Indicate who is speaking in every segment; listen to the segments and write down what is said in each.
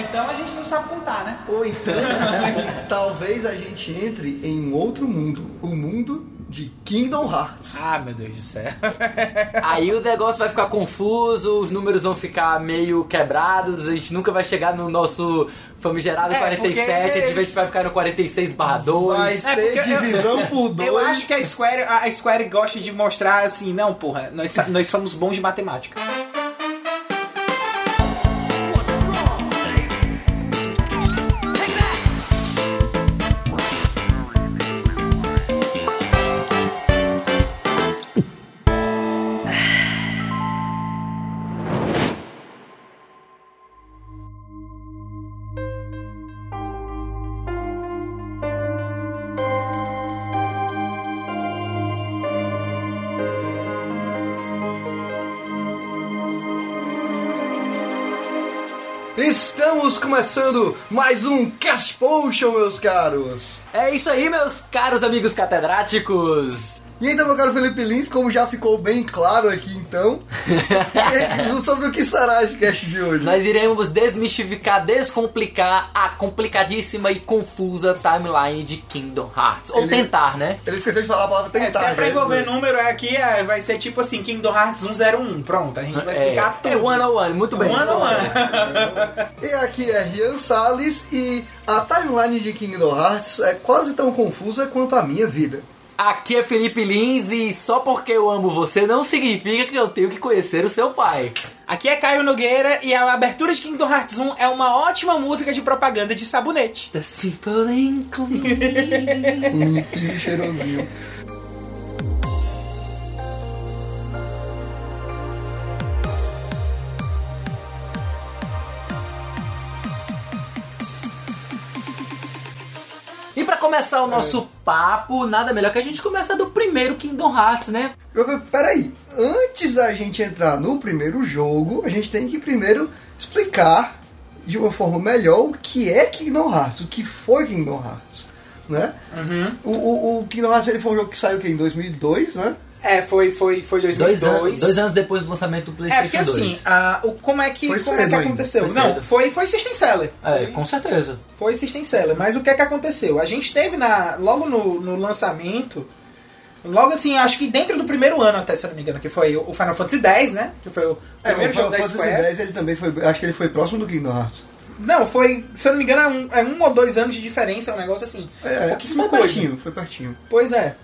Speaker 1: então a gente não sabe contar, né?
Speaker 2: Ou então, talvez a gente entre em um outro mundo. O mundo de Kingdom Hearts.
Speaker 1: Ah, meu Deus do céu.
Speaker 3: Aí o negócio vai ficar confuso, os números vão ficar meio quebrados, a gente nunca vai chegar no nosso famigerado
Speaker 1: É,
Speaker 3: 47,
Speaker 1: porque
Speaker 3: a gente vai ficar no 46 barra 2.
Speaker 2: Vai
Speaker 1: É,
Speaker 2: ter
Speaker 1: porque eu-
Speaker 2: divisão por dois.
Speaker 1: Eu acho que a Square, a a Square gosta de mostrar assim, não, porra, nós, sa- nós somos bons de matemática.
Speaker 2: Estamos começando mais um Cash Potion, meus caros.
Speaker 3: É isso aí, meus caros amigos catedráticos.
Speaker 2: E então, meu caro Felipe Lins, como já ficou bem claro aqui, então, sobre o que será esse cast de hoje?
Speaker 3: Nós iremos desmistificar, descomplicar a complicadíssima e confusa timeline de Kingdom Hearts. Ou
Speaker 2: Ele-
Speaker 3: tentar, né?
Speaker 2: Ele esqueceu de falar a palavra né? tentar.
Speaker 1: É, se é pra
Speaker 2: gente.
Speaker 1: envolver número é aqui, é, vai ser tipo assim, Kingdom Hearts 101. Pronto, a gente vai explicar
Speaker 3: é,
Speaker 1: tudo.
Speaker 3: é one on one, muito bem.
Speaker 1: One on one.
Speaker 2: E aqui é Rian Salles e a timeline de Kingdom Hearts é quase tão confusa quanto a minha vida.
Speaker 3: Aqui é Felipe Lins e só porque eu amo você não significa que eu tenho que conhecer o seu pai.
Speaker 1: Aqui é Caio Nogueira e a abertura de Kingdom Hearts 1 é uma ótima música de propaganda de sabonete.
Speaker 3: The simple include.
Speaker 2: Um trio cheirosinho.
Speaker 3: E pra começar o nosso papo, nada melhor que a gente começa do primeiro Kingdom Hearts, né?
Speaker 2: Eu falei, peraí, antes da gente entrar no primeiro jogo, a gente tem que primeiro explicar de uma forma melhor o que é Kingdom Hearts, o que foi Kingdom Hearts, né?
Speaker 1: Uhum.
Speaker 2: O, o- o Kingdom Hearts ele foi um jogo que saiu o quê? em 2002, né?
Speaker 1: É, foi, foi, foi 2002.
Speaker 3: Dois, anos, dois anos depois do lançamento do
Speaker 1: É,
Speaker 3: PlayStation
Speaker 1: porque
Speaker 3: 2.
Speaker 1: assim, ah, o, como é que,
Speaker 2: Foi
Speaker 1: como é
Speaker 2: cedo
Speaker 1: que
Speaker 2: ainda.
Speaker 1: aconteceu?
Speaker 3: Foi
Speaker 1: Não,
Speaker 3: cedo.
Speaker 1: foi, foi System Seller.
Speaker 3: É, com certeza.
Speaker 1: Foi System Seller. Mas o que é que aconteceu? A gente teve na, logo no, no lançamento, logo assim, acho que dentro do primeiro ano até, se eu não me engano, que foi o Final Fantasy X, né? Que foi o primeiro
Speaker 2: É, o
Speaker 3: Então,
Speaker 1: jogo
Speaker 2: Final
Speaker 1: da Square.
Speaker 2: Fantasy X ele também foi, acho que ele foi próximo do Kingdom Hearts.
Speaker 1: Não, foi, se eu não me engano, é um, é um ou dois anos de diferença, um negócio assim.
Speaker 2: É,
Speaker 1: Pouquíssima
Speaker 2: foi
Speaker 1: coisa.
Speaker 2: pertinho, foi pertinho.
Speaker 1: Pois é.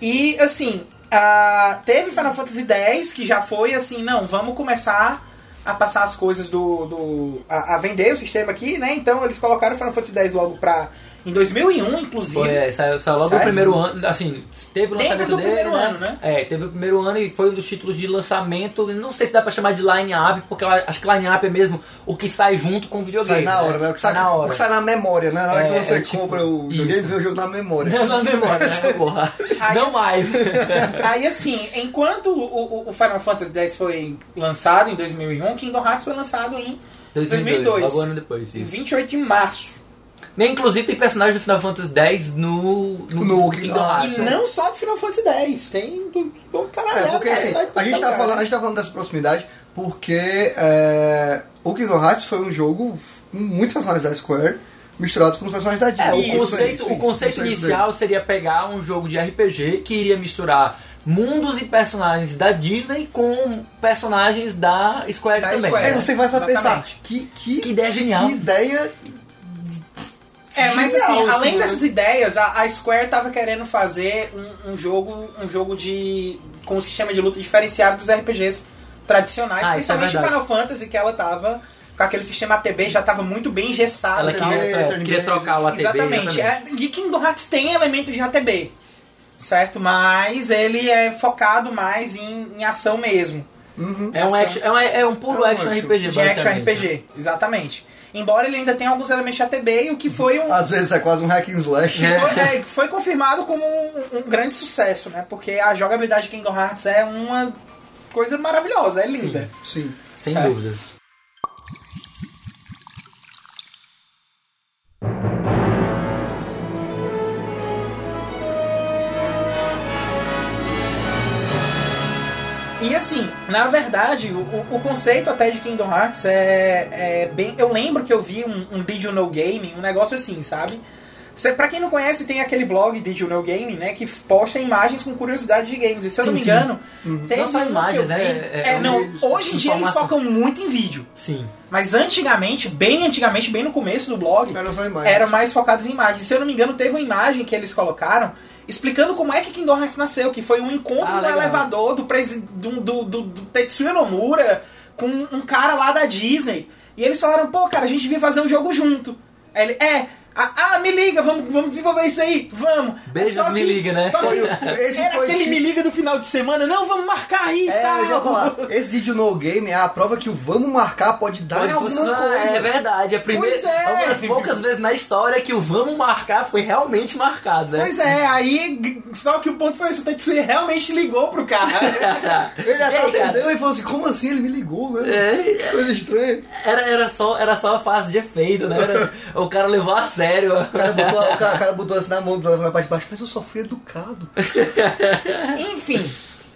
Speaker 1: E, assim, ah, teve Final Fantasy X, que já foi assim, não, vamos começar a passar as coisas do... do a, a vender o sistema aqui, né? Então eles colocaram Final Fantasy X logo pra... Em 2001, inclusive.
Speaker 3: Foi, é, saiu, saiu logo
Speaker 1: Certo.
Speaker 3: o primeiro ano, assim, teve o
Speaker 1: Dentro
Speaker 3: lançamento
Speaker 1: do
Speaker 3: dele,
Speaker 1: primeiro
Speaker 3: né?
Speaker 1: ano, né?
Speaker 3: É, teve o primeiro ano e foi um dos títulos de lançamento, não sei se dá pra chamar de line-up, porque eu acho que line-up é mesmo o que sai junto com o videogame.
Speaker 2: Sai na hora, né? O que sai,
Speaker 3: Tá na hora.
Speaker 2: o que sai na memória, né? Na hora
Speaker 3: É,
Speaker 2: que você
Speaker 3: é tipo
Speaker 2: compra o
Speaker 3: isso.
Speaker 2: videogame, vê o jogo na memória.
Speaker 3: Não, na memória, né, porra?
Speaker 1: Aí
Speaker 3: não
Speaker 1: assim-
Speaker 3: mais.
Speaker 1: Aí assim, enquanto o, o- o Final Fantasy X foi lançado em 2001, Kingdom Hearts foi lançado em
Speaker 3: 2002,
Speaker 1: 2002.
Speaker 3: logo um ano depois, isso.
Speaker 1: 28 de março.
Speaker 3: Nem, inclusive, tem personagem do Final Fantasy X no... né?
Speaker 2: No Ah,
Speaker 1: e
Speaker 2: sim.
Speaker 1: não só do Final Fantasy X, tem do, do caralho.
Speaker 2: É, porque assim, a gente, tá
Speaker 3: né?
Speaker 2: falando, a gente tá falando dessa proximidade porque é, o Kingdom Hearts foi um jogo f- com muitos personagens da Square misturados com os personagens da
Speaker 3: É,
Speaker 2: Disney.
Speaker 1: Isso,
Speaker 3: o
Speaker 2: aí,
Speaker 3: conceito,
Speaker 2: isso,
Speaker 3: o
Speaker 2: isso,
Speaker 3: conceito
Speaker 2: isso aí.
Speaker 3: inicial seria pegar um jogo de RPG que iria misturar mundos e personagens da Disney com personagens da Square
Speaker 1: Da
Speaker 3: também.
Speaker 1: Square.
Speaker 2: É, você começa a pensar,
Speaker 1: Exatamente.
Speaker 2: que, que,
Speaker 3: Que ideia genial.
Speaker 2: que ideia
Speaker 1: É, mas assim,
Speaker 2: genial,
Speaker 1: além
Speaker 2: né?
Speaker 1: dessas ideias, a, a Square tava querendo fazer um, um jogo, um jogo de com um sistema de luta diferenciado dos RPGs tradicionais,
Speaker 3: Ah, isso é
Speaker 1: principalmente
Speaker 3: verdade.
Speaker 1: Final Fantasy, que ela tava com aquele sistema ATB já tava muito bem engessado.
Speaker 3: Ela
Speaker 1: né?
Speaker 3: queria,
Speaker 2: Não,
Speaker 3: é,
Speaker 2: Turn
Speaker 3: queria
Speaker 2: Based.
Speaker 3: trocar o ATB.
Speaker 1: Exatamente. É, e Kingdom Hearts tem elementos de ATB, certo? Mas ele é focado mais em, em ação mesmo.
Speaker 2: Uhum.
Speaker 3: É um, action- é um, é um puro
Speaker 2: É um
Speaker 3: action
Speaker 2: action.
Speaker 3: RPG,
Speaker 1: De action
Speaker 3: basicamente. né?
Speaker 1: RPG, exatamente. Embora ele ainda tenha alguns elementos de ATB, e o que foi um.
Speaker 2: Às vezes é quase um hack and slash.
Speaker 3: É.
Speaker 1: Foi, é, foi confirmado como um, um grande sucesso, né? Porque a jogabilidade de Kingdom Hearts é uma coisa maravilhosa, é linda.
Speaker 2: Sim.
Speaker 3: Sem
Speaker 1: Certo.
Speaker 3: dúvida.
Speaker 1: E assim, Na verdade, o, o- o conceito até de Kingdom Hearts é, é bem. Eu lembro que eu vi um, um Did You Know Gaming, um negócio assim, sabe? Cê, pra quem não conhece, tem aquele blog Did You Know Gaming, né? Que posta imagens com curiosidade de games. E se eu não
Speaker 3: Sim, Uhum.
Speaker 1: me
Speaker 3: sim.
Speaker 1: engano, tem
Speaker 3: Não só
Speaker 1: um que eu
Speaker 3: imagens,
Speaker 1: vi-
Speaker 3: né?
Speaker 1: É,
Speaker 3: É- é
Speaker 1: não,
Speaker 2: eles-
Speaker 1: hoje em dia eles
Speaker 3: informação.
Speaker 1: focam muito em vídeo.
Speaker 3: Sim.
Speaker 1: Mas antigamente, bem antigamente, bem no começo do blog,
Speaker 2: Era só imagem.
Speaker 1: era mais focados em imagens. Se eu não me engano, teve uma imagem que eles colocaram explicando como é que Kingdom Hearts nasceu, que foi um encontro
Speaker 3: Ah,
Speaker 1: no
Speaker 3: legal.
Speaker 1: elevador do, presi- do, do, do- do Tetsuya Nomura com um cara lá da Disney. E eles falaram, pô, cara, a gente devia fazer um jogo junto. Aí ele, é... Ah, ah, me liga, vamos, vamos desenvolver isso aí, vamos.
Speaker 3: Beijos,
Speaker 1: Só
Speaker 3: me liga, né?
Speaker 1: Só
Speaker 2: Foi
Speaker 1: que
Speaker 2: o- esse
Speaker 1: era
Speaker 2: foi
Speaker 1: aquele
Speaker 2: tipo-
Speaker 1: me liga do final de semana, não, vamos marcar aí,
Speaker 2: É,
Speaker 1: tal.
Speaker 2: eu ia falar, esse vídeo no game é a prova que o vamos marcar pode dar
Speaker 3: Pode
Speaker 2: Tá em alguma
Speaker 3: funcionar,
Speaker 2: coisa.
Speaker 3: é verdade. É a primeira,
Speaker 1: Pois é.
Speaker 3: uma das poucas vezes na história que o vamos marcar foi realmente marcado, né?
Speaker 1: Pois é, aí. g- Só que o ponto foi isso, o Tetsuya realmente ligou pro cara.
Speaker 2: Ele até
Speaker 3: Ei, cara.
Speaker 2: atendeu e falou assim, como assim? Ele me ligou, velho.
Speaker 3: É,
Speaker 2: Que Coisa estranha.
Speaker 3: Era, era, só, era só a fase de efeito, né? Era- o cara levou a sério.
Speaker 2: O cara botou, o cara, o cara botou assim na mão, na parte de baixo, mas eu só fui educado.
Speaker 1: Enfim.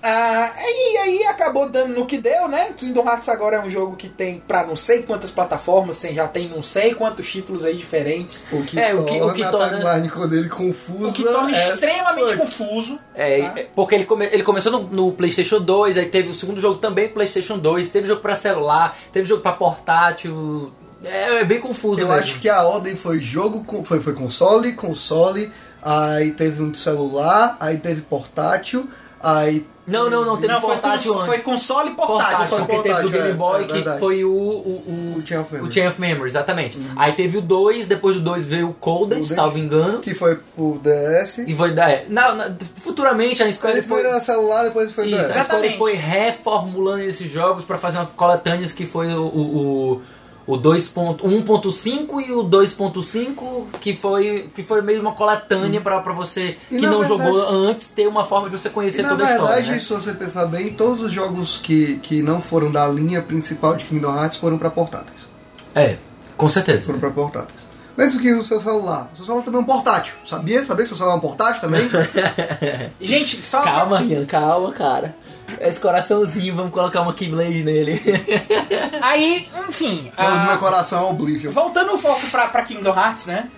Speaker 1: ah, e aí acabou dando no que deu, né? Kingdom Hearts agora é um jogo que tem pra não sei quantas plataformas, tem- já tem não sei quantos títulos aí diferentes.
Speaker 2: O que
Speaker 3: É, o que-
Speaker 2: torna
Speaker 3: o que torna-
Speaker 2: a timeline dele confusa.
Speaker 1: O que torna
Speaker 2: é
Speaker 1: extremamente
Speaker 2: funk.
Speaker 1: confuso.
Speaker 3: É,
Speaker 1: tá?
Speaker 3: é, porque ele, come- ele começou no, no PlayStation 2, aí teve o segundo jogo também PlayStation 2, teve jogo pra celular, teve jogo pra portátil. É, é bem confuso,
Speaker 2: Eu
Speaker 3: mesmo.
Speaker 2: acho que a ordem foi jogo, com- foi, foi console, console, aí teve um de celular, aí teve portátil, aí.
Speaker 3: Não, não, não, teve
Speaker 1: Não, foi,
Speaker 3: portátil
Speaker 1: cons-
Speaker 3: antes.
Speaker 1: foi console e portátil.
Speaker 3: portátil,
Speaker 2: Foi
Speaker 3: porque teve
Speaker 2: portátil,
Speaker 3: do Game
Speaker 2: é,
Speaker 3: Boy,
Speaker 2: é
Speaker 3: que
Speaker 2: verdade.
Speaker 3: foi o, o,
Speaker 2: O Chain of Memory. Uhum.
Speaker 3: o Chain of Memory, exatamente. Aí teve o 2, depois do 2 veio o Colded,
Speaker 2: Colded.
Speaker 3: salvo engano.
Speaker 2: Que foi o DS.
Speaker 3: E foi da. é, Na, na- futuramente a Square
Speaker 2: Ele
Speaker 3: foi.
Speaker 2: foi no celular, depois foi o
Speaker 3: Isso,
Speaker 2: DS.
Speaker 3: a Square
Speaker 1: Exatamente.
Speaker 3: foi reformulando esses jogos pra fazer uma coletânea que foi o. o, o o 2.1.5 e o 2.5 que foi que foi meio uma coletânea pra para você
Speaker 2: Uhum.
Speaker 3: que
Speaker 2: E na
Speaker 3: não
Speaker 2: verdade-
Speaker 3: jogou antes ter uma forma de você
Speaker 2: E,
Speaker 3: conhecer
Speaker 2: na
Speaker 3: toda a
Speaker 2: verdade,
Speaker 3: história. né?
Speaker 2: se você pensar bem, todos os jogos que, que não foram da linha principal de Kingdom Hearts foram pra portáteis.
Speaker 3: É, com certeza.
Speaker 2: Foram pra portáteis. Mesmo que o seu celular. O seu celular também é um portátil. Sabia? Sabia que o seu celular é um portátil também?
Speaker 1: Gente, só.
Speaker 3: Calma, Rian, calma, cara. Esse coraçãozinho, vamos colocar uma Keyblade nele.
Speaker 1: Aí, enfim.
Speaker 2: Não,
Speaker 1: ah,
Speaker 2: no meu coração é Oblivion.
Speaker 1: Voltando o foco pra, pra Kingdom Hearts, né?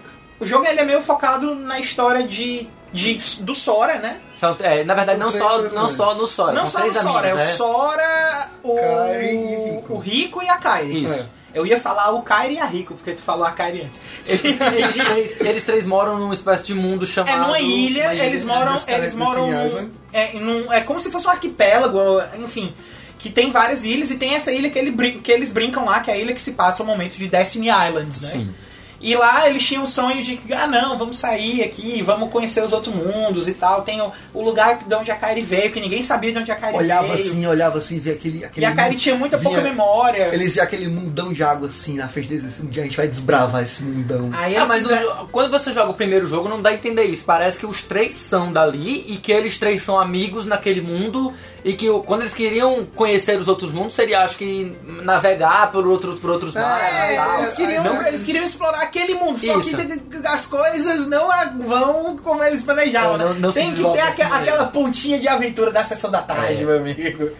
Speaker 1: O jogo ele é meio focado na história de, de, do Sora, né?
Speaker 3: São- é, na verdade, não
Speaker 2: São
Speaker 3: só,
Speaker 2: três
Speaker 3: não só no Sora.
Speaker 1: Não
Speaker 3: são
Speaker 1: só o
Speaker 3: três
Speaker 1: Sora, é
Speaker 3: amigos,
Speaker 1: o
Speaker 3: né?
Speaker 1: Sora, o,
Speaker 2: Kairi e Rico.
Speaker 1: o Rico e a Kairi.
Speaker 3: Isso.
Speaker 1: Eu ia falar o Kairi e a Rico, porque tu falou a Kairi antes.
Speaker 3: Eles três, eles três moram num espécie de mundo chamado.
Speaker 1: É numa ilha,
Speaker 3: uma
Speaker 1: eles moram.
Speaker 2: Dos
Speaker 1: Eles
Speaker 2: Caribbean
Speaker 1: moram.
Speaker 2: Island.
Speaker 1: num- É, num- é como se fosse um arquipélago, enfim. Que tem várias ilhas e tem essa ilha que, ele brin- que eles brincam lá, que é a ilha que se passa o momento de Destiny Islands, né?
Speaker 3: Sim.
Speaker 1: E lá eles tinham o sonho de que, ah não, vamos sair aqui, vamos conhecer os outros mundos e tal. Tem o, o lugar de onde a Kairi veio, que ninguém sabia de onde a Kairi
Speaker 2: Olhava
Speaker 1: veio.
Speaker 2: assim, olhava assim, via aquele. aquele
Speaker 1: E a Kairi
Speaker 2: mundo-
Speaker 1: tinha muita pouca
Speaker 2: vinha-
Speaker 1: memória.
Speaker 2: Eles viam aquele mundão de água assim na frente deles. assim, Um dia a gente vai desbravar esse mundão.
Speaker 1: Aí
Speaker 3: Ah,
Speaker 1: eles
Speaker 3: mas no
Speaker 1: fizeram-
Speaker 3: jo- quando você joga o primeiro jogo, não dá a entender isso. Parece que os três são dali e que eles três são amigos naquele mundo. E que o- quando eles queriam conhecer os outros mundos, seria, acho que, navegar por, outro, por outros mares e tal.
Speaker 1: É, eles queriam,
Speaker 2: Não-
Speaker 1: eles queriam explorar aquele mundo, só
Speaker 3: Tá, Isso.
Speaker 1: que as coisas não a- vão como eles planejavam.
Speaker 3: É, não-
Speaker 1: né?
Speaker 3: não se
Speaker 1: Tem que ter
Speaker 3: desenvolve
Speaker 1: aque-
Speaker 3: assim, né?
Speaker 1: aquela pontinha de aventura da sessão da tarde, meu amigo.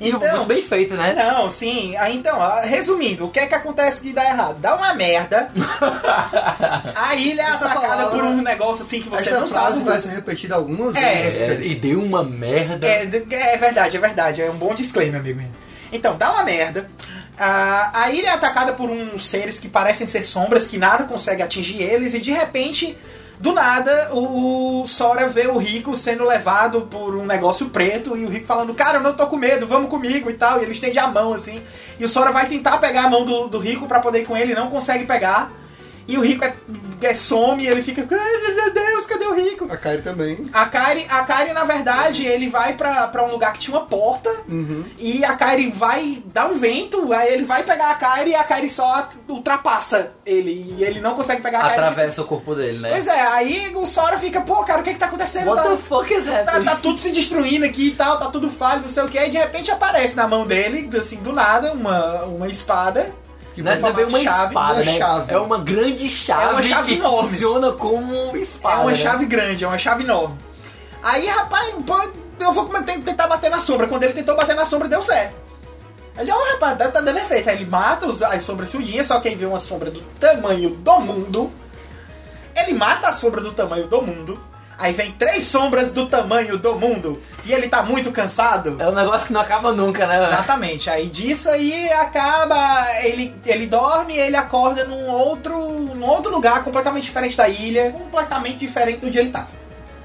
Speaker 3: E
Speaker 1: então-
Speaker 3: muito bem feito, né?
Speaker 1: Não, sim. Ah, Então, ah, resumindo, o que é que acontece que dá errado? Dá uma merda. a ilha é
Speaker 2: Essa
Speaker 1: atacada
Speaker 2: palavra-
Speaker 1: por um negócio assim que você
Speaker 2: Esta
Speaker 1: não
Speaker 2: frase
Speaker 1: sabe.
Speaker 2: vai ser repetida algumas
Speaker 1: É.
Speaker 2: vezes.
Speaker 3: É, e deu uma merda.
Speaker 1: É, d- é verdade, é verdade. É um bom disclaimer, amigo. meu. Então, dá uma merda. Ah, a ilha é atacada por uns seres que parecem ser sombras, que nada consegue atingir eles, e de repente, do nada, o Sora vê o Rico sendo levado por um negócio preto, e o Rico falando, cara, eu não tô com medo, vamos comigo e tal. E ele estende a mão assim. E o Sora vai tentar pegar a mão do, do Rico pra poder ir com ele, não consegue pegar. E o Rico é, é some, e ele fica, "Ah, meu Deus, cadê o Rico?
Speaker 2: A Kairi também.
Speaker 1: A Kairi, a Kairi, na verdade, ele vai pra, pra um lugar que tinha uma porta.
Speaker 2: Uhum.
Speaker 1: E a Kairi vai dar um vento, aí ele vai pegar a Kairi e a Kairi só at- ultrapassa ele. E ele não consegue pegar a Kairi.
Speaker 3: Atravessa o corpo dele, né?
Speaker 1: Pois é, aí o Sora fica, pô, cara, o que que tá acontecendo?
Speaker 3: What
Speaker 1: Tá-
Speaker 3: the fuck is
Speaker 1: tá,
Speaker 3: happening?
Speaker 1: tá tudo se destruindo aqui e tal, tá tudo falho, não sei o que. E de repente aparece na mão dele, assim, do nada, uma, uma espada.
Speaker 2: Que
Speaker 3: Não é
Speaker 2: vai
Speaker 1: formato
Speaker 3: também uma
Speaker 1: de chave,
Speaker 3: espada,
Speaker 2: uma
Speaker 3: né?
Speaker 2: chave.
Speaker 3: É uma grande chave,
Speaker 1: É uma chave
Speaker 3: que
Speaker 1: enorme.
Speaker 3: funciona como espada.
Speaker 1: é uma
Speaker 3: né?
Speaker 1: chave grande, é uma chave enorme. Aí, rapaz, pô, eu vou come- tentar bater na sombra. Quando ele tentou bater na sombra, deu certo. Ele, ó, rapaz, tá tá dando efeito. Aí ele mata os- as sombras tudinhas, só que aí vê uma sombra do tamanho do mundo. Ele mata a sombra do tamanho do mundo. Aí vem três sombras do tamanho do mundo. E ele tá muito cansado.
Speaker 3: É um negócio que não acaba nunca, né? velho?
Speaker 1: Exatamente. Aí disso aí acaba. Ele, ele dorme e ele acorda num outro, num outro lugar completamente diferente da ilha, completamente diferente do dia ele tá. tava.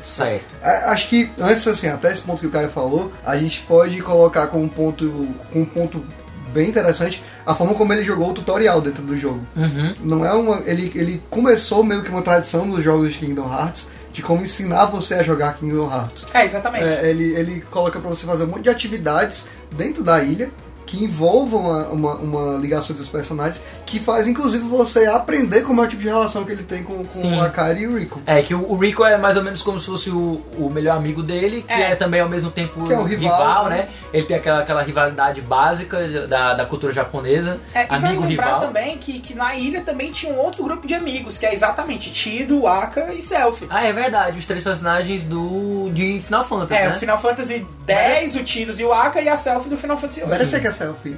Speaker 3: Certo.
Speaker 2: A- É, Acho que antes assim, até esse ponto que o Caio falou, a gente pode colocar como um ponto, como um ponto bem interessante a forma como ele jogou o tutorial dentro do jogo.
Speaker 3: Uhum.
Speaker 2: Não é uma, ele, ele começou meio que uma tradição nos jogos de Kingdom Hearts de como ensinar você a jogar Kingdom Hearts.
Speaker 1: É, exatamente.
Speaker 2: É, ele, ele coloca pra você fazer um monte de atividades dentro da ilha que envolvam uma, uma, uma ligação dos personagens, que faz inclusive você aprender como é o tipo de relação que ele tem com,
Speaker 3: Sim.
Speaker 2: com a Kairi e o Rico.
Speaker 3: É que o o Rico é mais ou menos como se fosse o, o melhor amigo dele, que é,
Speaker 1: É. um
Speaker 3: também ao mesmo tempo
Speaker 2: Que é o rival, né?
Speaker 3: né? Ele tem aquela, aquela rivalidade básica da, da cultura japonesa,
Speaker 1: É, e vale lembrar
Speaker 3: amigo-rival.
Speaker 1: também que, que na ilha também tinha um outro grupo de amigos, que é exatamente Tido, Aka e Selfie.
Speaker 3: Ah, é verdade, os três personagens do de Final Fantasy,
Speaker 1: É,
Speaker 3: né?
Speaker 1: o Final Fantasy X, o Tidus e o Aka, e a Selfie do Final Fantasy
Speaker 2: Parece
Speaker 1: 8.
Speaker 2: que é selfie.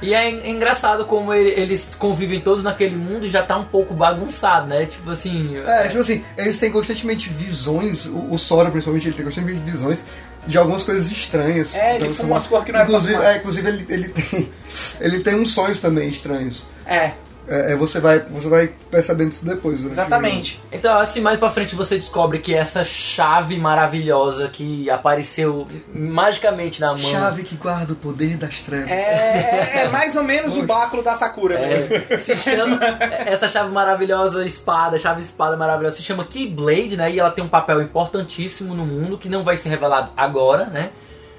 Speaker 3: E é en- engraçado como ele- eles convivem todos naquele mundo e já tá um pouco bagunçado, né? Tipo assim.
Speaker 2: É, tipo assim, eles têm constantemente visões, o, o Sora principalmente, ele tem constantemente visões de algumas coisas estranhas.
Speaker 1: É, ele
Speaker 2: Então,
Speaker 1: fuma umas cores que não é pra
Speaker 2: inclusive,
Speaker 1: fumar.
Speaker 2: é, inclusive ele, ele tem, ele tem uns sonhos também estranhos.
Speaker 1: É,
Speaker 2: É, é, você, vai, você vai percebendo isso depois. durante o jogo.
Speaker 1: exatamente.
Speaker 3: Então, assim, mais pra frente você descobre que essa chave maravilhosa que apareceu magicamente na mão.
Speaker 2: Chave que guarda o poder das trevas.
Speaker 1: É, é- é mais ou menos o báculo da Sakura. né?
Speaker 3: É, se chama é, essa chave maravilhosa espada, chave espada maravilhosa, se chama Keyblade, né? E ela tem um papel importantíssimo no mundo que não vai ser revelado agora, né?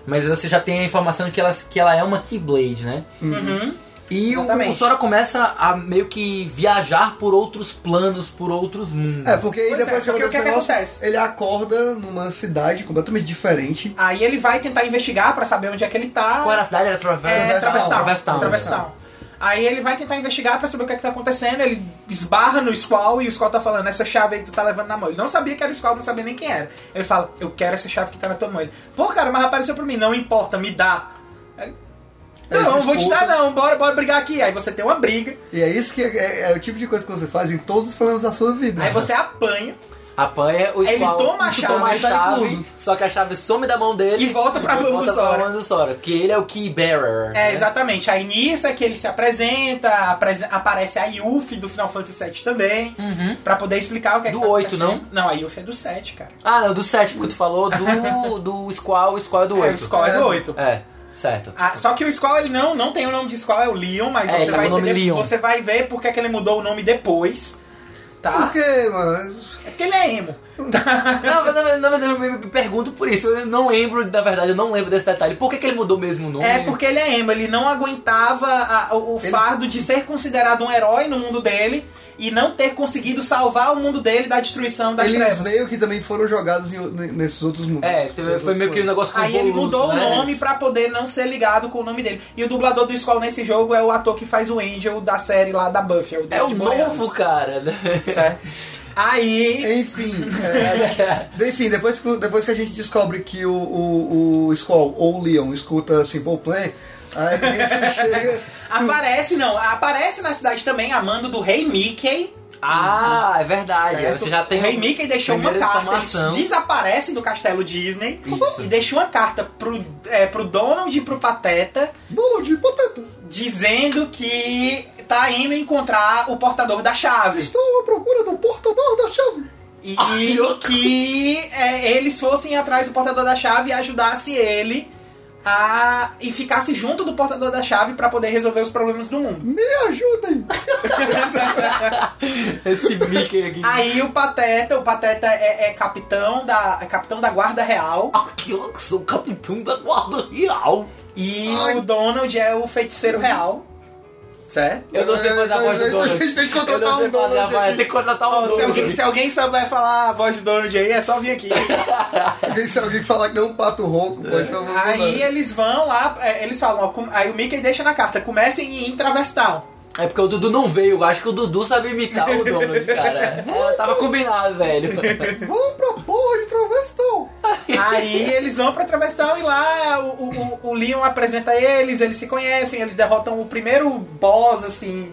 Speaker 3: Mas você já tem a informação de que ela, que ela é uma Keyblade, né?
Speaker 1: Uhum.
Speaker 3: E o,
Speaker 1: Exatamente.
Speaker 3: o Sora começa a meio que viajar por outros planos, por outros mundos.
Speaker 2: É, porque aí
Speaker 1: Pois é,
Speaker 2: depois
Speaker 1: porque o que é
Speaker 2: acontece esse
Speaker 1: que
Speaker 2: negócio,
Speaker 1: acontece?
Speaker 2: ele acorda numa cidade completamente diferente.
Speaker 1: Aí ele vai tentar investigar pra saber onde é que ele tá.
Speaker 3: Qual era a cidade? Era Traverse,
Speaker 1: É,
Speaker 2: Traverse Town.
Speaker 3: Traverse Town.
Speaker 1: Traverse Town. Aí ele vai tentar investigar pra saber o que, é que tá acontecendo, ele esbarra no Squall e o Squall tá falando, essa chave aí que tu tá levando na mão. Ele não sabia que era o Squall, não sabia nem quem era. Ele fala, eu quero essa chave que tá na tua mão. Ele, pô, cara, mas apareceu pra mim, não importa, me dá. Aí,
Speaker 2: Aí
Speaker 1: não,
Speaker 2: eles
Speaker 1: não vou te
Speaker 2: disputam.
Speaker 1: dar não, bora, bora brigar aqui. Aí você tem uma briga,
Speaker 2: E é isso que é, é o tipo de coisa que você faz em todos os problemas da sua vida.
Speaker 1: aí você apanha
Speaker 3: Apanha é o
Speaker 1: Ele
Speaker 3: Squall,
Speaker 1: toma a
Speaker 3: isso
Speaker 1: chave,
Speaker 3: toma a
Speaker 2: ele tá
Speaker 3: chave,
Speaker 2: incluso.
Speaker 3: só que a chave some da mão dele
Speaker 1: e volta pra mão do
Speaker 3: volta pra
Speaker 1: Sora.
Speaker 3: mão do Sora, que ele é o Key Bearer.
Speaker 1: É,
Speaker 3: né?
Speaker 1: exatamente. Aí nisso é que ele se apresenta, aprese- aparece a Yuffie do Final Fantasy VII também,
Speaker 3: Uhum.
Speaker 1: pra poder explicar o que é
Speaker 3: Do
Speaker 1: que tá
Speaker 3: oito,
Speaker 1: acontecendo. Não, a Yuffie é do 7, cara.
Speaker 3: Ah, não, do 7, porque tu falou do, do Squall, o Squall é do
Speaker 1: É,
Speaker 3: 8.
Speaker 1: o Skull é do
Speaker 2: É.
Speaker 1: 8.
Speaker 3: É, certo.
Speaker 1: Ah, só que o Squall, ele não, não tem o nome de Squall, é o Leon, mas
Speaker 3: É,
Speaker 1: você,
Speaker 3: ele tá
Speaker 1: vai
Speaker 3: com o nome
Speaker 1: entender-
Speaker 3: Leon.
Speaker 1: você vai ver porque é que ele mudou o nome depois, tá?
Speaker 2: Porque, mas.
Speaker 3: Hum.
Speaker 1: É porque ele é emo.
Speaker 3: Não, mas na verdade- na verdade eu me- me pergunto por isso. Eu não lembro, na verdade, eu não lembro desse detalhe. Por que, que ele mudou mesmo o nome?
Speaker 1: É porque ele é emo, ele não aguentava a- o, o
Speaker 2: Ele-
Speaker 1: fardo de ser considerado um herói no mundo dele e não ter conseguido salvar o mundo dele da destruição das
Speaker 2: Eles
Speaker 1: trevas.
Speaker 2: meio que também foram jogados em o- ne- nesses outros mundos.
Speaker 3: É, teve- foi meio que um negócio
Speaker 1: Aí ele
Speaker 3: convoluto,
Speaker 1: mudou
Speaker 3: né?
Speaker 1: o nome pra poder não ser ligado com o nome dele. E o dublador do Squall nesse jogo é o ator que faz o Angel da série lá da Buffy. É o,
Speaker 3: É o
Speaker 1: David Boreanaz.
Speaker 3: novo, cara. né?
Speaker 1: Certo? Aí...
Speaker 2: Enfim, é, a gente- enfim depois, que, depois que a gente descobre que o, o, o Squall ou o Leon escuta Simple Plan, aí você chega.
Speaker 1: Aparece, não. Aparece na cidade também a mando do Rei Mickey.
Speaker 3: Ah, é verdade.
Speaker 2: Certo.
Speaker 3: Você já tem um
Speaker 1: o Rei Mickey deixou uma
Speaker 3: primeira
Speaker 1: carta.
Speaker 3: informação.
Speaker 1: Eles desaparecem do castelo Disney.
Speaker 3: Isso.
Speaker 1: E deixou uma carta pro, é, pro Donald e pro Pateta
Speaker 2: Donald, pateta,
Speaker 1: dizendo que tá indo encontrar o portador da chave.
Speaker 2: estou à procura do portador da chave.
Speaker 1: E
Speaker 3: Ai, eu-
Speaker 1: que é, eles fossem atrás do portador da chave e ajudasse ele a. e ficasse junto do portador da chave pra poder resolver os problemas do mundo.
Speaker 2: Me ajudem.
Speaker 3: Esse Mickey aqui.
Speaker 1: Aí o Pateta, o Pateta é, é capitão da é capitão da guarda real
Speaker 3: Ah, que louco, sou o capitão da guarda real.
Speaker 1: e
Speaker 2: Ai.
Speaker 1: o Donald é o feiticeiro real. Certo?
Speaker 3: Eu não sei fazer a
Speaker 2: É,
Speaker 3: voz do
Speaker 2: mas
Speaker 3: Donald.
Speaker 2: A gente tem que
Speaker 3: Eu não
Speaker 2: contratar
Speaker 3: sei
Speaker 2: um
Speaker 3: fazer a
Speaker 2: Donald.
Speaker 3: voz, tem
Speaker 2: aqui.
Speaker 3: que contratar um
Speaker 1: Ó, se, alguém,
Speaker 3: Donald.
Speaker 1: se alguém souber falar a voz do Donald aí, é só vir aqui.
Speaker 2: Alguém, se alguém falar que não é um pato rouco, pode falar.
Speaker 1: aí eles vão lá, é, eles falam, ó, com- aí o Mickey deixa na carta, comecem em Traverse Town.
Speaker 3: É porque o Dudu não veio, eu acho que o Dudu sabe imitar o Donald, cara. É, tava combinado, velho.
Speaker 2: Vamos pra porra de travestão!
Speaker 1: Aí eles vão pra Travestal e lá o, o, o- o Leon apresenta eles, eles se conhecem, eles derrotam o primeiro boss, assim,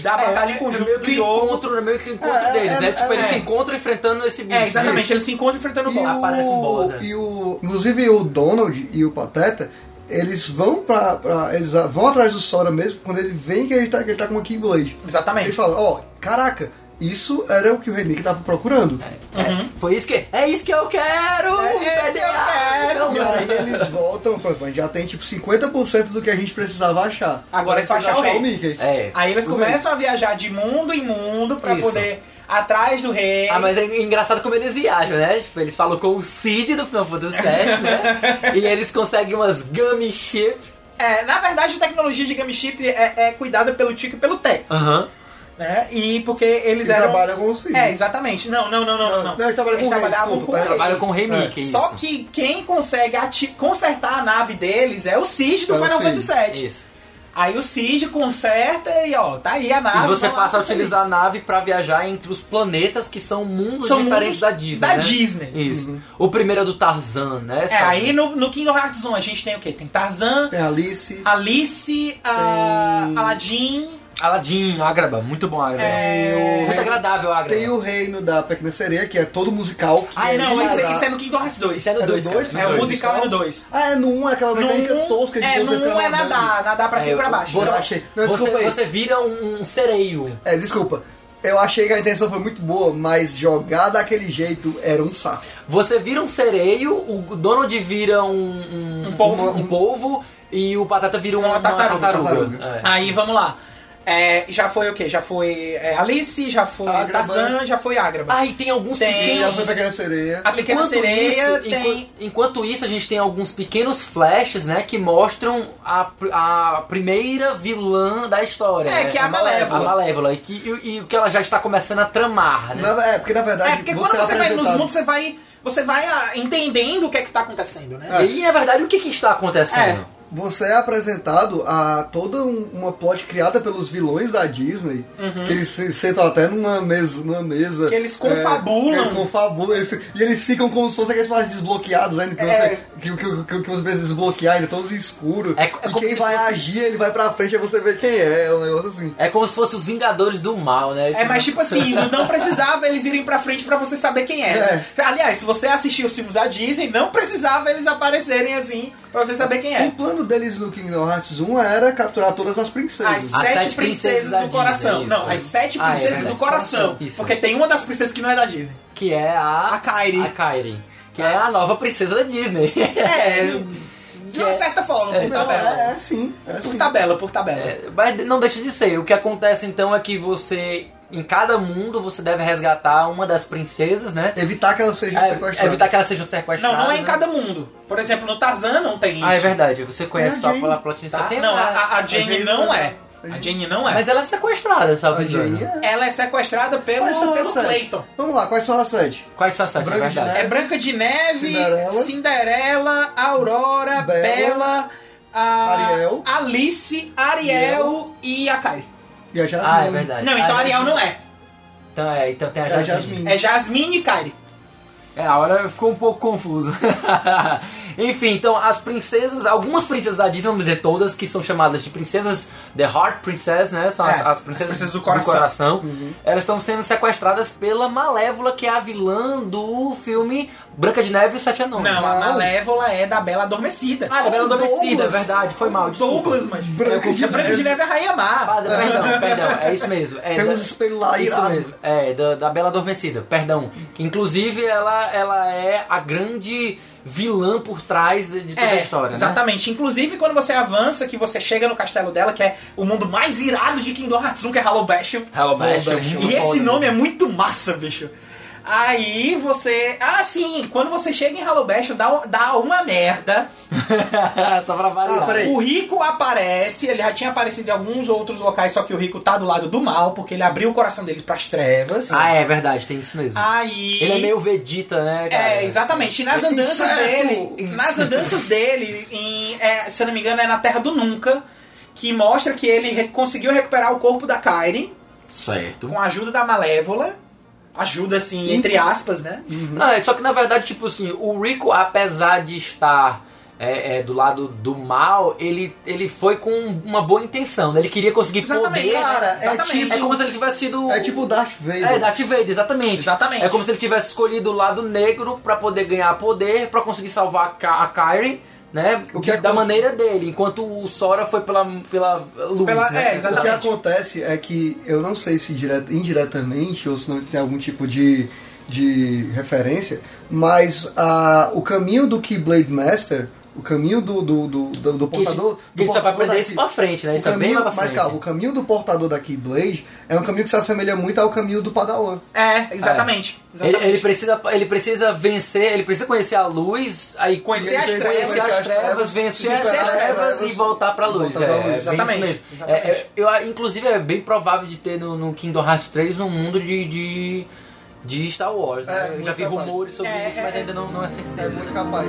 Speaker 1: da batalha em
Speaker 3: é meio
Speaker 1: conjunto do
Speaker 3: que
Speaker 1: jogo.
Speaker 3: encontro, é meio que encontro
Speaker 2: É,
Speaker 3: deles,
Speaker 2: é,
Speaker 3: né? Tipo,
Speaker 2: é,
Speaker 3: eles
Speaker 1: é.
Speaker 3: se encontram enfrentando esse bicho.
Speaker 1: É, exatamente, eles se encontram enfrentando o
Speaker 2: E
Speaker 1: boss. né?
Speaker 3: Aparece um boss,
Speaker 2: o,
Speaker 3: é.
Speaker 2: e o, inclusive o Donald e o Pateta, eles vão pra, pra- eles vão atrás do Sora mesmo quando ele vem que ele tá, que ele tá com uma Keyblade. Ele
Speaker 1: Exatamente.
Speaker 2: fala, ó, caraca, isso era o que o Remy tava procurando.
Speaker 3: É, Foi isso que. É isso que eu quero!
Speaker 1: É isso que eu
Speaker 3: PDA.
Speaker 1: quero!
Speaker 3: Não,
Speaker 2: E
Speaker 3: mano.
Speaker 2: aí eles voltam, pronto, mas já tem tipo 50% do que a gente precisava achar.
Speaker 1: Agora é só
Speaker 2: precisa
Speaker 1: achar o rei.
Speaker 2: Mickey.
Speaker 3: É.
Speaker 1: Aí eles
Speaker 2: Tudo
Speaker 1: começam a viajar de mundo em mundo pra
Speaker 3: Isso.
Speaker 1: poder atrás do rei.
Speaker 3: Ah, mas é engraçado como eles viajam, né? Tipo, eles falam com o Cid do Final Fantasy VII, né? e eles conseguem umas gummy ship.
Speaker 1: É, na verdade, a tecnologia de Game Chip é, é cuidada pelo Tico e pelo Tec,
Speaker 3: Aham.
Speaker 1: né? E porque eles
Speaker 2: E
Speaker 1: eram.
Speaker 2: trabalham com o Cid.
Speaker 1: É, exatamente. Não, não, não, não, não.
Speaker 2: Não, eles trabalham com o rei,
Speaker 1: trabalhavam
Speaker 2: desculpa,
Speaker 1: com o
Speaker 2: pera.
Speaker 1: rei.
Speaker 3: Trabalham com o Rei
Speaker 2: É.
Speaker 3: Mickey. isso.
Speaker 1: Só que quem consegue ati- consertar a nave deles é o Cid do
Speaker 2: É o
Speaker 1: Final
Speaker 2: Cid.
Speaker 1: Fantasy VII.
Speaker 3: Isso.
Speaker 1: Aí o Cid conserta e ó, tá aí a nave.
Speaker 3: E você
Speaker 1: vamos lá,
Speaker 3: passa a
Speaker 1: tá
Speaker 3: utilizar a
Speaker 1: feliz.
Speaker 3: nave pra viajar entre os planetas que são mundos
Speaker 1: São
Speaker 3: diferentes
Speaker 1: mundos
Speaker 3: da Disney.
Speaker 1: da
Speaker 3: né?
Speaker 1: Disney.
Speaker 3: Isso. O primeiro é do Tarzan, né?
Speaker 1: É,
Speaker 3: sabe?
Speaker 1: aí no, no Kingdom Hearts 1 a gente tem o quê? Tem Tarzan,
Speaker 2: Tem a Alice,
Speaker 1: Alice, a
Speaker 2: Tem-
Speaker 1: Aladdin,
Speaker 3: Aladdin, Ágraba, muito bom Ágraba.
Speaker 1: É.
Speaker 3: Muito agradável Ágraba.
Speaker 2: tem o reino da Pequena Sereia, que é todo musical. Que
Speaker 3: Ah,
Speaker 2: é
Speaker 1: não,
Speaker 2: lindo.
Speaker 1: isso, é- isso é no Kingdom Hearts 2.
Speaker 3: Isso é no
Speaker 2: É do
Speaker 3: 2,
Speaker 1: É,
Speaker 2: dois?
Speaker 3: cara.
Speaker 1: o
Speaker 2: dois.
Speaker 1: musical é no 2.
Speaker 2: Ah, é no 1 é aquela
Speaker 1: No
Speaker 2: mecânica
Speaker 1: um-
Speaker 2: tosca de
Speaker 1: é,
Speaker 2: você
Speaker 1: no
Speaker 2: ficar
Speaker 1: um é
Speaker 2: nadando.
Speaker 1: nadar, nadar pra cima e pra
Speaker 3: eu-
Speaker 1: baixo. Então,
Speaker 2: Eu
Speaker 3: Você-
Speaker 2: achei. Não,
Speaker 3: né? você,
Speaker 2: desculpa aí.
Speaker 3: você vira um, um sereio.
Speaker 2: É, desculpa. Eu achei que a intenção foi muito boa, mas jogar daquele jeito era um saco.
Speaker 3: Você vira um sereio, o Donald vira um, um,
Speaker 1: Um polvo.
Speaker 3: um- um polvo, e o Patata vira uma,
Speaker 1: Uma
Speaker 3: uma tartaruga.
Speaker 1: tartaruga. Ah.
Speaker 2: Tartaruga.
Speaker 3: É.
Speaker 1: Aí vamos lá. É, já foi o quê? Já foi é, Alice, já foi
Speaker 2: Ágraba.
Speaker 1: Tarzan, já foi Ágraba.
Speaker 3: Ah, e tem alguns
Speaker 1: Tem
Speaker 2: Quem
Speaker 1: Entendi.
Speaker 2: já
Speaker 3: pequenos.
Speaker 2: foi Pequena Sereia?
Speaker 1: a pequena
Speaker 3: enquanto
Speaker 1: sereia
Speaker 3: isso,
Speaker 1: tem.
Speaker 3: enquanto, enquanto isso, a gente tem alguns pequenos flashes, né, que mostram a, pr- a primeira vilã da história.
Speaker 1: É,
Speaker 3: né?
Speaker 1: que é a Malévola.
Speaker 3: A Malévola. E, que, e, e o que ela já está começando a tramar, né?
Speaker 2: Na- é, porque na verdade
Speaker 1: É, porque
Speaker 2: você
Speaker 1: quando você
Speaker 2: é
Speaker 1: vai nos
Speaker 2: apresentado-
Speaker 1: mundos, você vai, você vai ah, entendendo o que é que tá acontecendo, né?
Speaker 3: E, na verdade, o que, que está acontecendo?
Speaker 2: Você é apresentado a toda um- uma plot criada pelos vilões da Disney, que eles se sentam até numa mesa. Numa mesa
Speaker 1: Uhum. Que eles confabulam.
Speaker 2: é, eles confabulam. eles- e eles ficam como se fossem aqueles personagens desbloqueados ainda, que,
Speaker 1: É.
Speaker 2: você, que, que, que, que você precisa desbloquear, ainda todos escuros.
Speaker 3: É co- é
Speaker 2: e
Speaker 3: como
Speaker 2: quem
Speaker 3: se
Speaker 2: vai
Speaker 3: fosse-
Speaker 2: agir, ele vai pra frente, aí você vê quem é, é um negócio assim.
Speaker 3: É como se fossem os Vingadores do Mal, né?
Speaker 1: É, mas tipo assim, não- não precisava eles irem pra frente pra você saber quem era.
Speaker 2: É.
Speaker 1: Aliás, se você assistiu os filmes da Disney, não precisava eles aparecerem assim pra você saber quem
Speaker 2: O
Speaker 1: é.
Speaker 2: plano deles no Kingdom Hearts 1 era capturar todas as princesas.
Speaker 1: As sete,
Speaker 3: sete princesas
Speaker 1: princesas
Speaker 3: da
Speaker 1: do coração.
Speaker 3: Disney,
Speaker 1: não,
Speaker 3: isso.
Speaker 1: as sete
Speaker 3: Ah, é,
Speaker 1: princesas
Speaker 3: sete
Speaker 1: do coração.
Speaker 3: coração, isso.
Speaker 1: Porque tem uma das princesas que não é da Disney.
Speaker 3: Que é a...
Speaker 1: A Kairi.
Speaker 3: A Kairi. Que é a nova princesa da Disney.
Speaker 1: É, de
Speaker 3: Que
Speaker 1: uma
Speaker 3: é-
Speaker 1: certa forma,
Speaker 3: é,
Speaker 1: por
Speaker 2: Não,
Speaker 1: tabela.
Speaker 2: é, é sim, é
Speaker 1: Por
Speaker 2: sim.
Speaker 1: tabela, por tabela.
Speaker 3: É, mas não deixa de ser. O que acontece então é que você, em cada mundo, você deve resgatar uma das princesas, né?
Speaker 2: Evitar que elas sejam
Speaker 3: É,
Speaker 2: sequestradas.
Speaker 3: evitar que elas sejam
Speaker 1: não,
Speaker 3: sequestradas.
Speaker 1: não é em
Speaker 3: né?
Speaker 1: cada mundo. Por exemplo, no Tarzan não tem isso.
Speaker 3: Ah, é verdade. Você conhece
Speaker 2: a
Speaker 3: só
Speaker 2: Jane,
Speaker 3: pela platina. Só
Speaker 1: Tá?
Speaker 3: tem
Speaker 1: Não,
Speaker 3: uma-
Speaker 1: a, a- a Jane
Speaker 2: Jane
Speaker 1: não
Speaker 2: não
Speaker 1: é.
Speaker 2: é.
Speaker 1: A Jane não é.
Speaker 3: Mas ela né? é sequestrada,
Speaker 2: A
Speaker 3: sabe?
Speaker 2: Jane é-
Speaker 1: Ela é sequestrada pelo,
Speaker 2: Quais são as
Speaker 1: pelo
Speaker 2: sete?
Speaker 1: Clayton.
Speaker 2: é. Vamos lá, quais são as sete?
Speaker 3: Quais são as sete? É
Speaker 2: Branca de
Speaker 3: verdade.
Speaker 2: Neve.
Speaker 1: É Branca de Neve,
Speaker 2: Cinderela.
Speaker 1: Cinderela, Aurora,
Speaker 2: Bela,
Speaker 1: Bela, a-
Speaker 2: Ariel.
Speaker 1: Alice, Ariel e a Kairi.
Speaker 2: E a Jasmine.
Speaker 3: Ah, é verdade.
Speaker 1: Não, então
Speaker 3: Ah,
Speaker 1: Ariel não é.
Speaker 3: Então, é, então tem a
Speaker 2: né? É a
Speaker 3: Jasmine.
Speaker 2: Jasmine.
Speaker 1: É Jasmine e Kairi.
Speaker 3: É, agora ficou um pouco confuso. Enfim, então as princesas, algumas princesas da Disney, vamos dizer todas, que são chamadas de princesas The Heart Princess, né? São as,
Speaker 1: É,
Speaker 3: as princesas,
Speaker 1: as princesas do coração. Uhum.
Speaker 3: Elas estão sendo sequestradas pela Malévola, que é a vilã do filme Branca de Neve e os Sete Anões.
Speaker 1: Não, a
Speaker 2: Não.
Speaker 1: Malévola é da Bela Adormecida.
Speaker 3: Ah, da Bela
Speaker 2: Oh,
Speaker 3: Adormecida, é
Speaker 2: Douglas.
Speaker 3: verdade, foi mal, desculpa.
Speaker 1: Douglas, mas.
Speaker 2: Branca de
Speaker 1: A Branca de
Speaker 2: Neve.
Speaker 1: Neve é a Rainha
Speaker 3: Ah,
Speaker 1: Má.
Speaker 3: perdão, perdão, é isso mesmo. É,
Speaker 2: Tem
Speaker 3: da-
Speaker 2: uns espelhos lá
Speaker 3: Isso
Speaker 2: irados.
Speaker 3: mesmo, é, da, da Bela Adormecida, perdão. Que, Inclusive, ela, ela é a grande vilã por trás de,
Speaker 1: É,
Speaker 3: de toda a história, né?
Speaker 1: exatamente. Inclusive, quando você avança, que você chega no castelo dela, que é o mundo mais irado de Kingdom Hearts 1, que é Hollow Bastion.
Speaker 3: Hello
Speaker 2: Bastion.
Speaker 1: E esse
Speaker 3: né?
Speaker 1: nome é muito massa, bicho. Aí você. Ah, sim, quando você chega em Hollow Bastion, dá, um, dá uma merda.
Speaker 3: Só pra variar.
Speaker 2: Ah, peraí.
Speaker 1: O Rico aparece, ele já tinha aparecido em alguns outros locais, só que o Rico tá do lado do mal, porque ele abriu o coração dele pras trevas.
Speaker 3: Ah, é verdade, tem isso mesmo.
Speaker 1: Aí.
Speaker 3: Ele é meio Vegeta, né, cara?
Speaker 1: É, exatamente. E nas
Speaker 2: É
Speaker 1: andanças
Speaker 2: inseto.
Speaker 1: dele. Nas andanças dele, em, é, se eu não me engano, é na Terra do Nunca. que mostra que ele re- conseguiu recuperar o corpo da Kairi
Speaker 3: Certo.
Speaker 1: com a ajuda da Malévola. Ajuda, assim, entre aspas, né?
Speaker 3: Não, é só que na verdade, tipo assim, o Rico, apesar de estar é, é, do lado do mal, ele, ele foi com uma boa intenção, né? Ele queria conseguir
Speaker 1: Exatamente,
Speaker 3: poder.
Speaker 2: cara, é
Speaker 1: exatamente.
Speaker 2: tipo-
Speaker 3: É como se ele tivesse sido.
Speaker 2: É tipo o Darth Vader.
Speaker 3: É, Darth Vader, exatamente.
Speaker 1: Exatamente.
Speaker 3: É como se ele tivesse escolhido o lado negro pra poder ganhar poder, pra conseguir salvar a, Ka a Kyrie, né?
Speaker 2: O que é
Speaker 3: da
Speaker 2: com-
Speaker 3: maneira dele, enquanto o Sora foi pela, pela luz,
Speaker 1: Pela-
Speaker 3: né?
Speaker 1: é,
Speaker 2: O que
Speaker 1: exatamente.
Speaker 2: acontece é que eu não sei se direto, indiretamente ou se não tem algum tipo de, de referência, mas ah, o caminho do Keyblade Master, o caminho do, do, do, do, do
Speaker 3: Que a
Speaker 2: portador.
Speaker 3: gente-
Speaker 2: do
Speaker 3: que a gente só vai
Speaker 2: portador
Speaker 3: aprender
Speaker 2: da
Speaker 3: isso
Speaker 2: Key-
Speaker 3: pra frente, né?
Speaker 2: o
Speaker 3: Isso é bem
Speaker 2: caminho-
Speaker 3: mais pra
Speaker 2: Mas
Speaker 3: frente.
Speaker 2: calma, o caminho do portador da Keyblade é um caminho que se assemelha muito ao caminho do Padawan.
Speaker 1: É, exatamente.
Speaker 3: Ele,
Speaker 1: exatamente.
Speaker 3: ele precisa, ele precisa vencer, ele precisa conhecer a luz, aí
Speaker 1: Conhecer as
Speaker 3: conhecer
Speaker 1: trevas,
Speaker 3: as trevas, vencer as
Speaker 1: superar as
Speaker 3: trevas
Speaker 2: trevas
Speaker 3: e voltar pra luz.
Speaker 2: voltar pra
Speaker 3: é,
Speaker 2: luz,
Speaker 3: bem isso
Speaker 1: exatamente,
Speaker 3: mesmo.
Speaker 1: exatamente.
Speaker 3: É, é, eu, a- inclusive é bem provável de ter no, no Kingdom Hearts 3 um mundo de, de, de Star Wars. né?
Speaker 2: É,
Speaker 3: Eu
Speaker 2: muito
Speaker 3: já vi
Speaker 2: capaz.
Speaker 3: rumores sobre
Speaker 1: É,
Speaker 3: isso, mas
Speaker 1: é,
Speaker 3: ainda não, não é
Speaker 2: É
Speaker 3: certeza.
Speaker 2: muito capaz.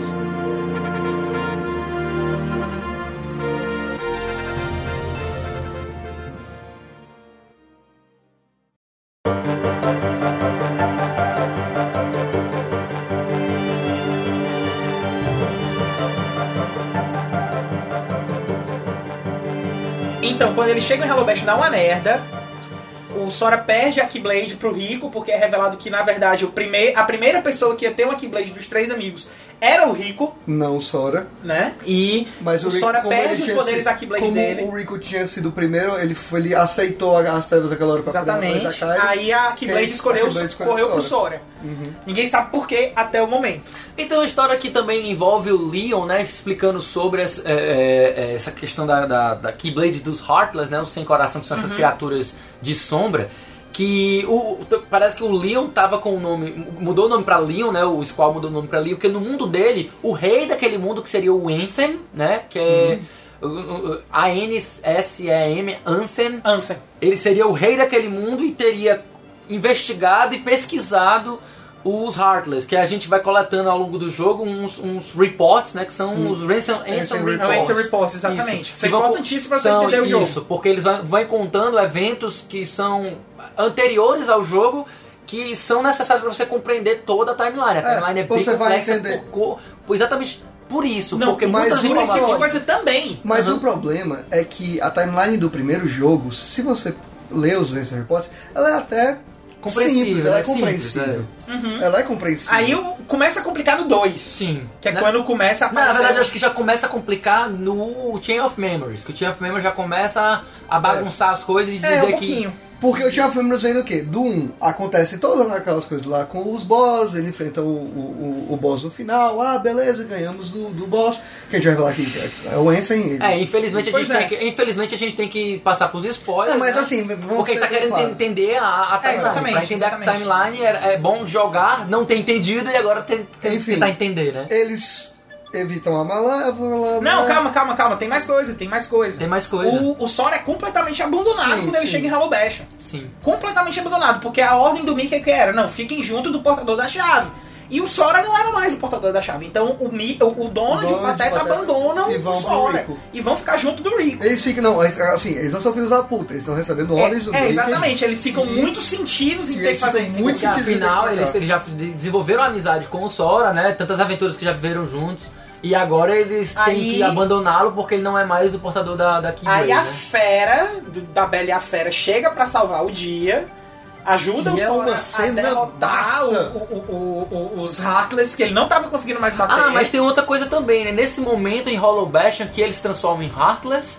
Speaker 1: Então, quando ele chega em Hello Best, dá uma merda. O Sora perde a Keyblade pro Rico, porque é revelado que, na verdade, o prime a primeira pessoa que ia ter uma Keyblade dos três amigos era o Rico,
Speaker 2: Não, Sora.
Speaker 1: né? E
Speaker 2: Mas o,
Speaker 1: o,
Speaker 2: Rico,
Speaker 1: Sora
Speaker 2: como ele
Speaker 1: perde os
Speaker 2: tinha
Speaker 1: poderes
Speaker 2: sido-
Speaker 1: da Keyblade
Speaker 2: como
Speaker 1: dele.
Speaker 2: o Rico tinha sido o primeiro, ele, foi, ele aceitou as trevas daquela hora pra poder
Speaker 1: Exatamente.
Speaker 2: atrás da Kyrie.
Speaker 1: Aí a Keyblade
Speaker 2: Quem-
Speaker 1: escolheu,
Speaker 2: a Keyblade escolheu Uhum.
Speaker 1: correu
Speaker 2: o
Speaker 1: pro Sora. Ninguém sabe por quê até o momento.
Speaker 3: Então a história aqui também envolve o Leon, né? Explicando sobre essa, é, é, é, essa questão da, da, da Keyblade dos Heartless, né? Os sem coração, que são essas criaturas de sombra. Que o, t- parece que o Leon tava com o nome. Mudou o nome pra Leon, né? O Squall mudou o nome pra Leon, porque no mundo dele, o rei daquele mundo, que seria o Ansem, né? Que é. o- o- A-N-S-E-M, Ansem.
Speaker 1: Ansem.
Speaker 3: Ele seria o rei daquele mundo e teria investigado e pesquisado os Heartless, que a gente vai coletando ao longo do jogo uns, uns reports, né? Que são
Speaker 2: Hum.
Speaker 3: os Ransom,
Speaker 2: Ransom
Speaker 3: ransom
Speaker 2: reports.
Speaker 1: Não,
Speaker 3: Reports.
Speaker 1: esse é o Repulse, exatamente. Isso,
Speaker 3: Que
Speaker 1: é
Speaker 3: vão co-
Speaker 1: importantíssimo pra você
Speaker 3: são-
Speaker 1: entender o jogo.
Speaker 3: Isso, porque eles vão, vão contando eventos que são anteriores ao jogo que são necessários para você compreender toda a timeline. A timeline é, bem
Speaker 2: você vai
Speaker 3: complexa
Speaker 2: entender.
Speaker 3: por, co- por- exatamente por isso.
Speaker 1: Não,
Speaker 3: porque
Speaker 1: mas
Speaker 3: muitas
Speaker 2: uma
Speaker 1: Por esse tipo de
Speaker 3: informações...
Speaker 1: coisa também.
Speaker 2: Mas
Speaker 3: Aham.
Speaker 2: o problema é que a timeline do primeiro jogo, se você lê os Racer Reports, ela é até
Speaker 3: Compreensível,
Speaker 2: simples, ela é
Speaker 3: é simples,
Speaker 2: compreensível. Ela é compreensível.
Speaker 1: Uhum. Aí o- começa a complicar no 2.
Speaker 3: Sim.
Speaker 1: Que é
Speaker 3: né?
Speaker 1: quando começa a
Speaker 3: Não, na
Speaker 1: aparecer...
Speaker 3: verdade, eu acho que já começa a complicar no Chain of Memories. Que o Chain of Memories já começa a bagunçar as coisas e dizer
Speaker 1: É, um
Speaker 3: que.
Speaker 1: pouquinho.
Speaker 2: Porque eu tinha filmes vendo o quê? Do 1, acontece todas aquelas coisas lá com os boss, ele enfrenta o, o, o- o boss no final, ah, beleza, ganhamos do, do boss, que a gente vai falar aqui, é o Ensen. ele-
Speaker 3: É, infelizmente a,
Speaker 1: Pois
Speaker 3: gente tem
Speaker 1: é.
Speaker 3: que, infelizmente a gente tem que passar pros spoilers.
Speaker 2: Não, mas
Speaker 3: né?
Speaker 2: assim, vamos
Speaker 3: Porque a gente tá
Speaker 2: ser
Speaker 3: querendo
Speaker 2: claro.
Speaker 3: entender a, a timeline.
Speaker 1: É, exatamente,
Speaker 3: pra entender a
Speaker 1: exatamente.
Speaker 3: timeline é, é bom jogar, não ter entendido e agora tem-
Speaker 2: Enfim.
Speaker 3: tentar entender, né?
Speaker 1: É.
Speaker 2: Eles evitam a malévola.
Speaker 1: Não,
Speaker 2: né?
Speaker 1: calma, calma, calma. Tem mais coisa, tem mais coisa.
Speaker 3: Tem mais coisa.
Speaker 1: O, o Sora é completamente abandonado
Speaker 2: Sim,
Speaker 1: quando ele
Speaker 2: sim.
Speaker 1: chega em Hello Bash.
Speaker 3: Sim.
Speaker 1: Completamente abandonado, porque a ordem do Mickey é que era, não, fiquem junto do portador da chave. E o Sora não era mais o portador da chave. Então o, Mi, o, o Donald e o
Speaker 2: Donald,
Speaker 1: Pateta
Speaker 2: o Pateta
Speaker 1: abandonam
Speaker 2: e vão
Speaker 1: o
Speaker 2: pro
Speaker 1: Sora.
Speaker 2: Rico.
Speaker 1: E vão ficar junto do Rico.
Speaker 2: Eles ficam, não, assim, eles não são filhos da puta, eles estão recebendo ordens do
Speaker 1: É, é,
Speaker 2: Mickey.
Speaker 1: exatamente. Eles ficam
Speaker 2: E-
Speaker 1: muito sentidos em
Speaker 2: e
Speaker 1: ter que
Speaker 2: eles
Speaker 1: fazer
Speaker 2: ficam
Speaker 1: isso.
Speaker 2: muito
Speaker 3: Porque afinal
Speaker 2: sentido de
Speaker 3: eles, eles já de- desenvolveram amizade com o Sora, né? Tantas aventuras que já viveram juntos. E agora eles têm
Speaker 1: Aí-
Speaker 3: que abandoná-lo porque ele não é mais o portador da, da Keyblade,
Speaker 1: Aí a
Speaker 3: né?
Speaker 1: fera do- da Bela e a Fera chega pra salvar o dia, ajuda
Speaker 2: Que
Speaker 1: o
Speaker 2: é
Speaker 1: Sora
Speaker 2: uma
Speaker 1: a
Speaker 2: cena
Speaker 1: derrotar o-
Speaker 2: massa.
Speaker 1: o- o- o- os Heartless, que ele não tava conseguindo mais bater.
Speaker 3: Ah, mas tem outra coisa também, né? Nesse momento em Hollow Bastion que eles transformam em Heartless.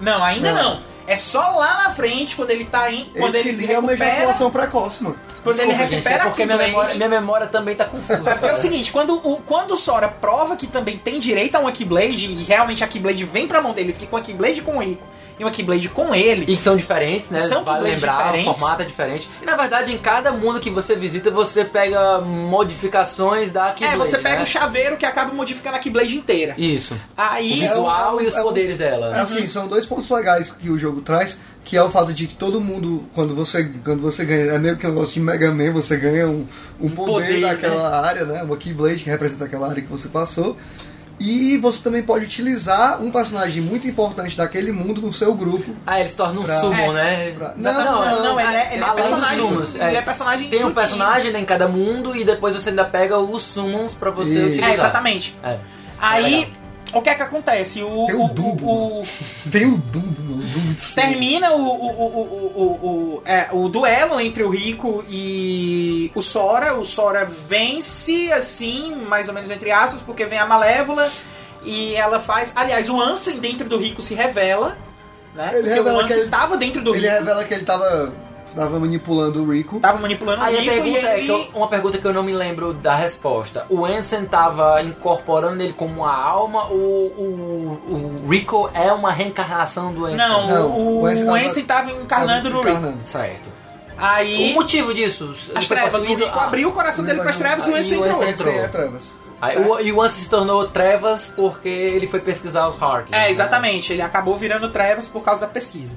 Speaker 1: Não, ainda não.
Speaker 2: Não.
Speaker 1: É só lá na frente, quando ele tá em. Quando
Speaker 2: Esse
Speaker 1: ele
Speaker 2: Lee é uma
Speaker 1: recupera.
Speaker 2: ejaculação precoce, mano.
Speaker 1: Quando ele
Speaker 3: Desculpa, gente,
Speaker 1: recupera
Speaker 3: é porque
Speaker 1: a
Speaker 3: minha
Speaker 1: Keyblade-
Speaker 3: memória, minha memória também tá confusa.
Speaker 1: É porque é o
Speaker 3: cara.
Speaker 1: seguinte, quando o, quando o Sora prova que também tem direito a uma Keyblade, e realmente a Keyblade vem pra mão dele, fica uma Keyblade com o Rico e uma Keyblade com ele, é,
Speaker 3: E que são diferentes, né?
Speaker 1: São
Speaker 3: vale
Speaker 1: Keyblades
Speaker 3: lembrar,
Speaker 1: diferentes.
Speaker 3: o formato é diferente. E na verdade, em cada mundo que você visita, você pega modificações da
Speaker 1: é,
Speaker 3: Keyblade,
Speaker 1: você pega
Speaker 3: né?
Speaker 1: o chaveiro que acaba modificando a Keyblade inteira.
Speaker 3: Isso. O
Speaker 1: Aí,
Speaker 3: visual
Speaker 2: é um-
Speaker 3: e os
Speaker 2: é um-
Speaker 3: poderes dela. né?
Speaker 2: Assim, são dois pontos legais que o jogo traz, que é o fato de que todo mundo, quando você, quando você ganha, é meio que um negócio de Mega Man, você ganha um, um
Speaker 1: poder,
Speaker 2: poder, né? daquela área, né? Uma Keyblade que representa aquela área que você passou. E você também pode utilizar um personagem muito importante daquele mundo no seu grupo.
Speaker 3: Ah, ele se torna um
Speaker 2: Pra-
Speaker 3: summon,
Speaker 1: É.
Speaker 3: né?
Speaker 2: Pra-
Speaker 1: Não, não, não, ele é, ele é
Speaker 3: Além dos
Speaker 1: personagem.
Speaker 3: summons, é.
Speaker 1: Ele é personagem.
Speaker 3: Tem
Speaker 1: do
Speaker 3: um
Speaker 1: time.
Speaker 3: personagem né, em cada mundo e depois você ainda pega os summons pra você
Speaker 2: Isso.
Speaker 3: utilizar.
Speaker 1: É, exatamente.
Speaker 3: É. um
Speaker 1: Aí, o que é que acontece? O,
Speaker 2: Tem o
Speaker 1: o-
Speaker 2: Dumbo.
Speaker 1: o- o-
Speaker 2: Tem o Dumbo, mano. o Dumbo de cima.
Speaker 1: termina o, o, o, o, o- o- é, o duelo entre o Rico e o Sora. O Sora vence, assim, mais ou menos entre aspas, porque vem a Malévola e ela faz. Aliás, o Ansem dentro do Rico se revela. Né?
Speaker 2: Ele
Speaker 1: porque
Speaker 2: revela
Speaker 1: o Ansem
Speaker 2: que ele-
Speaker 1: tava dentro do
Speaker 2: Ele é-
Speaker 1: Rico.
Speaker 2: revela que ele tava, tava manipulando o Rico.
Speaker 1: Tava manipulando o
Speaker 3: Aí
Speaker 1: Rico
Speaker 3: a pergunta
Speaker 1: e
Speaker 3: é,
Speaker 1: ele.
Speaker 3: que eu- uma pergunta que eu não me lembro da resposta. O Ensen tava incorporando ele como uma alma ou o, o Rico é uma reencarnação do Ensen?
Speaker 1: Não,
Speaker 2: Não,
Speaker 1: o,
Speaker 2: o Ansem
Speaker 1: o
Speaker 2: tava-
Speaker 1: Ansem tava encarnando no Rico.
Speaker 2: Encarnando.
Speaker 3: Certo.
Speaker 1: Aí.
Speaker 3: O motivo disso?
Speaker 1: As
Speaker 3: Ele foi
Speaker 1: trevas, o
Speaker 3: possuído?
Speaker 1: Rico
Speaker 3: Ah.
Speaker 1: abriu o coração dele para as trevas e o
Speaker 3: Aí
Speaker 1: Ence
Speaker 3: o
Speaker 1: entrou.
Speaker 3: Ansem
Speaker 2: Esse aí é
Speaker 3: entrou.
Speaker 2: Trevas.
Speaker 3: Aí, o, e o Ansem se tornou Trevas porque ele foi pesquisar os Heartless.
Speaker 1: É,
Speaker 3: né?
Speaker 1: exatamente, ele acabou virando trevas por causa da pesquisa.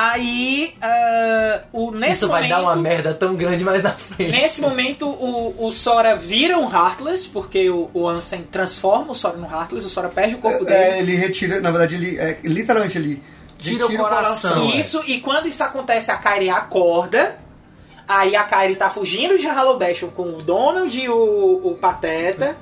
Speaker 1: Aí, ah, o, nesse
Speaker 3: Isso vai
Speaker 1: momento,
Speaker 3: dar uma merda tão grande mais na frente.
Speaker 1: Nesse momento, o, o Sora vira um Heartless, porque o, o Ansem transforma o Sora no Heartless, o Sora perde o corpo
Speaker 2: É,
Speaker 1: dele.
Speaker 2: ele retira, na verdade, ele é, literalmente ele
Speaker 3: Tira o
Speaker 2: retira
Speaker 3: coração. não, é.
Speaker 1: isso, e quando isso acontece, a Kairi acorda. Aí a Kairi tá fugindo de Hollow Bastion com o Donald e o, o Pateta.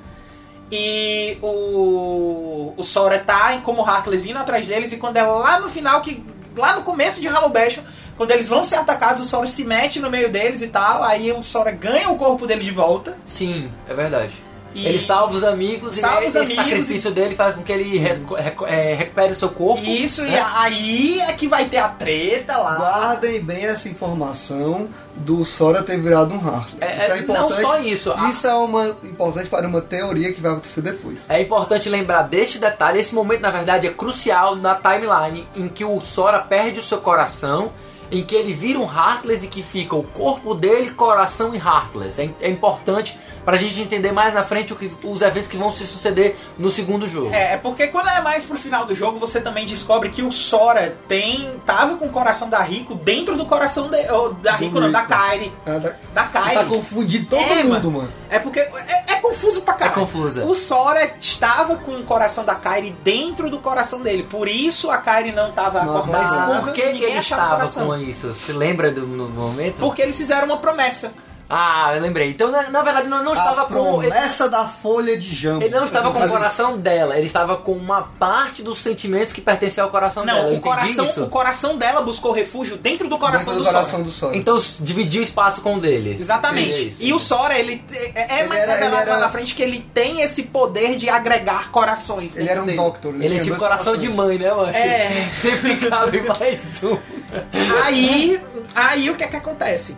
Speaker 1: E o, o Sora tá como Heartless indo atrás deles. E quando é lá no final, que lá no começo de Hollow Bastion, quando eles vão ser atacados, o Sora se mete no meio deles e tal. Aí o Sora ganha o corpo dele de volta.
Speaker 3: Sim, é verdade.
Speaker 1: E-
Speaker 3: Ele salva os amigos
Speaker 1: Salva
Speaker 3: e
Speaker 1: os
Speaker 3: esse
Speaker 1: amigos
Speaker 3: sacrifício dele faz com que ele reco- reco- é, recupere o seu corpo.
Speaker 1: E Isso, e
Speaker 3: né?
Speaker 1: aí é que vai ter a treta lá.
Speaker 2: Guardem bem essa informação do Sora ter virado um Heartless.
Speaker 3: É, é, não só isso. A-
Speaker 2: Isso é uma importante para uma teoria que vai acontecer depois.
Speaker 3: É importante lembrar deste detalhe. Esse momento, na verdade, é crucial na timeline em que o Sora perde o seu coração, em que ele vira um Heartless e que fica o corpo dele, coração e Heartless. É, é importante pra gente entender mais na frente o que, os eventos que vão se suceder no segundo jogo.
Speaker 1: É, é porque quando é mais pro final do jogo, você também descobre que o Sora tem. tava com o coração da Rico dentro do coração de, ou da
Speaker 2: Do
Speaker 1: Rico, não, da
Speaker 2: Rico.
Speaker 1: Kairi.
Speaker 2: É, da-
Speaker 1: Da
Speaker 2: Tu
Speaker 1: Kairi.
Speaker 2: tá confundindo todo
Speaker 1: É,
Speaker 2: mundo, mano.
Speaker 1: É porque. É, é confuso pra
Speaker 3: É
Speaker 1: caralho.
Speaker 3: confusa.
Speaker 1: O Sora estava com o coração da Kairi dentro do coração dele. Por isso a Kairi não estava
Speaker 2: Não,
Speaker 1: acordada.
Speaker 3: Mas
Speaker 2: Ah,
Speaker 3: por que, que
Speaker 1: ninguém
Speaker 3: ele
Speaker 1: achava o
Speaker 3: estava
Speaker 1: coração.
Speaker 3: com isso? Se lembra do no momento?
Speaker 1: Porque eles fizeram uma promessa.
Speaker 3: Ah, eu lembrei. Então, na, na verdade, não, não
Speaker 1: Ah,
Speaker 2: A
Speaker 3: estava com.
Speaker 1: né?
Speaker 3: Ele,
Speaker 2: promessa da folha de jambo.
Speaker 3: ele não estava com o
Speaker 2: Mas-
Speaker 3: coração dela, ele estava com uma parte dos sentimentos que pertencia ao coração
Speaker 1: Não,
Speaker 3: dela. Eu
Speaker 1: o,
Speaker 3: entendi
Speaker 1: coração,
Speaker 3: isso.
Speaker 1: o coração dela buscou refúgio dentro do coração
Speaker 2: dentro
Speaker 1: do,
Speaker 2: do
Speaker 1: Sora.
Speaker 2: coração do Sora.
Speaker 3: Então s- dividiu o espaço com o dele.
Speaker 1: Exatamente.
Speaker 3: É isso.
Speaker 1: e o Sora, ele é, é
Speaker 2: Ele
Speaker 1: mais
Speaker 2: era-
Speaker 1: revelado
Speaker 2: ele
Speaker 1: lá
Speaker 2: era-
Speaker 1: na frente que ele tem esse poder de agregar corações.
Speaker 2: Ele
Speaker 1: dentro
Speaker 2: era um
Speaker 1: dele.
Speaker 2: Doctor.
Speaker 3: Ele é
Speaker 2: tinha
Speaker 3: tipo
Speaker 2: dois
Speaker 3: coração
Speaker 2: corações.
Speaker 3: de mãe, né, Mancha?
Speaker 1: É.
Speaker 3: Sempre cabe mais um.
Speaker 1: Aí, aí o que é que acontece?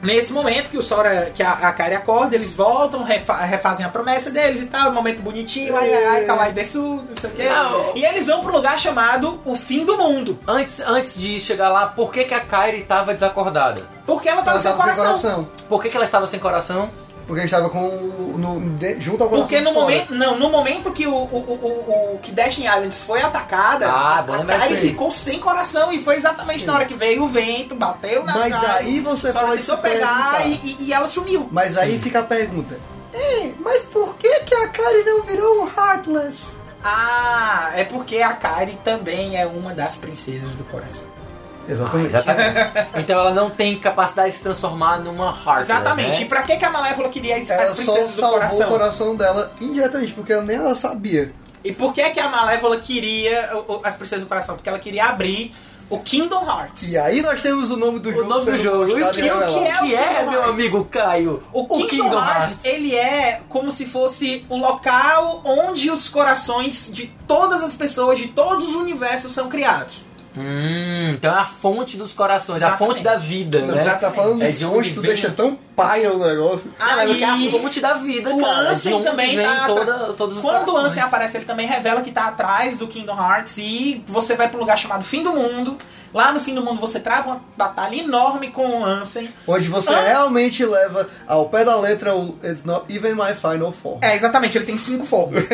Speaker 1: Nesse momento que o Sora, que a, a Kari acorda, eles voltam, refa- refazem a promessa deles e tal, um momento bonitinho, ai, ai, ai, calai dessu, não sei o quê.
Speaker 3: Não.
Speaker 1: E eles vão pra um lugar chamado o fim do mundo.
Speaker 3: Antes, antes de chegar lá, por que, que a Kairi estava desacordada?
Speaker 1: Porque ela
Speaker 2: Ela
Speaker 1: tava sem
Speaker 2: tava sem
Speaker 1: coração.
Speaker 2: coração.
Speaker 3: Por que, que ela estava sem coração?
Speaker 2: Porque ele estava com. o- no- de- junto ao coração
Speaker 1: Porque
Speaker 2: do
Speaker 1: no
Speaker 2: Sora.
Speaker 1: momento, não, no momento que o, o, o, o- o que Destiny Islands foi atacada,
Speaker 3: Ah,
Speaker 1: a,
Speaker 3: bom
Speaker 1: a
Speaker 3: lembrar
Speaker 1: Kai
Speaker 2: disso aí.
Speaker 1: ficou sem coração e foi exatamente na hora que veio o vento, bateu na
Speaker 2: Mas
Speaker 1: cara,
Speaker 2: aí você
Speaker 1: só ela
Speaker 2: pode
Speaker 1: tentou
Speaker 2: se
Speaker 1: pegar
Speaker 2: perguntar.
Speaker 1: e, e- e ela sumiu.
Speaker 2: Mas aí fica a pergunta. Ei, mas por que, que a Kari não virou um Heartless?
Speaker 1: Ah, é porque a Kari também é uma das princesas do coração.
Speaker 3: Ah,
Speaker 2: Exatamente.
Speaker 3: exatamente. então ela não tem capacidade de se transformar numa Heartless,
Speaker 1: Exatamente.
Speaker 3: né?
Speaker 1: E pra que, que a Malévola queria as,
Speaker 2: Ela
Speaker 1: as
Speaker 2: só
Speaker 1: princesas do
Speaker 2: salvou
Speaker 1: coração?
Speaker 2: o coração dela indiretamente, porque nem ela sabia.
Speaker 1: E por que, que a Malévola queria o- o- as princesas do coração? Porque ela queria abrir o Kingdom Hearts.
Speaker 2: E aí nós temos o nome do
Speaker 3: O
Speaker 2: jogo.
Speaker 3: nome do
Speaker 2: sendo
Speaker 3: jogo.
Speaker 2: postado
Speaker 3: Que-
Speaker 2: e
Speaker 1: que é o
Speaker 2: revelado.
Speaker 1: É o
Speaker 3: que é,
Speaker 1: Kingdom
Speaker 3: meu
Speaker 1: Hearts.
Speaker 3: amigo Caio?
Speaker 1: O Kingdom, Hearts, ele é como se fosse o local onde os corações de todas as pessoas, de todos os universos são criados.
Speaker 3: Hum, então é a fonte dos corações,
Speaker 1: Exatamente.
Speaker 3: a fonte da vida,
Speaker 2: Não,
Speaker 3: né?
Speaker 2: Você tá falando
Speaker 3: É
Speaker 2: de
Speaker 3: de
Speaker 2: fonte,
Speaker 3: onde
Speaker 2: tu
Speaker 3: vem.
Speaker 2: deixa tão paia o negócio.
Speaker 1: Ah,
Speaker 3: Cara, que é
Speaker 1: e-
Speaker 3: a fonte da vida,
Speaker 1: O
Speaker 3: cara. de
Speaker 1: Ansem
Speaker 3: onde
Speaker 1: também
Speaker 3: vem
Speaker 1: tá.
Speaker 3: toda, todos os
Speaker 1: Quando o é
Speaker 3: corações.
Speaker 1: Ansem aparece, ele também revela que tá atrás do Kingdom Hearts e você vai pra um lugar chamado Fim do Mundo. Lá no Fim do Mundo você trava uma batalha enorme com o Ansem.
Speaker 2: Onde você
Speaker 1: Ah.
Speaker 2: realmente leva ao pé da letra o It's Not Even My Final Form.
Speaker 1: É, exatamente, ele tem cinco fogos.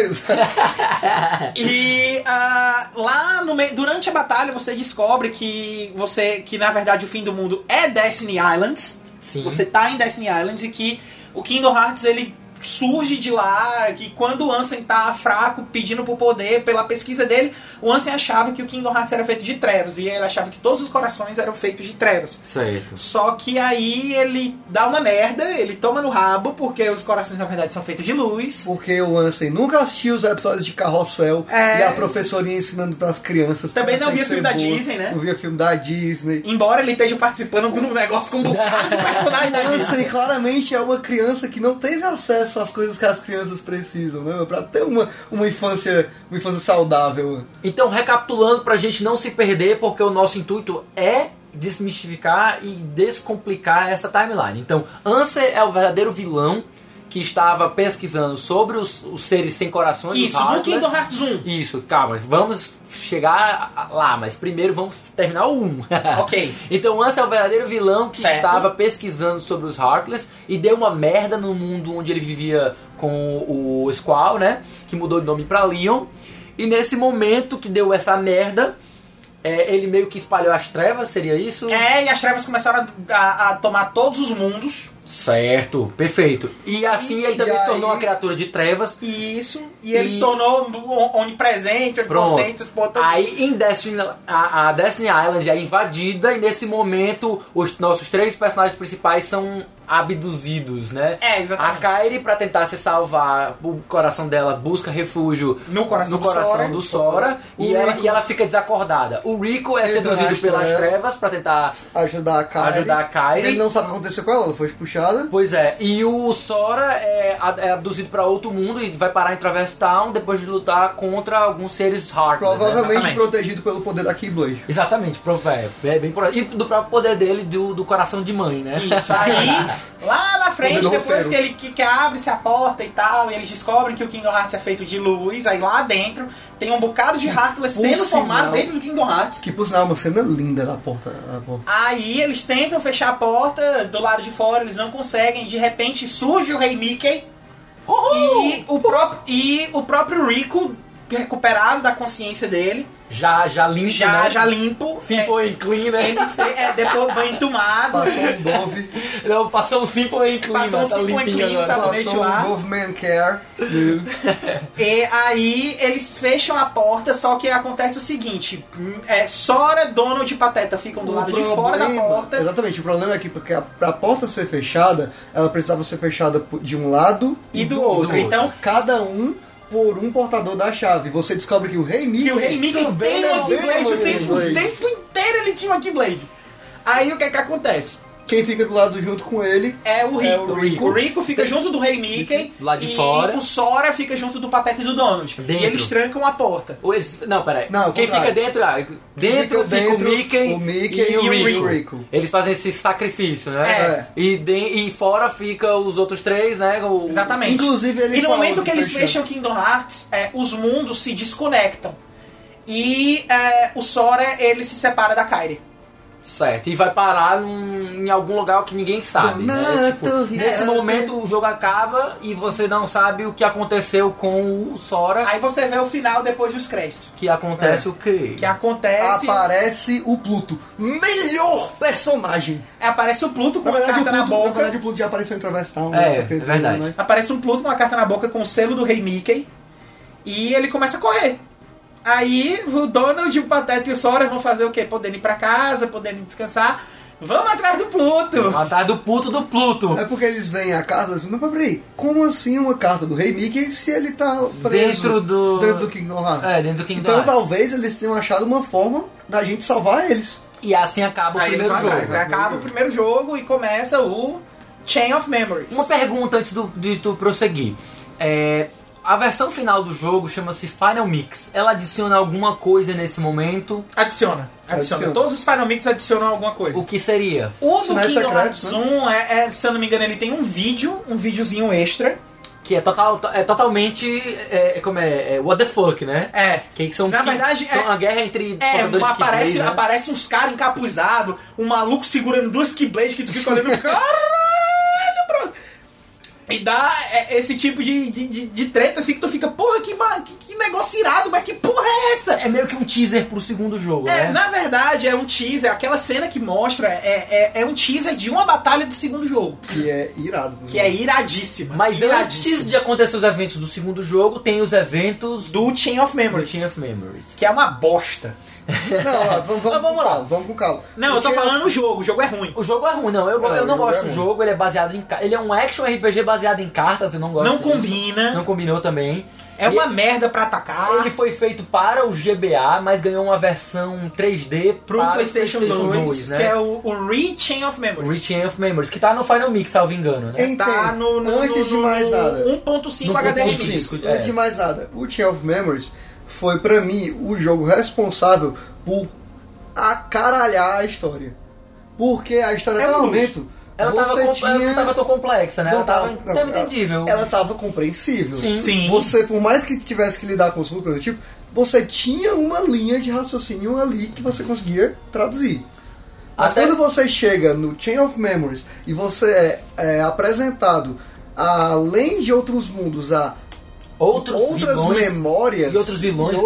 Speaker 1: e ah, lá no meio, durante a batalha você descobre que você que na verdade o fim do mundo é Destiny Islands.
Speaker 3: Sim.
Speaker 1: Você tá em Destiny Islands e que o Kingdom Hearts ele surge de lá, que quando o Ansem tá fraco, pedindo pro poder, pela pesquisa dele, o Ansem achava que o Kingdom Hearts era feito de trevas, e ele achava que todos os corações eram feitos de trevas.
Speaker 3: Certo.
Speaker 1: Só que aí ele dá uma merda, ele toma no rabo, porque os corações na verdade são feitos de luz.
Speaker 2: Porque o Ansem nunca assistiu os episódios de Carrossel
Speaker 1: É.
Speaker 2: e a professorinha ensinando pras crianças. que
Speaker 1: Também
Speaker 2: elas
Speaker 1: não
Speaker 2: têm
Speaker 1: via
Speaker 2: que
Speaker 1: filme
Speaker 2: ser
Speaker 1: da
Speaker 2: boas.
Speaker 1: Disney, né?
Speaker 2: Não via filme da Disney.
Speaker 1: Embora ele esteja participando de um negócio com um bocado de personagem né? da
Speaker 2: O
Speaker 1: Disney.
Speaker 2: Ansem claramente é uma criança que não teve acesso às coisas que as crianças precisam, né? Pra ter uma, uma, infância, uma infância saudável.
Speaker 3: Então, recapitulando pra gente não se perder, porque o nosso intuito é desmistificar e descomplicar essa timeline. Então, Ansel é o verdadeiro vilão que estava pesquisando sobre os, os seres sem corações. os
Speaker 1: Isso, no
Speaker 3: Heartless.
Speaker 1: Kingdom Hearts 1.
Speaker 3: Isso, calma, vamos chegar lá, mas primeiro vamos terminar o 1.
Speaker 1: Ok.
Speaker 3: Então, Ansel é o verdadeiro vilão que
Speaker 1: Certo.
Speaker 3: estava pesquisando sobre os Heartless e deu uma merda no mundo onde ele vivia com o Squall, né? Que mudou de nome pra Leon. E nesse momento que deu essa merda, é, ele meio que espalhou as trevas, seria isso?
Speaker 1: É, e as trevas começaram a, a- a tomar todos os mundos.
Speaker 3: Certo, perfeito. E assim ele
Speaker 2: E
Speaker 3: também se
Speaker 2: aí-
Speaker 3: tornou uma criatura de trevas.
Speaker 1: E Isso. E ele
Speaker 3: E-
Speaker 1: se tornou on- onipresente,
Speaker 3: Pronto.
Speaker 1: onipotente, onipotente.
Speaker 3: Aí em Destiny, a, a Destiny Island é invadida e nesse momento os nossos três personagens principais são abduzidos, né?
Speaker 1: É,
Speaker 3: A
Speaker 1: exatamente.
Speaker 3: Kairi, pra tentar se salvar, o coração dela busca refúgio
Speaker 1: No coração
Speaker 3: no
Speaker 1: do
Speaker 3: coração
Speaker 1: Sora.
Speaker 3: do Sora,
Speaker 2: O
Speaker 3: e, ela,
Speaker 2: Rico-
Speaker 3: e ela fica desacordada. O Rico é
Speaker 2: Ele
Speaker 3: seduzido
Speaker 2: arrasta
Speaker 3: pelas
Speaker 2: ela.
Speaker 3: trevas pra tentar.
Speaker 2: Ajudar a Kairi.
Speaker 3: Ajudar a Kairi.
Speaker 2: Ele não sabe o que aconteceu com ela, ela foi puxada.
Speaker 3: Pois é, e o Sora é, a- é abduzido pra outro mundo e vai parar em Traverse Town depois de lutar contra alguns seres né? hard.
Speaker 2: Provavelmente
Speaker 1: exatamente.
Speaker 2: protegido pelo poder da Keyblade.
Speaker 3: Exatamente, pro- é, é bem por aí. E do próprio poder dele, do, do coração de mãe, né?
Speaker 1: Isso. Aí, lá na frente,
Speaker 2: Combinou
Speaker 1: depois
Speaker 2: roteiro.
Speaker 1: que ele que, que abre-se a porta e tal, e eles descobrem que o Kingdom Hearts é feito de luz, aí lá dentro tem um bocado de Heartless
Speaker 2: Por
Speaker 1: sendo formado
Speaker 2: sinal.
Speaker 1: dentro do Kingdom Hearts.
Speaker 2: Que por sinal é uma cena linda na porta. Na porta.
Speaker 1: Aí eles tentam fechar a porta do lado de fora, eles não conseguem. De repente surge o Rei Mickey e o, próprio, e o próprio Rico, recuperado da consciência dele,
Speaker 3: Já, já limpo,
Speaker 1: já,
Speaker 3: né?
Speaker 1: já limpo. é,
Speaker 3: Simple and clean, né?
Speaker 1: ele fe- é, depois banho tomado.
Speaker 2: Passou um Dove.
Speaker 3: Não, passou um simple and clean,
Speaker 1: Passou
Speaker 3: mas
Speaker 1: um
Speaker 3: tá
Speaker 1: simple and
Speaker 3: limpinho
Speaker 1: clean,
Speaker 3: agora.
Speaker 1: sabe? Sabonete
Speaker 2: Passou
Speaker 1: lá.
Speaker 2: um Dove Man Care.
Speaker 1: E aí eles fecham a porta, só que acontece o seguinte: hum, é, Sora, Donald e Pateta ficam do
Speaker 2: O
Speaker 1: lado de fora da
Speaker 2: problema-
Speaker 1: porta.
Speaker 2: Exatamente, o problema é que porque a, pra porta ser fechada, ela precisava ser fechada por- de um lado
Speaker 1: E do outro.
Speaker 3: outro.
Speaker 1: Então,
Speaker 2: Cada um por um portador da chave. Você descobre que o Rei Mickey.
Speaker 1: que o Rei Mickey
Speaker 2: também
Speaker 1: tem uma
Speaker 2: não tem
Speaker 1: Keyblade o
Speaker 2: uma
Speaker 1: tempo, o
Speaker 2: Keyblade.
Speaker 1: tempo inteiro ele tinha uma Keyblade. Aí o que é que acontece?
Speaker 2: Quem fica do lado junto com ele
Speaker 1: É o Rico.
Speaker 2: É o
Speaker 1: O Rico fica junto do Rei Mickey.
Speaker 3: Lá de
Speaker 1: e
Speaker 3: fora.
Speaker 1: o Sora fica junto do Pateta e do Donald. E
Speaker 3: Dentro.
Speaker 1: eles trancam a porta.
Speaker 3: Ou eles- não, peraí.
Speaker 2: Não, ao
Speaker 3: Quem fica
Speaker 2: contrário.
Speaker 3: dentro, ah, dentro fica,
Speaker 2: fica dentro,
Speaker 3: o Mickey,
Speaker 2: o Mickey
Speaker 3: e, o
Speaker 2: e
Speaker 3: Rico.
Speaker 2: o Rico.
Speaker 3: Eles fazem esse sacrifício, né?
Speaker 2: É.
Speaker 3: E, de- e fora fica os outros três, né? O-
Speaker 1: Exatamente.
Speaker 2: Inclusive, eles
Speaker 1: E no
Speaker 2: falam
Speaker 1: momento que
Speaker 2: que
Speaker 1: eles
Speaker 2: fechou.
Speaker 1: fecham o Kingdom Hearts, é, os mundos se desconectam. E é, o Sora, ele se separa da Kairi.
Speaker 3: Certo, e vai parar num- em algum lugar que ninguém sabe. né?
Speaker 2: Donato,
Speaker 3: Tipo, nesse
Speaker 1: é,
Speaker 2: Renato.
Speaker 3: momento o jogo acaba e você não sabe o que aconteceu com o Sora.
Speaker 1: Aí você vê o final depois dos créditos.
Speaker 3: Que acontece o quê?
Speaker 1: É. Que acontece...
Speaker 2: aparece o Pluto. Melhor personagem!
Speaker 1: é, Aparece o Pluto com
Speaker 2: Na
Speaker 1: uma
Speaker 2: verdade, o
Speaker 1: carta na
Speaker 2: Pluto, na
Speaker 1: boca.
Speaker 2: verdade, o Pluto já apareceu em né? Traverse Town.
Speaker 3: É,
Speaker 2: só que
Speaker 3: é
Speaker 2: ele-
Speaker 3: verdade.
Speaker 2: mas-
Speaker 1: Aparece um Pluto com uma carta na boca com o selo do Rei Mickey. E ele começa a correr. Aí o Donald, o Pateta e o Sora vão fazer o quê? Poderem ir pra casa, poderem descansar. Vamos atrás do
Speaker 2: Ah,
Speaker 1: Pluto!
Speaker 3: Atrás do puto do Pluto.
Speaker 2: É porque eles vêm a carta assim, não, mas peraí, como assim uma carta do Rei Mickey se ele tá preso
Speaker 3: Dentro do-
Speaker 2: dentro do Kingdom Hearts?
Speaker 3: É, dentro do Kingdom
Speaker 2: Então
Speaker 3: Hearts.
Speaker 2: talvez eles tenham achado uma forma da gente salvar eles.
Speaker 3: E assim acaba o
Speaker 1: Aí eles
Speaker 3: primeiro
Speaker 1: vão
Speaker 3: jogo.
Speaker 1: atrás. né? Aí Acaba o primeiro jogo e começa o Chain of Memories.
Speaker 3: Uma pergunta antes do- de tu prosseguir. É, a versão final do jogo chama-se Final Mix. Ela adiciona alguma coisa nesse momento?
Speaker 1: Adiciona, adiciona.
Speaker 2: Adiciona.
Speaker 1: Todos os Final Mix adicionam alguma coisa.
Speaker 3: O que seria?
Speaker 1: O
Speaker 2: Isso
Speaker 1: do
Speaker 2: não é
Speaker 1: Kingdom
Speaker 2: secreto,
Speaker 1: Hearts
Speaker 2: né?
Speaker 1: 1, é, é, se eu não me engano, ele tem um vídeo, um videozinho extra.
Speaker 3: Que é, total, é totalmente. É, é como é, é? What the fuck, né?
Speaker 1: É.
Speaker 3: Que são,
Speaker 1: Na verdade,
Speaker 3: são
Speaker 1: é-
Speaker 3: uma guerra entre
Speaker 1: É,
Speaker 3: portadores de
Speaker 1: aparece,
Speaker 3: Keyblade, né?
Speaker 1: aparece uns caras encapuzados, um maluco segurando duas Keyblades que tu fica olhando, caralho, bro. E dá é, esse tipo de, de, de, de treta assim que tu fica, porra, que, ma- que, que negócio irado, mas que porra é essa?
Speaker 3: É meio que um teaser pro segundo jogo,
Speaker 1: É,
Speaker 3: né?
Speaker 1: na verdade, é um teaser, aquela cena que mostra é, é, é um teaser de uma batalha do segundo jogo,
Speaker 2: Que é irado. por
Speaker 1: que é
Speaker 2: exemplo.
Speaker 1: iradíssima.
Speaker 3: Mas
Speaker 1: iradíssima.
Speaker 3: antes de acontecer os eventos do segundo jogo, tem os eventos do
Speaker 1: do Chain of Memories,
Speaker 3: Chain of Memories.
Speaker 1: que é uma bosta.
Speaker 2: Não, ó,
Speaker 3: Mas
Speaker 2: vamos, vamos,
Speaker 3: vamos
Speaker 2: com
Speaker 3: lá.
Speaker 2: calma, vamos com calma.
Speaker 1: Não, eu tô
Speaker 2: Porque-
Speaker 1: falando o jogo, o jogo é ruim.
Speaker 3: O jogo é ruim, não. Eu,
Speaker 2: Não,
Speaker 3: eu não
Speaker 2: o jogo
Speaker 3: gosto
Speaker 2: é
Speaker 3: do
Speaker 2: ruim.
Speaker 3: jogo, ele é baseado em. ca- Ele é um action RPG baseado em cartas, eu não gosto.
Speaker 1: Não
Speaker 3: disso.
Speaker 1: combina.
Speaker 3: Não combinou também.
Speaker 1: É uma merda pra atacar.
Speaker 3: Ele foi feito para o GBA, mas ganhou uma versão 3D
Speaker 1: pro
Speaker 3: para o
Speaker 1: PlayStation, 2,
Speaker 3: né?
Speaker 1: que é o, o Re-Chain of Memories.
Speaker 3: Reaching of Memories, que tá no Final Mix, salvo engano, né?
Speaker 2: Entendo.
Speaker 1: Tá no, no,
Speaker 2: Antes
Speaker 1: no-
Speaker 2: de mais
Speaker 1: no
Speaker 2: nada.
Speaker 1: 1.5
Speaker 3: No
Speaker 1: HDMI.
Speaker 3: 1.5.
Speaker 2: Isso,
Speaker 3: É.
Speaker 2: Antes de mais nada, o Chain of Memories foi pra mim o jogo responsável por acaralhar a história. Porque a história
Speaker 1: É
Speaker 2: até o
Speaker 1: um
Speaker 2: momento.
Speaker 3: Ela, tava,
Speaker 2: você
Speaker 3: com-
Speaker 2: tinha...
Speaker 3: ela não tava tão complexa, né?
Speaker 2: não
Speaker 3: ela tava,
Speaker 2: não, ela-
Speaker 3: entendível.
Speaker 2: Ela tava compreensível.
Speaker 3: Sim.
Speaker 1: Sim.
Speaker 2: Você, por mais que tivesse que lidar com os coisas do tipo, você tinha uma linha de raciocínio ali que você conseguia traduzir. Mas
Speaker 3: Até-
Speaker 2: quando você chega no Chain of Memories e você é, é apresentado, além de outros mundos, a
Speaker 3: Outros
Speaker 2: outras
Speaker 3: vilões,
Speaker 2: memórias
Speaker 3: e outros vilões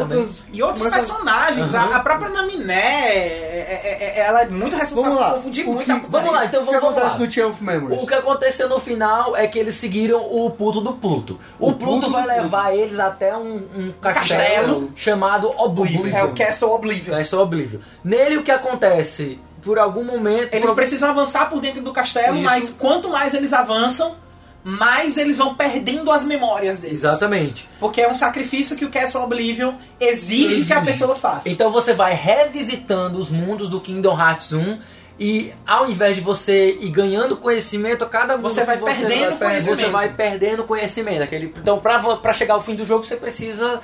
Speaker 1: E outros
Speaker 2: mas a-
Speaker 1: personagens, a-
Speaker 3: Aham.
Speaker 1: a, própria Naminé, é- é- é- ela é muito responsável
Speaker 2: Vamos
Speaker 1: por
Speaker 2: lá.
Speaker 1: confundir
Speaker 2: O
Speaker 1: muito
Speaker 2: que-
Speaker 1: a
Speaker 3: Vamos lá, então
Speaker 2: O que
Speaker 3: vamos, vamos
Speaker 2: acontece
Speaker 3: lá.
Speaker 2: no Chain of Memories?
Speaker 3: O que aconteceu no final é que eles seguiram o puto do Pluto. O,
Speaker 2: O
Speaker 3: Pluto,
Speaker 2: Pluto do
Speaker 3: vai
Speaker 2: Pluto.
Speaker 3: levar eles até um, um castelo,
Speaker 1: Castelo.
Speaker 3: chamado Oblivion.
Speaker 1: É o Castle Oblivion.
Speaker 3: Castelo Oblivion. Nele o que acontece, por algum momento...
Speaker 1: Eles
Speaker 3: por-
Speaker 1: precisam avançar por dentro do castelo,
Speaker 3: Isso.
Speaker 1: mas quanto mais eles avançam, mais eles vão perdendo as memórias deles.
Speaker 3: Exatamente.
Speaker 1: Porque é um sacrifício que o Castle Oblivion exige,
Speaker 3: Exige.
Speaker 1: que a pessoa faça.
Speaker 3: Então você vai revisitando os mundos do Kingdom Hearts 1 e ao invés de você ir ganhando conhecimento, a cada mundo
Speaker 1: Você vai
Speaker 3: que
Speaker 1: perdendo
Speaker 3: vai-
Speaker 1: conhecimento.
Speaker 3: Você vai perdendo conhecimento. Aquele, então pra, vo- pra chegar ao fim do jogo você precisa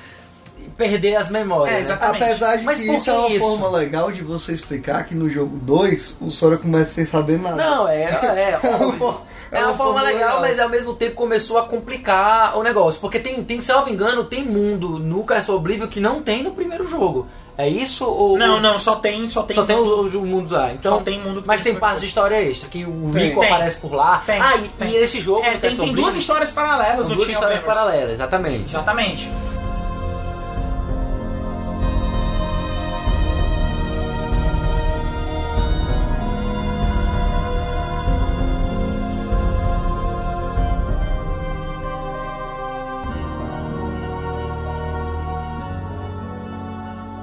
Speaker 3: perder as memórias.
Speaker 1: É,
Speaker 3: né?
Speaker 1: exatamente.
Speaker 2: Apesar de
Speaker 3: Mas
Speaker 2: que
Speaker 3: por
Speaker 2: isso
Speaker 3: que
Speaker 2: é uma
Speaker 3: isso?
Speaker 2: forma legal de você explicar que no jogo 2 o Sora começa sem saber nada.
Speaker 3: Não, é, é, óbvio. É uma forma legal, mas ao mesmo tempo começou a complicar o negócio. Porque tem, tem salvo engano, tem mundo no Castle Oblivion que não tem no primeiro jogo. É isso? Ou,
Speaker 1: Não, não, só tem, só tem,
Speaker 3: Só tem os, os mundos lá. Então,
Speaker 1: Só tem mundo que
Speaker 3: Mas tem
Speaker 1: foi-
Speaker 3: partes de história extra, que o
Speaker 2: Tem.
Speaker 3: Rico
Speaker 1: Tem.
Speaker 3: aparece por lá.
Speaker 1: Tem,
Speaker 3: ah, e,
Speaker 1: tem.
Speaker 3: e esse jogo do
Speaker 1: É, tem,
Speaker 3: Castle
Speaker 1: tem duas
Speaker 3: Bridge,
Speaker 1: histórias paralelas
Speaker 3: são
Speaker 1: no
Speaker 3: duas
Speaker 1: Chain of
Speaker 3: histórias
Speaker 1: Memories.
Speaker 3: paralelas, exatamente.
Speaker 1: Exatamente.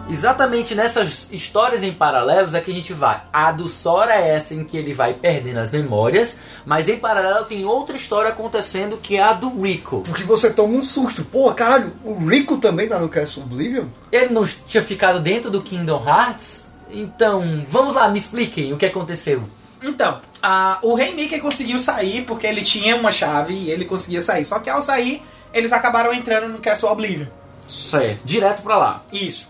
Speaker 3: Exatamente nessas histórias em paralelos é que a gente vai. A do Sora é essa em que ele vai perdendo as memórias, mas em paralelo tem outra história acontecendo que é a do Rico.
Speaker 2: Porque você toma um susto. Pô, caralho, o Rico também tá no Castle Oblivion?
Speaker 3: Ele não tinha ficado dentro do Kingdom Hearts? Então, vamos lá, me expliquem o que aconteceu.
Speaker 1: Então, a- o Rei Mickey conseguiu sair porque ele tinha uma chave e ele conseguia sair. Só que ao sair, eles acabaram entrando no Castle Oblivion.
Speaker 3: Certo. Direto pra lá.
Speaker 1: Isso.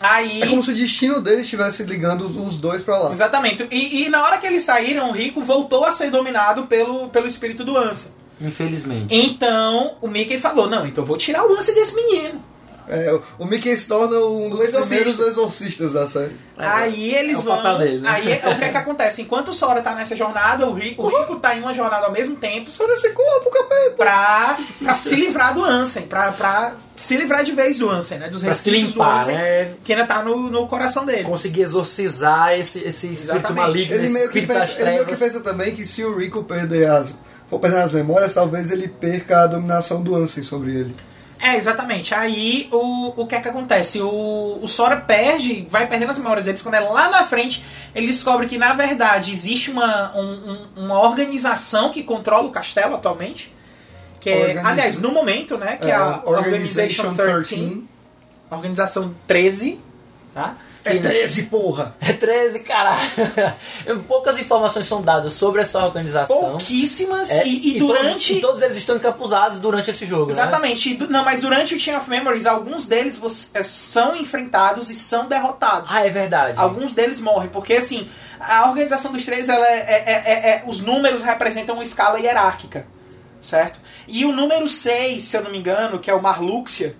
Speaker 1: Aí.
Speaker 2: É como se o destino dele estivesse ligando os dois pra
Speaker 3: Tá.
Speaker 2: lá.
Speaker 1: Exatamente. E, e na hora que eles saíram, o Rico voltou a ser dominado pelo, pelo espírito do Ansa.
Speaker 3: Infelizmente.
Speaker 1: Então, o Mickey falou: Não, então eu vou tirar o Ansa desse menino.
Speaker 2: É, o Mickey se torna um dos
Speaker 1: O exorcista.
Speaker 2: primeiros exorcistas da série.
Speaker 3: É,
Speaker 1: aí eles
Speaker 3: é o
Speaker 1: vão.
Speaker 3: papel dele, né?
Speaker 1: Aí o que é que acontece? Enquanto o Sora tá nessa jornada, o Rico, o Rico tá em uma jornada ao mesmo tempo
Speaker 2: Só Tá nesse corpo,
Speaker 3: tá.
Speaker 2: capeta!
Speaker 1: pra, pra se livrar do Ansem, pra, pra se livrar de vez do Ansem, né? Dos
Speaker 3: Pra se
Speaker 1: resquícios do
Speaker 3: limpar,
Speaker 1: Ansem.
Speaker 3: né?
Speaker 1: que ainda tá no, no coração dele.
Speaker 3: Conseguir exorcizar esse, esse espírito
Speaker 1: Exatamente.
Speaker 3: maligno,
Speaker 2: Ele
Speaker 3: esse
Speaker 2: meio, que
Speaker 3: espírito das
Speaker 2: pensa, ele meio que
Speaker 3: trevas.
Speaker 2: pensa também que se o Rico perder as, for perder as memórias, talvez ele perca a dominação do Ansem sobre ele.
Speaker 1: É, exatamente. Aí o, o que é que acontece? O, o Sora perde, vai perdendo as memórias deles. Quando é lá na frente, ele descobre que na verdade existe uma, um- um- uma organização que controla o castelo atualmente. Que é,
Speaker 2: Organiz-
Speaker 1: aliás, no momento, né? Que é, a Organization, 13, Organização 13, tá?
Speaker 2: É 13, porra!
Speaker 3: É 13, caralho. Poucas informações são dadas sobre essa organização.
Speaker 1: Pouquíssimas.
Speaker 3: É,
Speaker 1: e, e
Speaker 3: todos-
Speaker 1: durante.
Speaker 3: e todos, eles estão encapuzados durante esse jogo, né?
Speaker 1: Exatamente. E du- Não, mas durante o Chain of Memories, alguns deles você- é, são enfrentados e são derrotados.
Speaker 3: Ah, é verdade.
Speaker 1: Uhum. Alguns deles morrem, porque assim, a organização dos três, ela é, é- é- é- é- os números representam uma escala hierárquica, certo? E o número 6, se eu não me engano, que é o Marluxia,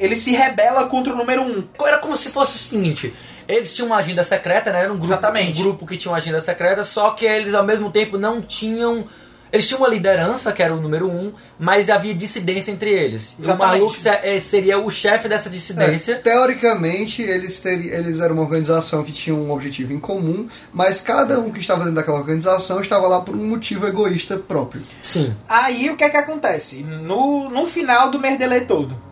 Speaker 1: ele se rebela contra o número 1.
Speaker 3: Era como se fosse o seguinte... Eles tinham uma agenda secreta, né? Era um grupo,
Speaker 1: Exatamente.
Speaker 3: um grupo que tinha uma agenda secreta, só que eles ao mesmo tempo não tinham Eles tinham uma liderança, que era o número um, mas havia dissidência entre eles. E O
Speaker 1: Exatamente.
Speaker 3: Maluk se- é, seria o chefe dessa
Speaker 2: É,
Speaker 3: dissidência.
Speaker 2: teoricamente, eles, teri- eles eram uma organização que tinha um objetivo em comum, mas cada um que estava dentro daquela organização estava lá por um motivo egoísta próprio.
Speaker 3: Sim.
Speaker 1: Aí o que é que acontece? No, no final do Merdelê todo,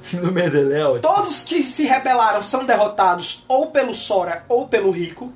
Speaker 3: No é Merdeléu.
Speaker 1: todos que se rebelaram são derrotados ou pelo Sora ou pelo Rico.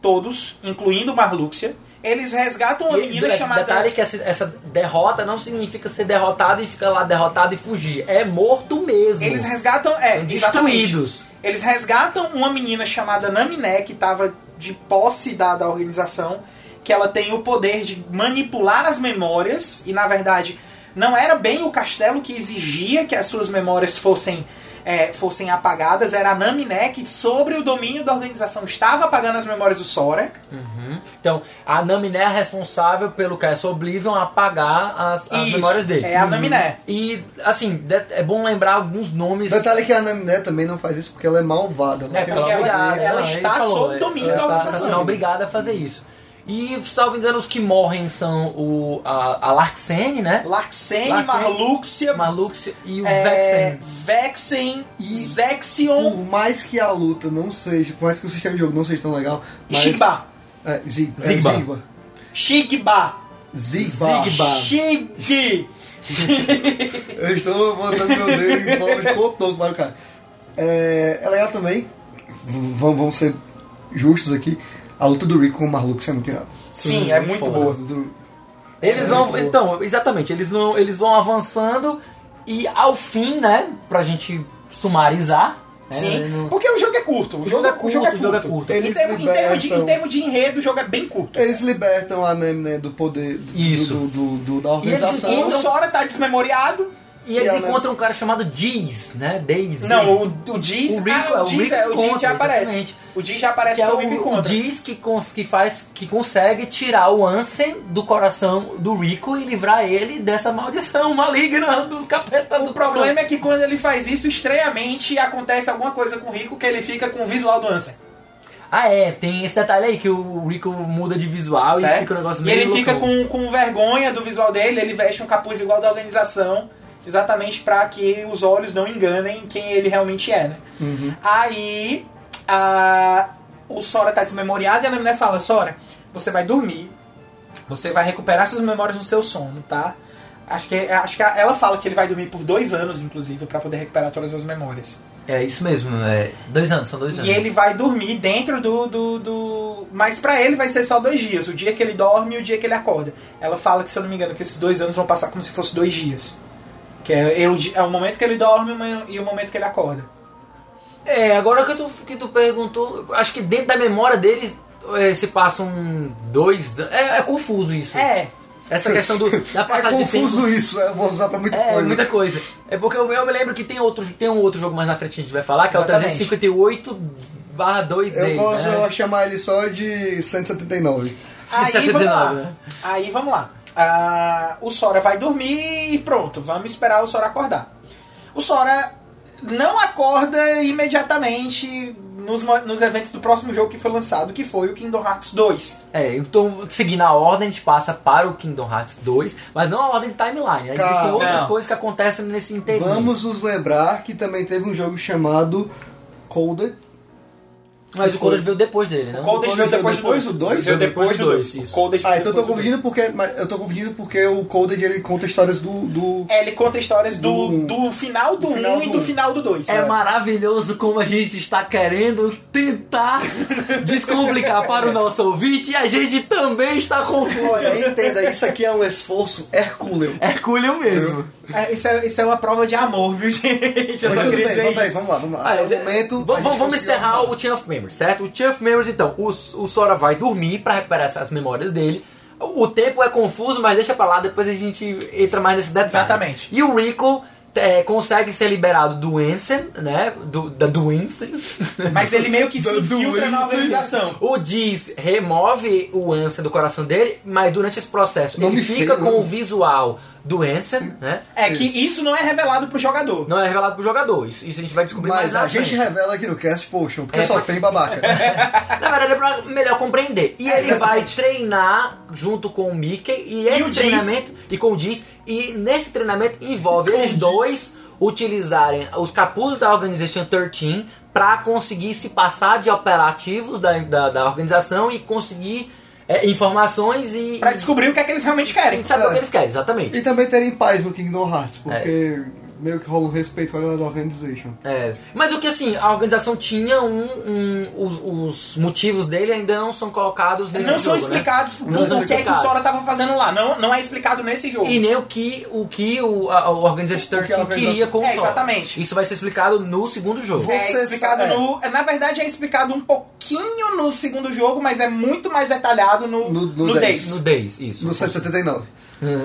Speaker 1: Todos, incluindo Marluxia. Eles resgatam uma
Speaker 3: E
Speaker 1: menina
Speaker 3: de-
Speaker 1: chamada.
Speaker 3: detalhe que essa, essa derrota não significa ser derrotado e ficar lá derrotado e fugir. É morto mesmo.
Speaker 1: Eles resgatam. É,
Speaker 3: São
Speaker 1: exatamente.
Speaker 3: destruídos.
Speaker 1: Eles resgatam uma menina chamada Naminé, que estava de posse da, da organização, que ela tem o poder de manipular as memórias, e na verdade não era bem o castelo que exigia que as suas memórias fossem, é, fossem apagadas, era a Naminé que, sobre o domínio da organização, estava apagando as memórias do Sora.
Speaker 3: Uhum. Então, a Naminé é responsável pelo Castle Oblivion apagar as, as
Speaker 1: Isso,
Speaker 3: memórias dele. Uhum.
Speaker 1: É a Naminé.
Speaker 3: E, assim, de- é bom lembrar alguns nomes.
Speaker 2: Detalhe que a Naminé também não faz isso porque ela é malvada. ela
Speaker 3: É,
Speaker 2: tem
Speaker 3: porque
Speaker 2: um
Speaker 3: ela,
Speaker 1: ela-
Speaker 2: poder.
Speaker 1: ela
Speaker 3: não, ele
Speaker 1: está sob
Speaker 3: é,
Speaker 1: domínio
Speaker 2: da
Speaker 3: ela está-
Speaker 2: organização.
Speaker 3: está obrigada a fazer isso. E, salvo engano, os que morrem são o, a, a Larxene, né?
Speaker 1: Larxene,
Speaker 3: Larxene,
Speaker 1: Marluxia,
Speaker 3: Malux e o
Speaker 1: é,
Speaker 3: Vexen.
Speaker 1: Vexen,
Speaker 2: E-
Speaker 1: Zexion
Speaker 2: Por mais que a luta não seja, por mais que o sistema de jogo não seja tão legal,
Speaker 1: e
Speaker 2: mas-
Speaker 1: Shigba.
Speaker 2: É, Zig- é,
Speaker 3: Zigba.
Speaker 2: Zigba.
Speaker 1: Shigba.
Speaker 2: Zigba.
Speaker 3: Zigba.
Speaker 1: Chique!
Speaker 2: Eu estou botando meu dedo em forma de contorno para o cara. É, é legal também, v- vamos, vamos ser justos aqui, a luta do Rico com o Marlux é muito irada.
Speaker 1: Sim, é muito
Speaker 2: Boa,
Speaker 1: boa.
Speaker 2: do-
Speaker 3: Eles
Speaker 2: É,
Speaker 3: vão.
Speaker 2: boa.
Speaker 3: Então, exatamente, eles vão, eles vão avançando e ao fim, né? Pra gente sumarizar. né,
Speaker 1: Sim,
Speaker 3: não-
Speaker 1: porque o jogo é curto. O,
Speaker 3: O jogo é curto,
Speaker 1: o jogo é curto.
Speaker 3: o jogo é curto.
Speaker 1: Em,
Speaker 2: Eles
Speaker 1: termos, em termos de, em
Speaker 2: libertam-
Speaker 1: termos de enredo, o jogo é bem curto.
Speaker 2: Eles libertam a Nemne do poder do,
Speaker 3: Isso.
Speaker 2: do- do- do- da
Speaker 3: E eles
Speaker 2: organização.
Speaker 1: E o
Speaker 3: Então-
Speaker 1: Sora tá desmemoriado.
Speaker 3: E eles
Speaker 2: E ela-
Speaker 3: encontram um cara chamado Diz, né? Daisy.
Speaker 1: Não, o, o Diz.
Speaker 3: O Rico-
Speaker 1: ah, o
Speaker 3: o
Speaker 1: Diz
Speaker 3: Rico
Speaker 1: é, o Diz
Speaker 3: contra,
Speaker 1: já aparece.
Speaker 3: exatamente.
Speaker 1: O Diz já aparece
Speaker 3: que é
Speaker 1: no Rico
Speaker 3: o, o
Speaker 1: Encontra.
Speaker 3: Diz que, con- que faz que consegue tirar o Ansem do coração do Rico e livrar ele dessa maldição maligna dos capeta do
Speaker 1: O problema é que quando ele faz isso, estranhamente acontece alguma coisa com o Rico que ele fica com o visual do Ansem.
Speaker 3: Ah, é, tem esse detalhe aí que o Rico muda de visual
Speaker 1: certo?
Speaker 3: e fica um negócio
Speaker 1: E
Speaker 3: meio
Speaker 1: ele fica
Speaker 3: loucão.
Speaker 1: com, com vergonha do visual dele, ele veste um capuz igual da organização, exatamente pra que os olhos não enganem quem ele realmente é, né?
Speaker 3: Uhum.
Speaker 1: Aí a- o Sora tá desmemoriado e a Naminé fala, Sora, você vai dormir, você vai recuperar essas memórias no seu sono, tá? Acho que, acho que ela fala que ele vai dormir por dois anos, inclusive, pra poder recuperar todas as memórias.
Speaker 3: É isso mesmo, é dois anos, são dois anos.
Speaker 1: E ele vai dormir dentro do. do, do... Mas pra ele vai ser só dois dias: o dia que ele dorme e o dia que ele acorda. Ela fala que, se eu não me engano, que esses dois anos vão passar como se fosse dois dias. Que é, é o, di- é o momento que ele dorme e o mo- e o momento que ele acorda.
Speaker 3: É, agora que tu, que tu perguntou, acho que dentro da memória deles é, se passam dois. an- É, é confuso isso.
Speaker 1: É.
Speaker 3: Essa questão do, da
Speaker 2: É
Speaker 3: passagem de tempo.
Speaker 2: confuso isso, eu vou usar pra muita
Speaker 3: É,
Speaker 2: coisa.
Speaker 3: muita coisa. É porque eu, eu me lembro que tem, outro, tem um outro jogo mais na frente que a gente vai falar, que
Speaker 1: Exatamente.
Speaker 3: é o 358 barra 2D.
Speaker 2: Eu gosto de
Speaker 3: né?
Speaker 2: chamar ele só de 179.
Speaker 1: Aí vamos lá.
Speaker 3: 179,
Speaker 1: Aí vamos lá. Ah, o Sora vai dormir e pronto, vamos esperar o Sora acordar. O Sora não acorda imediatamente nos, mo- nos eventos do próximo jogo que foi lançado, que foi o Kingdom Hearts 2.
Speaker 3: É, então, seguindo a ordem, a gente passa para o Kingdom Hearts 2, mas não a ordem de timeline. Aí Existem
Speaker 2: Cara,
Speaker 3: outras
Speaker 1: não.
Speaker 3: coisas que acontecem nesse inteiro.
Speaker 2: Vamos nos lembrar que também teve um jogo chamado Colded.
Speaker 3: Mas o Cold veio depois dele, né?
Speaker 1: O Cold
Speaker 2: Cold
Speaker 1: veio
Speaker 2: veio
Speaker 1: depois,
Speaker 2: depois
Speaker 1: do
Speaker 2: do
Speaker 1: 2.
Speaker 2: dois?
Speaker 1: Veio
Speaker 3: Veio
Speaker 1: depois
Speaker 3: depois
Speaker 1: do
Speaker 3: do
Speaker 1: 2.
Speaker 3: dois, isso.
Speaker 2: Ah, então eu tô confundindo porque. mas Eu tô confundindo porque o Colded ele conta histórias do. do-
Speaker 1: É, ele conta histórias do, do final do
Speaker 2: um. Do final
Speaker 1: 1 e
Speaker 2: do
Speaker 1: do
Speaker 2: um.
Speaker 1: final do 2.
Speaker 3: É maravilhoso como a gente está querendo tentar descomplicar para o nosso ouvinte e a gente também está confuso.
Speaker 2: Olha, entenda, isso aqui é um esforço hercúleo.
Speaker 3: É culho mesmo.
Speaker 1: É, isso, é, isso é uma prova de amor, viu, gente? Eu
Speaker 2: Mas
Speaker 1: só
Speaker 2: tudo
Speaker 1: queria
Speaker 2: bem,
Speaker 1: dizer
Speaker 2: vamos,
Speaker 1: isso.
Speaker 2: aí, vamos lá, vamos lá.
Speaker 3: Ah,
Speaker 2: Até
Speaker 3: é,
Speaker 2: o momento. a
Speaker 3: vamos,
Speaker 2: gente
Speaker 3: vamos
Speaker 2: conseguiu
Speaker 3: encerrar
Speaker 2: andar.
Speaker 3: o Chain of Memories, certo? O Chain of Memories, então, o, o Sora vai dormir para recuperar essas memórias dele. O tempo é confuso, mas deixa pra lá, depois a gente entra mais nesse detalhe.
Speaker 1: Exatamente.
Speaker 3: E o Rico é, consegue ser liberado do Ensen, né? Do, da do Ensen.
Speaker 1: Mas ele meio que se
Speaker 2: Da
Speaker 1: infiltra na
Speaker 2: doença.
Speaker 1: organização.
Speaker 3: O Diz remove o Ensen do coração dele, mas durante esse processo
Speaker 2: Nome
Speaker 3: ele fica
Speaker 2: feio,
Speaker 3: com
Speaker 2: né?
Speaker 3: o visual do Ensen, né?
Speaker 1: É que isso não é revelado pro jogador.
Speaker 3: Não é revelado pro jogador, isso, isso a gente vai descobrir mais
Speaker 2: Mas
Speaker 3: na
Speaker 2: a gente
Speaker 3: frente.
Speaker 2: revela aqui no Cast Potion, porque
Speaker 3: É,
Speaker 2: só
Speaker 3: porque-
Speaker 2: tem babaca.
Speaker 3: Na verdade é pra melhor compreender. E ele vai treinar junto com o Mickey e esse
Speaker 1: É, o Diz.
Speaker 3: treinamento e com o Diz e nesse treinamento envolve eles dois utilizarem os capuzes da Organization 13 para conseguir se passar de operativos da, da, da organização e conseguir é, informações e,
Speaker 1: Pra
Speaker 3: e
Speaker 1: descobrir o que é que eles realmente
Speaker 3: a
Speaker 1: querem.
Speaker 3: gente sabe o que eles querem, exatamente.
Speaker 2: e também terem paz no Kingdom
Speaker 3: É.
Speaker 2: Hearts, porque meio que rola um respeito à galera da Organization.
Speaker 3: É, mas o que assim, a organização tinha um. um- os, os motivos dele ainda não são colocados dentro
Speaker 1: Não
Speaker 3: do
Speaker 1: são
Speaker 3: jogo, né?
Speaker 1: explicados o
Speaker 3: Não são
Speaker 1: porquê que o
Speaker 3: explicados.
Speaker 1: Sora tava fazendo lá. Não, não é explicado nesse jogo.
Speaker 3: E nem o que o, que o, a, a Organization
Speaker 2: O que a
Speaker 3: 13
Speaker 2: organização-
Speaker 3: queria com o
Speaker 1: É,
Speaker 3: Sora.
Speaker 1: exatamente.
Speaker 3: Isso vai ser explicado no segundo jogo.
Speaker 2: Vou-
Speaker 1: É
Speaker 2: Você
Speaker 1: explicado
Speaker 2: sabe-
Speaker 1: no. Na verdade, é explicado um pouquinho no segundo jogo, mas é muito mais detalhado no,
Speaker 2: No-
Speaker 1: no,
Speaker 2: no
Speaker 1: Days.
Speaker 3: No Days, isso.
Speaker 2: No 779.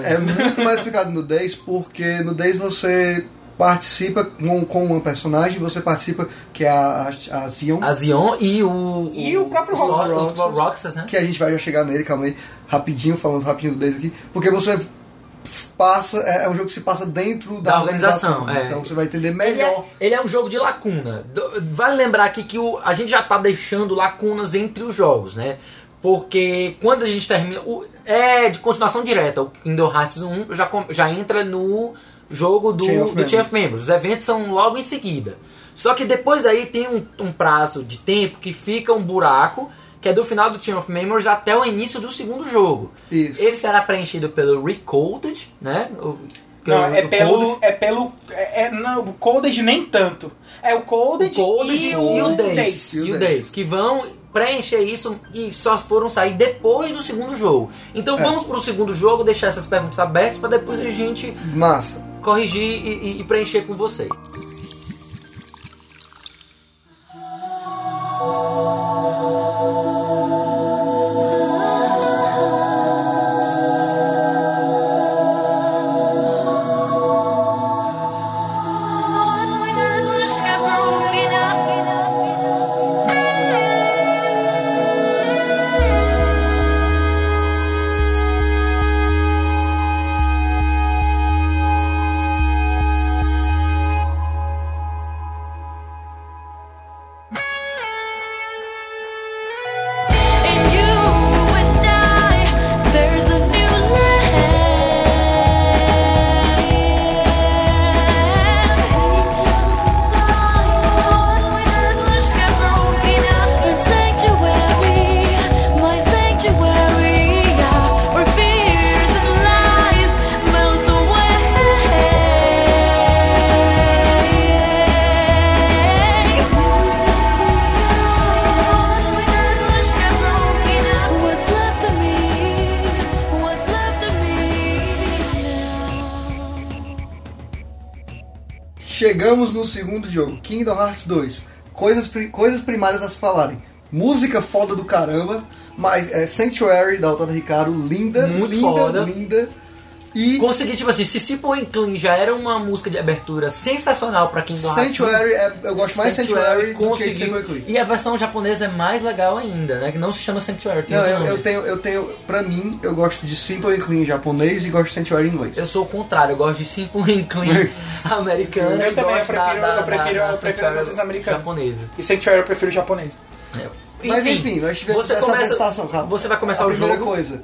Speaker 2: É muito mais explicado no Days, porque no Days você participa com, com uma personagem, você participa, que é a, a a Zion,
Speaker 3: A Zion e o.
Speaker 1: E o próprio Roxas.
Speaker 3: Roxas. O Roxas, né?
Speaker 2: que a gente vai já chegar nele, calma aí, rapidinho, falando rapidinho do Days aqui, porque você passa, é, é um jogo que se passa dentro da,
Speaker 3: Da organização, é.
Speaker 2: Então você vai entender
Speaker 3: Ele
Speaker 2: melhor.
Speaker 3: é, ele é um jogo de lacuna. Do- Vale lembrar aqui que o- a gente já tá deixando lacunas entre os jogos, né? Porque quando a gente termina. o- é de continuação direta. O Kingdom Hearts 1 já, com- já entra no jogo do
Speaker 2: Chain of
Speaker 3: do Chain of Members. Os eventos são logo em seguida. Só que depois daí tem um, um prazo de tempo que fica um buraco. Que é do final do Chain of Memories até o início do segundo jogo.
Speaker 2: Isso.
Speaker 3: Ele será preenchido pelo Recoded, né? O-
Speaker 1: Não, é
Speaker 3: o
Speaker 1: pelo.
Speaker 3: Coded.
Speaker 1: É pelo. É, é- não, o Coded nem tanto. É o
Speaker 3: O
Speaker 1: Coded,
Speaker 3: Cold
Speaker 1: e, o, Days.
Speaker 3: E o Days, que vão preencher isso e só foram sair depois do segundo jogo. Então
Speaker 2: É.
Speaker 3: vamos pro segundo jogo, deixar essas perguntas abertas para depois a gente
Speaker 2: Massa.
Speaker 3: corrigir e, e- e preencher com vocês.
Speaker 4: Fears and lies melt away. What's left of me? What's left of me now?
Speaker 2: Chegamos no segundo jogo, Kingdom Hearts 2. Coisas, pri- coisas primárias a se falarem. Música foda do caramba, mas é, Sanctuary da Autora Ricardo, linda,
Speaker 3: Muito
Speaker 2: linda,
Speaker 3: foda.
Speaker 2: linda. E
Speaker 3: Consegui, tipo assim, se Simple and Clean já era uma música de abertura sensacional para Kingdom Hearts.
Speaker 2: Sanctuary, é- eu gosto mais de Sanctuary, do que
Speaker 3: conseguiu.
Speaker 2: Temple Eclipse.
Speaker 3: E a versão japonesa é mais legal ainda, né? Que não se chama Sanctuary. tem
Speaker 2: Não,
Speaker 3: outro
Speaker 2: eu,
Speaker 3: nome.
Speaker 2: eu tenho, eu tenho, pra mim, eu gosto de Simple and Clean em japonês e gosto de Sanctuary em inglês.
Speaker 3: Eu sou o contrário, eu gosto de Simple and Clean americana.
Speaker 1: Eu
Speaker 3: e
Speaker 1: também,
Speaker 3: gosto da-
Speaker 1: eu prefiro-
Speaker 3: da-
Speaker 1: eu prefiro-
Speaker 3: da- da
Speaker 1: eu prefiro as versões americanas.
Speaker 3: japonesas.
Speaker 1: E Sanctuary eu prefiro o japonês.
Speaker 2: É. Mas enfim, nós tivemos
Speaker 3: você
Speaker 2: essa
Speaker 3: começa-
Speaker 2: apresentação, calma.
Speaker 3: Você vai começar
Speaker 2: a
Speaker 3: o
Speaker 2: primeira
Speaker 3: jogo.
Speaker 2: coisa,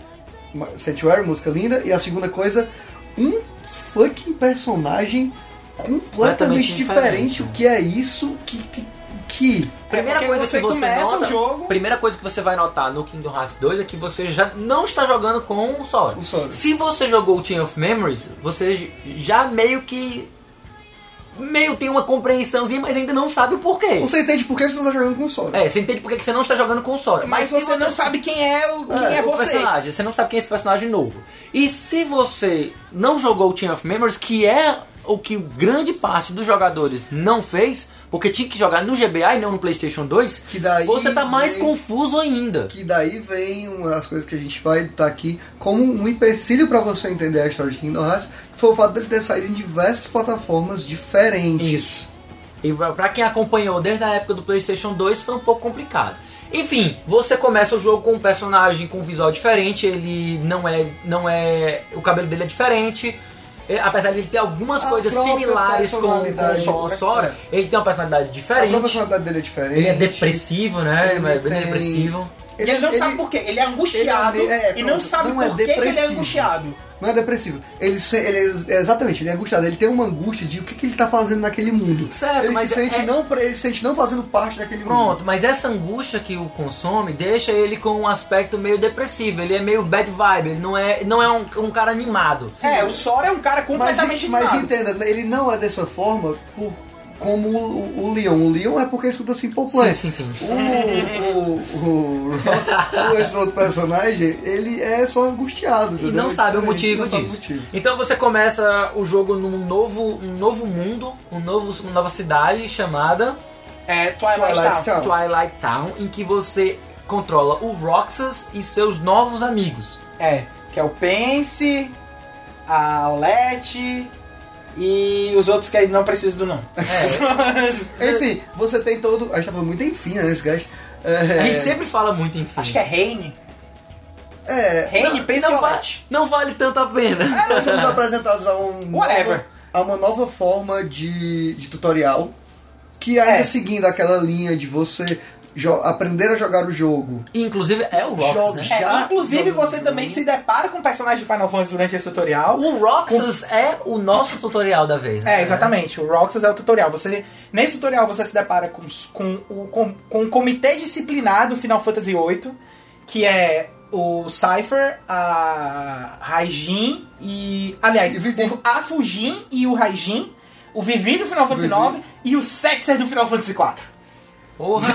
Speaker 2: uma- Sanctuary, música linda, e a segunda coisa, um fucking personagem completamente
Speaker 3: Completamente
Speaker 2: diferente.
Speaker 3: diferente,
Speaker 2: O que é isso? Que... que, que-
Speaker 3: Primeira
Speaker 1: porque
Speaker 3: coisa
Speaker 1: você
Speaker 3: que você
Speaker 1: começa
Speaker 3: nota,
Speaker 1: o jogo-
Speaker 3: primeira coisa que você vai notar no Kingdom Hearts 2 é que você já não está jogando com o Sora.
Speaker 2: O Sora.
Speaker 3: Se você jogou o Chain of Memories, você já meio que meio tem uma compreensãozinha, mas ainda não sabe o porquê.
Speaker 2: Você entende por que você não tá jogando com o Sora.
Speaker 3: É, você entende por que que você não está jogando com o Sora.
Speaker 1: Mas,
Speaker 3: se
Speaker 1: você, não sabe quem é o quem é,
Speaker 3: o
Speaker 1: você.
Speaker 3: personagem, você não sabe quem é esse personagem novo. E se você não jogou o Chain of Memories, que é o que grande parte dos jogadores não fez, Porque tinha que jogar no GBA e não no PlayStation 2.
Speaker 2: Que daí
Speaker 3: você tá mais
Speaker 2: vem-
Speaker 3: confuso ainda.
Speaker 2: Que daí vem as coisas que a gente vai estar aqui como um empecilho para você entender a história de Kingdom Hearts, que foi o fato dele ter saído em diversas plataformas diferentes.
Speaker 3: Isso. E pra- pra quem acompanhou desde a época do PlayStation 2 foi um pouco complicado. Enfim, você começa o jogo com um personagem com um visual diferente, ele não é não é, o cabelo dele é diferente. é, apesar de ele ter algumas
Speaker 2: A
Speaker 3: coisas
Speaker 2: própria
Speaker 3: personalidades com,
Speaker 2: personalidade. né?
Speaker 3: com o Sora, ele tem uma personalidade
Speaker 2: A própria
Speaker 3: diferente.
Speaker 2: personalidade dele é diferente.
Speaker 3: Ele é depressivo, né?
Speaker 2: Ele
Speaker 3: Ele é bem
Speaker 2: tem-
Speaker 3: depressivo.
Speaker 1: E ele não sabe por quê. Ele é angustiado
Speaker 2: ele é meio- é,
Speaker 1: e
Speaker 2: pronto,
Speaker 1: não sabe
Speaker 2: não é
Speaker 1: por quê que ele é
Speaker 2: depressivo.
Speaker 1: angustiado.
Speaker 2: Não é depressivo. Ele, se- ele é- exatamente, ele é angustiado. Ele tem uma angústia de o que, que ele tá fazendo naquele mundo.
Speaker 3: Certo,
Speaker 2: ele
Speaker 3: mas
Speaker 2: se sente
Speaker 3: é-
Speaker 2: não, pre- ele se sente não fazendo parte daquele mundo.
Speaker 3: Pronto, mas essa angústia que o consome deixa ele com um aspecto meio depressivo, ele é meio bad vibe, ele não é, não é um, um cara animado.
Speaker 1: É, o Sora é um cara
Speaker 2: Mas,
Speaker 1: completamente
Speaker 2: mas
Speaker 1: animado.
Speaker 2: entenda, ele não é dessa forma por- como o, o, o Leon. O Leon é porque ele escuta Simple Plan.
Speaker 3: Sim, sim, sim.
Speaker 2: O, o, o, o- esse outro personagem, ele é só angustiado.
Speaker 3: E
Speaker 2: entendeu?
Speaker 3: não sabe o
Speaker 2: Ele
Speaker 3: motivo
Speaker 2: não sabe o
Speaker 3: disso.
Speaker 2: motivo.
Speaker 3: Então você começa o jogo num novo, um novo mundo, um novo, uma nova cidade chamada
Speaker 1: É, Twilight,
Speaker 2: Twilight
Speaker 1: Town.
Speaker 2: Town.
Speaker 3: Twilight Town, em que você controla o Roxas e seus novos amigos.
Speaker 1: É, que é o Pense, a Leti e os outros que não precisam do nome.
Speaker 2: Enfim, você tem todo. A gente tá falando muito enfim, né, esse gajo? É,
Speaker 3: A gente sempre fala muito em fim.
Speaker 1: Acho que é Reine.
Speaker 2: é,
Speaker 1: Reine, Pense e
Speaker 3: não, va-
Speaker 1: Leti.
Speaker 3: não vale tanto a pena.
Speaker 2: nós somos apresentados a um.
Speaker 1: Whatever.
Speaker 2: novo- a uma nova forma de, de tutorial. Que ainda
Speaker 1: É.
Speaker 2: seguindo aquela linha de você jo- aprender a jogar o jogo.
Speaker 3: Inclusive é o Roxas,
Speaker 2: Jogo-
Speaker 3: né?
Speaker 1: É,
Speaker 2: Já
Speaker 1: inclusive
Speaker 2: não-
Speaker 1: você também se depara com personagens de Final Fantasy durante esse tutorial.
Speaker 3: O Roxas é o nosso tutorial da vez. né?
Speaker 1: É, exatamente. O Roxas é o tutorial. Você, nesse tutorial você se depara com, os- com, o- com, com o comitê disciplinar do Final Fantasy VIII, que é o Cypher, a Raijin e... Aliás,
Speaker 2: E Vivi.
Speaker 1: o- a Fujin e o Raijin, o Vivi do Final Fantasy
Speaker 2: Vivi.
Speaker 1: IX e o Setzer do Final Fantasy IV.
Speaker 3: Porra.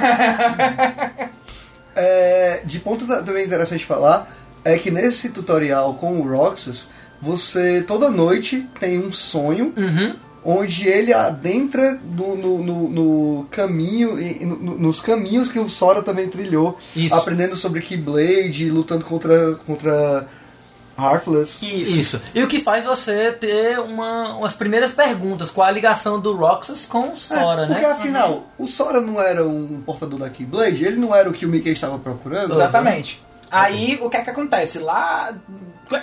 Speaker 2: É, de ponto da- também interessante falar é que nesse tutorial com o Roxas, você toda noite tem um sonho
Speaker 3: Uhum.
Speaker 2: onde ele adentra no, no- no- no caminho, e- e no- no- nos caminhos que o Sora também trilhou,
Speaker 3: Isso.
Speaker 2: aprendendo sobre Keyblade, lutando contra, contra Heartless.
Speaker 1: Isso.
Speaker 3: Isso. E o que faz você ter uma, umas primeiras perguntas. Qual a ligação do Roxas com o Sora,
Speaker 2: É, porque
Speaker 3: né?
Speaker 2: afinal, o Sora não era um portador da Keyblade, ele não era o que o Mickey estava
Speaker 3: Uhum.
Speaker 2: procurando.
Speaker 1: Exatamente. Aí o que é que acontece? Lá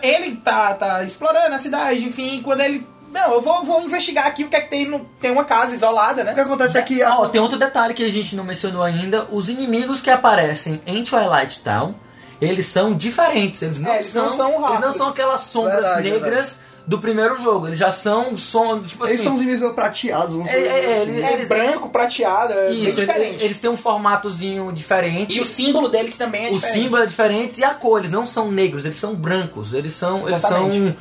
Speaker 1: ele tá, tá explorando a cidade, enfim, quando ele. Não, eu vou, vou investigar aqui o que é que tem. No, tem uma casa isolada,
Speaker 2: O que
Speaker 1: né?
Speaker 2: acontece é que a-
Speaker 3: Ah, ó, tem outro detalhe que a gente não mencionou ainda. Os inimigos que aparecem em Twilight Town, eles são diferentes. Eles não,
Speaker 1: É, eles não são
Speaker 3: Eles não
Speaker 1: ratos.
Speaker 3: são aquelas sombras
Speaker 2: Verdade,
Speaker 3: negras do primeiro jogo. Eles já são som, tipo assim...
Speaker 2: eles são os inimigos prateados, vamos assim.
Speaker 3: É, é, é, ele-
Speaker 1: É
Speaker 3: Eles-
Speaker 1: branco, prateado, é bem
Speaker 3: isso,
Speaker 1: diferente.
Speaker 3: eles, eles têm um formatozinho diferente.
Speaker 1: E o símbolo deles também é
Speaker 3: o
Speaker 1: diferente.
Speaker 3: símbolo é diferente e a cor. Eles não são negros, eles são brancos. Eles são. Eles são
Speaker 1: Exatamente.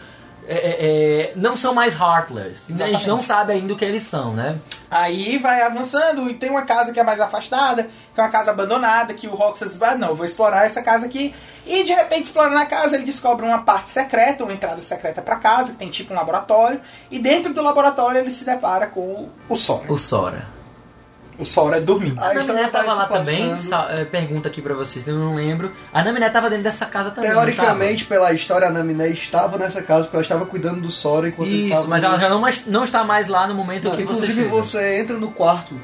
Speaker 3: é, é, é, não são mais heartless. A gente
Speaker 1: Exatamente.
Speaker 3: não sabe ainda o que eles são, né?
Speaker 1: Aí vai avançando e tem uma casa que é mais afastada, que é uma casa abandonada, que o Roxas vai, "Ah, não, eu vou explorar essa casa aqui. E de repente, explorando a casa, ele descobre uma parte secreta, uma entrada secreta pra casa, que tem tipo um laboratório. E dentro do laboratório ele se depara com o Sora.
Speaker 3: O Sora.
Speaker 1: O Sora dormindo.
Speaker 3: A
Speaker 2: A
Speaker 3: Naminé
Speaker 2: história vai
Speaker 3: tava
Speaker 2: se
Speaker 3: lá
Speaker 2: passando.
Speaker 3: também, sa- é, pergunta aqui pra vocês, eu não lembro. A Naminé tava dentro dessa casa também. tá? não
Speaker 2: Teoricamente, pela história, a Naminé estava nessa casa porque ela estava cuidando do Sora
Speaker 3: tava?
Speaker 2: enquanto ele estava.
Speaker 3: Isso, mas ela já não, mais- não está mais lá no momento
Speaker 2: Não,
Speaker 3: que você
Speaker 2: Inclusive,
Speaker 3: chega.
Speaker 2: você, entra no quarto.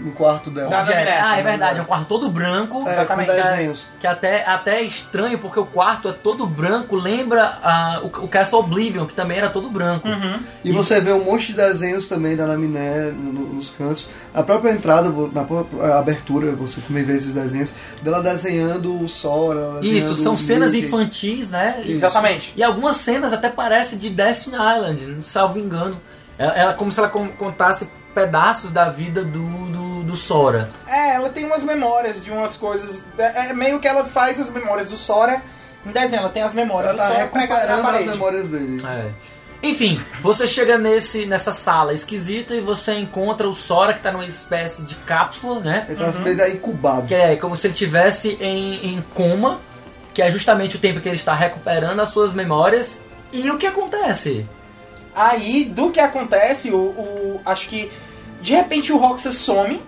Speaker 2: No quarto dela.
Speaker 1: Da-
Speaker 3: Já é-
Speaker 1: Naminé.
Speaker 3: Ah, é verdade, é um quarto todo branco.
Speaker 2: É,
Speaker 1: exatamente,
Speaker 2: Com
Speaker 1: né?
Speaker 2: desenhos.
Speaker 3: Que até, até é estranho, porque o quarto é todo branco, lembra ah, o, o Castle Oblivion, que também era todo branco.
Speaker 2: E você vê um monte de desenhos também da Naminé no- no- nos cantos. A própria entrada, vo- na própria abertura, você também vê esses desenhos. Dela desenhando o Sora. ela
Speaker 3: Isso,
Speaker 2: desenhando
Speaker 3: são
Speaker 2: o
Speaker 3: cenas
Speaker 2: Mickey.
Speaker 3: infantis, né? E-
Speaker 1: Exatamente.
Speaker 3: E algumas cenas até parece de Destiny Island, salvo engano. Ela, ela- como se ela con- contasse pedaços da vida do, do, do Sora.
Speaker 1: É, ela tem umas memórias de umas coisas. É é meio que ela faz as memórias do Sora em desenho, ela tem as memórias
Speaker 2: Ela tá
Speaker 1: do Sora pregadas na
Speaker 2: recuperando as
Speaker 1: parede.
Speaker 2: memórias dele.
Speaker 3: É. Enfim, você chega nesse, nessa sala esquisita e você encontra o Sora que tá numa espécie de cápsula, né?
Speaker 2: Ele
Speaker 1: Uhum.
Speaker 2: tá meio aí incubado.
Speaker 3: Que é como se ele estivesse em, em coma, que é justamente o tempo que ele está recuperando as suas memórias. E o que acontece?
Speaker 1: Aí, do que acontece, o, o- acho que De repente o Roxas some.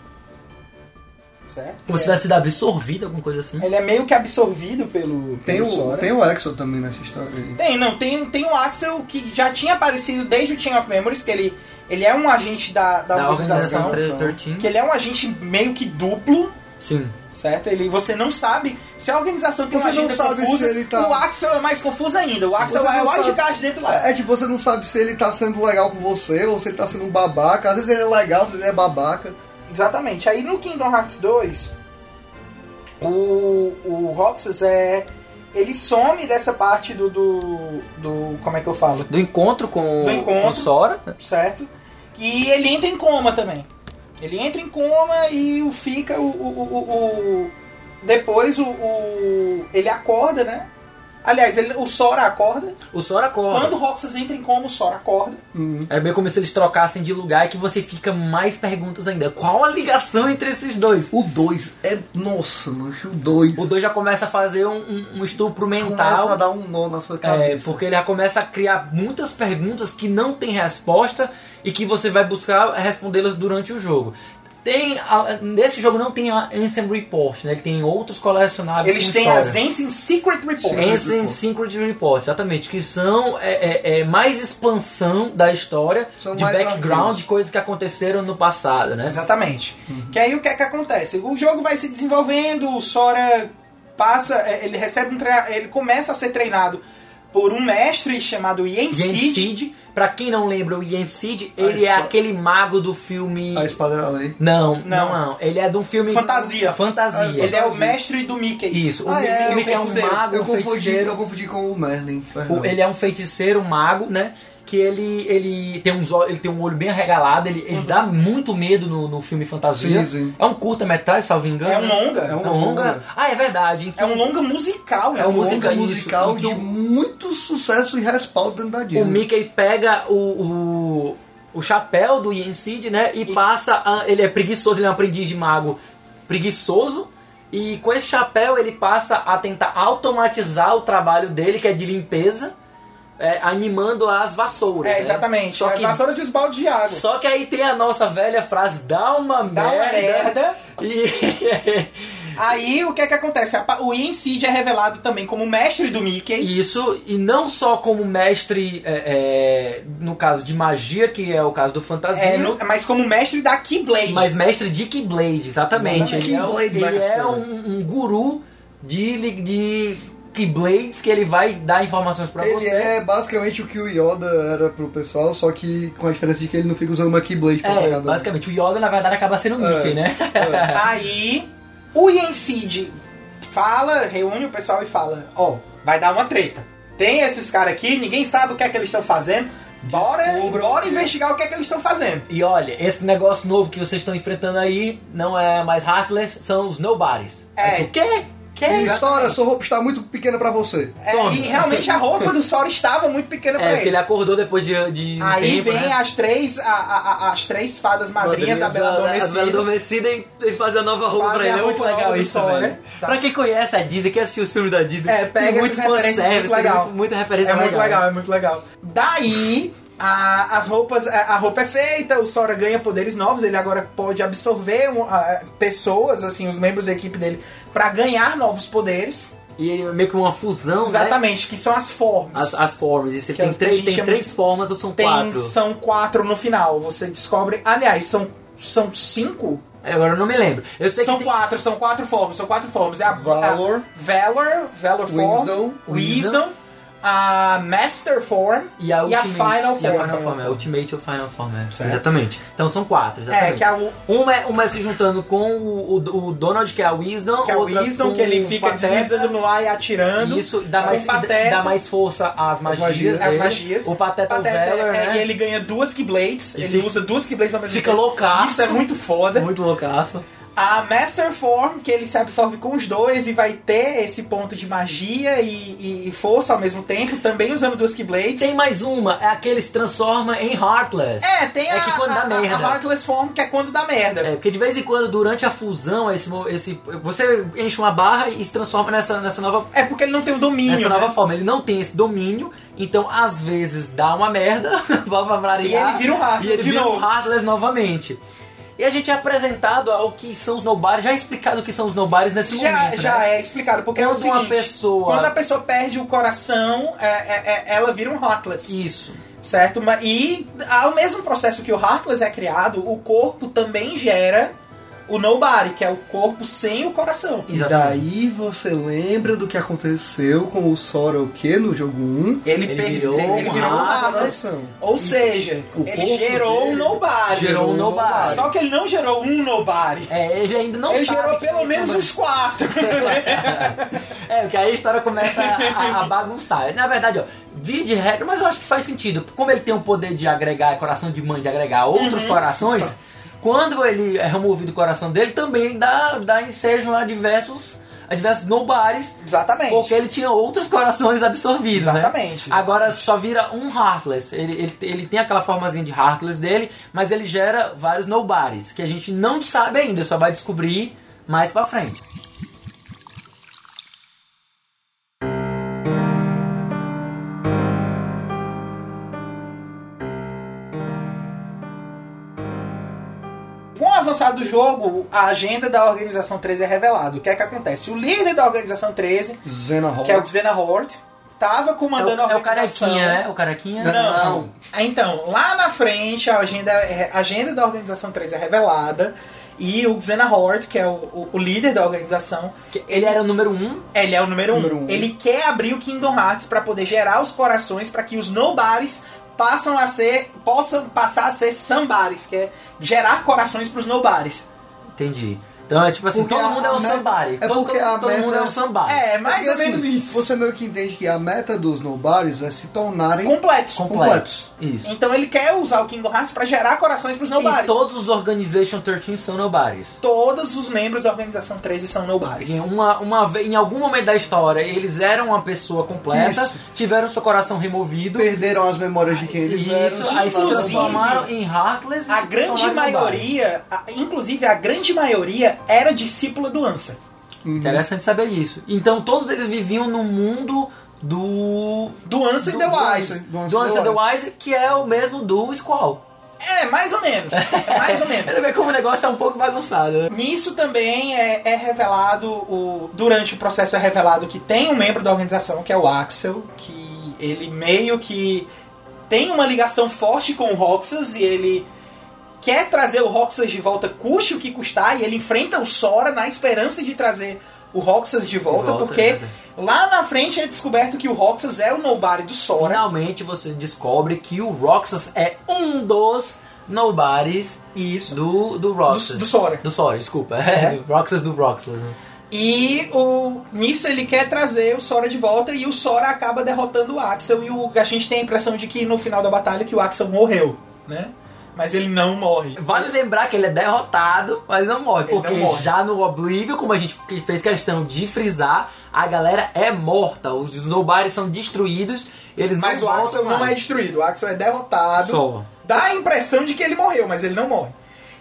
Speaker 1: Certo? É.
Speaker 3: Como se tivesse sido absorvido, alguma coisa assim.
Speaker 1: Ele é meio que absorvido pelo.
Speaker 2: Tem
Speaker 1: pelo
Speaker 2: o,
Speaker 3: né?
Speaker 1: Sora.
Speaker 2: tem o Axel também nessa história aí.
Speaker 1: Tem, não, tem, tem o Axel que já tinha aparecido desde o Chain of Memories, que ele, ele é um agente da, da,
Speaker 3: Da
Speaker 1: organização,
Speaker 3: organização 13.
Speaker 1: que ele é um agente meio que duplo,
Speaker 3: Sim.
Speaker 1: certo? Ele, você não sabe se a organização tem
Speaker 2: Você
Speaker 1: uma
Speaker 2: não
Speaker 1: agenda
Speaker 2: sabe
Speaker 1: confusa,
Speaker 2: se ele tá-
Speaker 1: o Axel é mais confuso ainda, o Axel
Speaker 2: Você
Speaker 1: é
Speaker 2: não
Speaker 1: o
Speaker 2: sabe-
Speaker 1: wildcard dentro lá.
Speaker 2: É tipo, você não sabe se ele tá sendo legal com você ou se ele tá sendo um babaca. Às vezes ele é legal, às vezes ele é babaca.
Speaker 1: Exatamente. Aí no Kingdom Hearts 2, o, o Roxas é. Ele some dessa parte do, do. do. como é que eu falo?
Speaker 3: Do encontro com,
Speaker 1: Do encontro.
Speaker 3: com Sora.
Speaker 1: Certo? E ele entra em coma também. Ele entra em coma e o fica o. o- o- o- o- depois o, o- Ele acorda, né? Aliás, ele- o Sora acorda.
Speaker 3: O Sora
Speaker 1: Quando
Speaker 3: acorda.
Speaker 1: o Roxas entra em coma, o Sora acorda.
Speaker 3: É bem como se eles trocassem de lugar e que você fica mais perguntas ainda. Qual a ligação entre esses dois?
Speaker 2: O 2 é. Nossa, mano, o 2.
Speaker 3: O dois já começa a fazer um, um- um estupro mental.
Speaker 2: começa a dar um nó na sua
Speaker 3: É,
Speaker 2: cabeça.
Speaker 3: porque ele já começa a criar muitas perguntas que não tem resposta e que você vai buscar respondê-las durante o jogo. Tem, a- nesse jogo não tem a Ansem Report, né? Ele tem outros colecionáveis.
Speaker 1: Eles
Speaker 3: com
Speaker 1: têm as
Speaker 3: história.
Speaker 1: Ensign Secret Reports.
Speaker 3: Ansem Secret Report, exatamente, que são é, é, é, mais expansão da história,
Speaker 2: São
Speaker 3: de
Speaker 2: mais
Speaker 3: background,
Speaker 2: arquivos.
Speaker 3: de coisas que aconteceram no passado, né?
Speaker 1: Exatamente. Que aí o que é que acontece? O jogo vai se desenvolvendo, o Sora passa, é, ele recebe um tre- ele começa a ser treinado por um mestre chamado Yen
Speaker 3: Yen
Speaker 1: Sid.
Speaker 3: Sid, pra quem não lembra, o Yen Sid,
Speaker 2: A
Speaker 3: ele é
Speaker 2: história-
Speaker 3: aquele mago do filme...
Speaker 2: A espada é era lei.
Speaker 3: Não, não,
Speaker 1: Não.
Speaker 3: não, ele é de um filme...
Speaker 1: Fantasia.
Speaker 3: Fantasia.
Speaker 1: Ele é o mestre do Mickey.
Speaker 3: Isso, o
Speaker 2: Ah,
Speaker 3: Mickey-
Speaker 2: é,
Speaker 3: o
Speaker 2: eu
Speaker 3: Mickey é um
Speaker 1: feiticeiro.
Speaker 3: mago,
Speaker 2: Eu
Speaker 3: um
Speaker 2: confundi,
Speaker 3: feiticeiro.
Speaker 2: eu confundi com o Merlin.
Speaker 3: O-
Speaker 2: perdão.
Speaker 3: ele é um feiticeiro, um mago, né? Que ele, ele, tem, uns, ó- ele tem um olho bem arregalado, ele, ele dá muito medo no, no filme Fantasia.
Speaker 2: Sim, sim.
Speaker 3: É um curta-metragem, salvo engano.
Speaker 1: É um
Speaker 3: né?
Speaker 1: longa.
Speaker 2: É
Speaker 3: É
Speaker 2: um
Speaker 3: um longa.
Speaker 2: longa.
Speaker 3: Ah, é verdade. em que
Speaker 1: É um longa musical. né?
Speaker 3: É um longa
Speaker 2: música
Speaker 3: isso,
Speaker 2: musical
Speaker 3: então-
Speaker 2: de muito sucesso e respaldo dentro da Disney.
Speaker 3: O Mickey pega o, o, o chapéu do Yen Sid, né? E, passa. a- ele é preguiçoso, ele é um aprendiz de mago preguiçoso. E com esse chapéu ele passa a tentar automatizar o trabalho dele, que é de limpeza, é, animando as vassouras.
Speaker 1: É,
Speaker 3: né?
Speaker 1: exatamente.
Speaker 3: Só
Speaker 1: As
Speaker 3: que,
Speaker 1: vassouras e os baldes de água.
Speaker 3: só que aí tem a nossa velha frase: dá uma
Speaker 1: Dá
Speaker 3: merda.
Speaker 1: uma merda.
Speaker 3: E.
Speaker 1: Aí o que é que acontece? A pa- O Yen Sid é revelado também como mestre do Mickey.
Speaker 3: Isso, e não só como mestre, é, é, no caso de magia, que é o caso do fantasia.
Speaker 1: É, no- mas como mestre da Keyblade.
Speaker 3: Mas né? mestre de Keyblade, exatamente. Ele é, o-
Speaker 2: Keyblade
Speaker 3: ele
Speaker 2: Master.
Speaker 3: é um, um guru de, li- de Keyblades que ele vai dar informações pra
Speaker 2: Ele
Speaker 3: você.
Speaker 2: é basicamente o que o Yoda era pro pessoal, só que com a diferença de que ele não fica usando uma Keyblade pra
Speaker 3: É,
Speaker 2: pegar dano.
Speaker 3: basicamente, o Yoda na verdade acaba sendo o
Speaker 2: É.
Speaker 3: Mickey, né?
Speaker 2: É.
Speaker 1: Aí o Yen Sid fala, reúne o pessoal e fala: Ó, vai dar uma treta. Tem esses caras aqui, ninguém sabe o que é que eles estão fazendo. Bora,
Speaker 2: Descubra
Speaker 1: bora
Speaker 2: o que-
Speaker 1: investigar o que é que eles estão fazendo.
Speaker 3: E olha, esse negócio novo que vocês estão enfrentando aí não é mais Heartless, são os Nobodies.
Speaker 1: É.
Speaker 3: Aí tu, quê? Que
Speaker 2: E
Speaker 3: é isso?
Speaker 2: Sora, sua roupa está muito pequena pra você.
Speaker 1: É,
Speaker 3: Toma.
Speaker 1: e realmente a roupa do Sora estava muito pequena
Speaker 3: É,
Speaker 1: pra
Speaker 3: porque ele
Speaker 1: ele.
Speaker 3: acordou depois de, de um
Speaker 1: Aí
Speaker 3: tempo,
Speaker 1: vem
Speaker 3: né?
Speaker 1: as três a- a- a- as três fadas madrinhas da Bela
Speaker 3: a Bela
Speaker 1: Adormecida.
Speaker 3: Adormecida e, e fazer a nova roupa
Speaker 1: Fazem
Speaker 3: pra ele.
Speaker 1: a
Speaker 3: É muito
Speaker 1: roupa nova
Speaker 3: legal
Speaker 1: do
Speaker 3: isso,
Speaker 1: Sora,
Speaker 3: velho.
Speaker 1: tá.
Speaker 3: Pra quem conhece a Disney, quem assistiu os filmes da Disney,
Speaker 1: É, pega
Speaker 3: tem muito
Speaker 1: essas referências,
Speaker 3: fanservice,
Speaker 1: muito legal.
Speaker 3: tem muito- muita referência
Speaker 1: É muito
Speaker 3: legal.
Speaker 1: legal, é muito legal. Daí, a- as roupas, a, a roupa é feita, o Sora ganha poderes novos, ele agora pode absorver um, a- pessoas, assim, os membros da equipe dele, pra ganhar novos poderes.
Speaker 3: E é meio que uma fusão, né?
Speaker 1: Exatamente, que são as
Speaker 3: As,
Speaker 1: formas.
Speaker 3: as formas. E você
Speaker 1: Que é
Speaker 3: tem,
Speaker 1: o que a
Speaker 3: três,
Speaker 1: gente
Speaker 3: tem
Speaker 1: chama
Speaker 3: três
Speaker 1: de-
Speaker 3: formas ou são
Speaker 1: Tem-
Speaker 3: quatro?
Speaker 1: São quatro no final, você descobre. Aliás, são, são cinco?
Speaker 3: É, Agora eu não me lembro. Eu sei
Speaker 1: São
Speaker 3: que tem-
Speaker 1: quatro, são quatro formas, são quatro formas. É a
Speaker 2: Valor.
Speaker 1: a Valor, Valor Form,
Speaker 2: Wisdom.
Speaker 1: Wisdom, a Master Form
Speaker 3: E a, Ultimate,
Speaker 1: Final
Speaker 3: e a
Speaker 1: Form. né?
Speaker 3: Final Form, é Ultimate ou Final Form, é.
Speaker 1: Certo.
Speaker 3: Exatamente. Então são quatro,
Speaker 1: É,
Speaker 3: exatamente.
Speaker 1: que a, o-
Speaker 3: Uma é, uma é se juntando com o, o, o Donald, que é a Wisdom.
Speaker 1: que é o
Speaker 3: outra
Speaker 1: Wisdom,
Speaker 3: com
Speaker 1: que ele
Speaker 3: o
Speaker 1: fica
Speaker 3: Pateta.
Speaker 1: deslizando no ar e atirando.
Speaker 3: Isso, dá
Speaker 1: O
Speaker 3: mais, e dá-
Speaker 1: Pateta-
Speaker 3: dá mais força às magias.
Speaker 2: magias,
Speaker 1: As
Speaker 3: dele.
Speaker 1: magias.
Speaker 3: O Pateta,
Speaker 1: Pateta,
Speaker 3: é o Valor,
Speaker 1: é,
Speaker 3: né?
Speaker 1: E ele ganha duas Keyblades,
Speaker 3: E
Speaker 1: ele
Speaker 3: fica-
Speaker 1: usa duas Keyblades ao mesmo
Speaker 3: fica
Speaker 1: tempo.
Speaker 3: loucaço.
Speaker 1: Isso é muito foda.
Speaker 3: Muito loucaço.
Speaker 1: A Master Form, que ele se absorve com os dois e vai ter esse ponto de magia e, e- e força ao mesmo tempo, também usando duas Keyblades.
Speaker 3: Tem mais uma, é aquele que se transforma em Heartless.
Speaker 1: É, tem
Speaker 3: É
Speaker 1: a,
Speaker 3: que quando dá
Speaker 1: a, a-
Speaker 3: merda.
Speaker 1: a Heartless Form, que é quando dá merda.
Speaker 3: É, porque de vez em quando, durante a fusão, esse, mo- esse, você enche uma barra e se transforma nessa, nessa nova
Speaker 1: É, porque ele não tem o domínio.
Speaker 3: Nessa
Speaker 1: né?
Speaker 3: nova forma, ele não tem esse domínio, então às vezes dá uma merda, vai pra variar,
Speaker 1: E ele vira um Heartless
Speaker 3: e ele
Speaker 1: de
Speaker 3: vira um
Speaker 1: novo.
Speaker 3: Heartless novamente. E a gente é apresentado ao que são os nobares, já é explicado o que são os nobares nesse
Speaker 1: Já,
Speaker 3: momento.
Speaker 1: já
Speaker 3: né?
Speaker 1: é explicado, porque é o
Speaker 3: Quando uma
Speaker 1: seguinte,
Speaker 3: pessoa-
Speaker 1: quando a pessoa perde o coração, é- é- é- ela vira um Heartless,
Speaker 3: Isso.
Speaker 1: certo? Ma- E ao mesmo processo que o Heartless é criado, o corpo também gera o Nobody, que é o corpo sem o coração.
Speaker 2: E daí você lembra do que aconteceu com o Sora o que no jogo 1?
Speaker 1: Ele,
Speaker 3: Ele
Speaker 1: perdeu,
Speaker 3: virou
Speaker 1: ele
Speaker 3: um
Speaker 1: virou um
Speaker 3: Heartless.
Speaker 1: Heartless. Ou seja,
Speaker 2: O
Speaker 1: ele
Speaker 2: corpo
Speaker 1: gerou um
Speaker 2: dele
Speaker 1: Nobody.
Speaker 3: gerou um nobody.
Speaker 1: Só que ele não gerou um Nobody.
Speaker 3: É, ele ainda não
Speaker 1: ele
Speaker 3: sabe que
Speaker 1: gerou pelo
Speaker 3: eles
Speaker 1: menos um
Speaker 3: são
Speaker 1: uns quatro.
Speaker 3: É, porque aí a história começa a, a bagunçar. Na verdade, ó, via de regra, mas eu acho que faz sentido. Como ele tem o poder de agregar, é coração de mãe, de agregar
Speaker 1: Uhum.
Speaker 3: outros corações, quando ele é removido o coração dele, também dá, dá ensejo a diversos, a diversos nobares,
Speaker 1: Exatamente.
Speaker 3: porque ele tinha outros corações absorvidos, né?
Speaker 1: Exatamente.
Speaker 3: Agora só vira um Heartless. Ele, ele, ele tem aquela formazinha de Heartless dele, mas ele gera vários nobodies, que a gente não sabe ainda, só vai descobrir mais pra frente.
Speaker 1: Com o avançar do jogo, a agenda da Organização 13 é revelada. O que é que acontece? O líder da Organização 13,
Speaker 2: Zena
Speaker 1: que é o
Speaker 2: Hall.
Speaker 1: Xena Hort, tava
Speaker 3: É
Speaker 1: comandando
Speaker 3: o, é
Speaker 1: a
Speaker 3: o
Speaker 1: organização.
Speaker 3: carequinha, né? O carequinha.
Speaker 2: Não.
Speaker 1: Não. Então, lá na frente, a agenda, é- a agenda da Organização 13 é revelada. E o Xena Hort, que é o, o- o líder da organização,
Speaker 3: Que Ele era o número um.
Speaker 1: ele é o número
Speaker 2: Número
Speaker 1: um.
Speaker 2: um.
Speaker 1: Ele quer abrir o Kingdom Hearts para poder gerar os corações para que os nobodies passam a ser, possam passar a ser sambares, que é gerar corações para os nobodies.
Speaker 3: Entendi. Então é tipo assim,
Speaker 2: Porque
Speaker 3: todo
Speaker 2: a
Speaker 3: mundo é um
Speaker 2: meta-
Speaker 3: sambari.
Speaker 2: é
Speaker 3: todo
Speaker 2: porque a
Speaker 3: todo, todo
Speaker 2: meta-
Speaker 3: mundo é um sambari.
Speaker 1: É, mais
Speaker 2: Porque,
Speaker 1: ou menos
Speaker 2: assim,
Speaker 1: isso.
Speaker 2: Você meio que entende que a meta dos nobares é se tornarem
Speaker 1: Completos.
Speaker 3: Completo. Isso.
Speaker 1: Então ele quer usar o Kingdom Hearts pra gerar corações pros
Speaker 2: Então,
Speaker 3: E
Speaker 1: nobodies.
Speaker 3: todos os Organization 13 são nobodies.
Speaker 1: Todos os membros da Organização 13 são nobodies.
Speaker 3: Em, uma, uma, ve- em algum momento da história, eles eram uma pessoa completa,
Speaker 2: Isso.
Speaker 3: tiveram seu coração removido.
Speaker 2: perderam as memórias de quem eles
Speaker 3: Isso,
Speaker 2: eram. se
Speaker 3: aí se
Speaker 2: tornaram
Speaker 1: inclusive,
Speaker 3: transformaram em Heartless. e
Speaker 1: A
Speaker 3: se
Speaker 1: grande
Speaker 3: transformaram em nobody.
Speaker 1: maioria, a- inclusive a grande maioria, era discípula do Ansa.
Speaker 3: Interessante saber isso. Então todos eles viviam no mundo do.
Speaker 1: Do Ansa e The Wise.
Speaker 2: Do Anson
Speaker 3: Do Anson
Speaker 2: Wise.
Speaker 3: The Wise, que é o mesmo do Squall.
Speaker 1: É, mais ou menos. É mais ou menos.
Speaker 3: Você vê como o negócio é um pouco bagunçado, né?
Speaker 1: Nisso também é, é revelado, o, durante o processo é revelado que tem um membro da organização, que é o Axel, que ele meio que tem uma ligação forte com o Roxas e ele quer trazer o Roxas de volta, custe o que custar, e ele enfrenta o Sora na esperança de trazer o Roxas de volta,
Speaker 3: Volta,
Speaker 1: porque
Speaker 3: é verdade.
Speaker 1: lá na frente é descoberto que o Roxas é o nobody do Sora.
Speaker 3: Finalmente você descobre que o Roxas é um dos nobodies
Speaker 1: Isso.
Speaker 3: do, do
Speaker 1: Do,
Speaker 3: Roxas.
Speaker 1: do Sora.
Speaker 3: Do Sora, desculpa. É, do Roxas do Roxas. Né?
Speaker 1: E o, nisso ele quer trazer o Sora de volta e o Sora acaba derrotando o Axel. E o, a gente tem a impressão de que no final da batalha que o Axel morreu, né? Mas ele não morre.
Speaker 3: Vale lembrar que ele é derrotado, mas não morre.
Speaker 1: Ele não
Speaker 3: Porque
Speaker 1: morre.
Speaker 3: já no Oblivion, como a gente f- fez questão de frisar, a galera é morta. Os nobodies são destruídos. Eles
Speaker 1: Mas
Speaker 3: não
Speaker 1: o Axel
Speaker 3: voltam
Speaker 1: não é
Speaker 3: mais.
Speaker 1: destruído, o Axel é derrotado.
Speaker 3: Só.
Speaker 1: Dá a impressão de que ele morreu, mas ele não morre.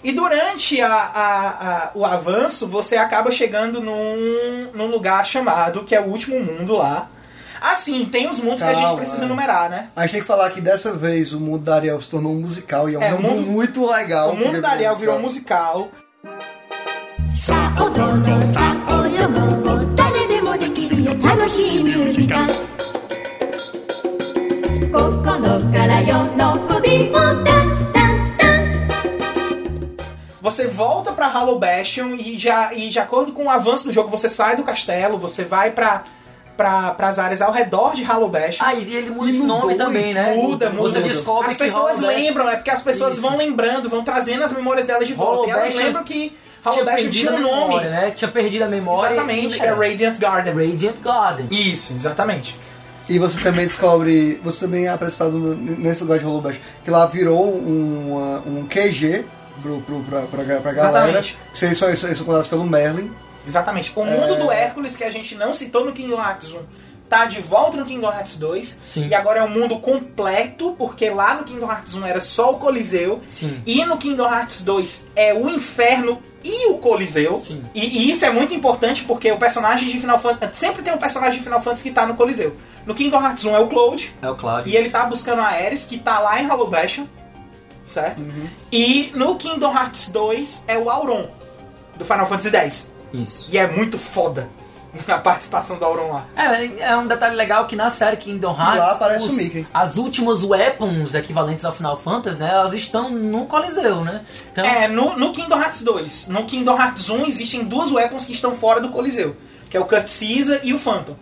Speaker 1: E durante a, a- a- o avanço, você acaba chegando num, num lugar chamado, que é o último mundo lá. Assim, tem os mundos que a gente
Speaker 2: Calma,
Speaker 1: precisa
Speaker 2: é.
Speaker 1: numerar, né?
Speaker 2: A gente tem que falar que dessa vez o mundo da Ariel se tornou um musical e é um
Speaker 1: É, o
Speaker 2: mundo
Speaker 1: mundo-
Speaker 2: muito legal.
Speaker 1: O mundo da Ariel virou musical.
Speaker 4: さあ踊ろうさあ泳ごう誰でもできるよ楽しいミュージカル心から喜びをダンスダンスダンス
Speaker 1: Você volta pra Hollow Bastion e, já, e de acordo com o avanço do jogo, você sai do castelo, você vai pra, pra, pras áreas ao redor de Hollow Bastion.
Speaker 3: Ah, e ele muda
Speaker 2: E
Speaker 3: de nome
Speaker 2: mudou
Speaker 3: também,
Speaker 2: isso,
Speaker 3: né?
Speaker 1: Muda, muda.
Speaker 3: Você descobre
Speaker 1: as
Speaker 3: que
Speaker 1: pessoas
Speaker 3: Hollow Bastion-
Speaker 1: lembram, é porque as pessoas
Speaker 3: Isso.
Speaker 1: vão lembrando, vão trazendo as memórias delas de volta.
Speaker 3: Hollow
Speaker 1: e elas
Speaker 3: Bastion
Speaker 1: lembram que Hollow Bastion tinha um
Speaker 3: a
Speaker 1: nome.
Speaker 3: memória, né? Tinha perdido a memória.
Speaker 1: Exatamente,
Speaker 3: e-
Speaker 1: que é Radiant Garden.
Speaker 3: Radiant Garden.
Speaker 1: Isso, exatamente.
Speaker 2: E você também descobre, você também é apresentado no- nesse lugar de Hollow Bash, que lá virou um, uh, um QG pro, pro, pra, pra, pra galera.
Speaker 1: Exatamente.
Speaker 2: Vocês são, são, são contados pelo Merlin.
Speaker 1: Exatamente. O mundo do
Speaker 3: É.
Speaker 1: Hércules que a gente não citou no Kingdom Hearts 1 tá de volta no Kingdom Hearts 2.
Speaker 3: Sim.
Speaker 1: E agora é um mundo completo, porque lá no Kingdom Hearts 1 era só o Coliseu.
Speaker 3: Sim.
Speaker 1: E no Kingdom Hearts 2 é o inferno e o Coliseu.
Speaker 3: Sim.
Speaker 1: E, e isso é muito importante porque o personagem de Final Fantasy. Sempre tem um personagem de Final Fantasy que tá no Coliseu. No Kingdom Hearts 1 é o Cloud.
Speaker 3: É o Cláudio.
Speaker 1: E ele tá buscando a Ares, que tá lá em Hollow Bastion, certo? E no Kingdom Hearts 2 é o Auron, do Final Fantasy X.
Speaker 3: Isso.
Speaker 1: E é muito foda a participação do Auron lá.
Speaker 3: É, é um detalhe legal que na série Kingdom Hearts.
Speaker 2: Lá aparece o Mickey.
Speaker 3: As últimas weapons equivalentes ao Final Fantasy, né? Elas estão no Coliseu, né? Então,
Speaker 1: É, no, no Kingdom Hearts 2. No Kingdom Hearts 1 existem duas weapons que estão fora do Coliseu, que é o Cut Caesar e o Phantom.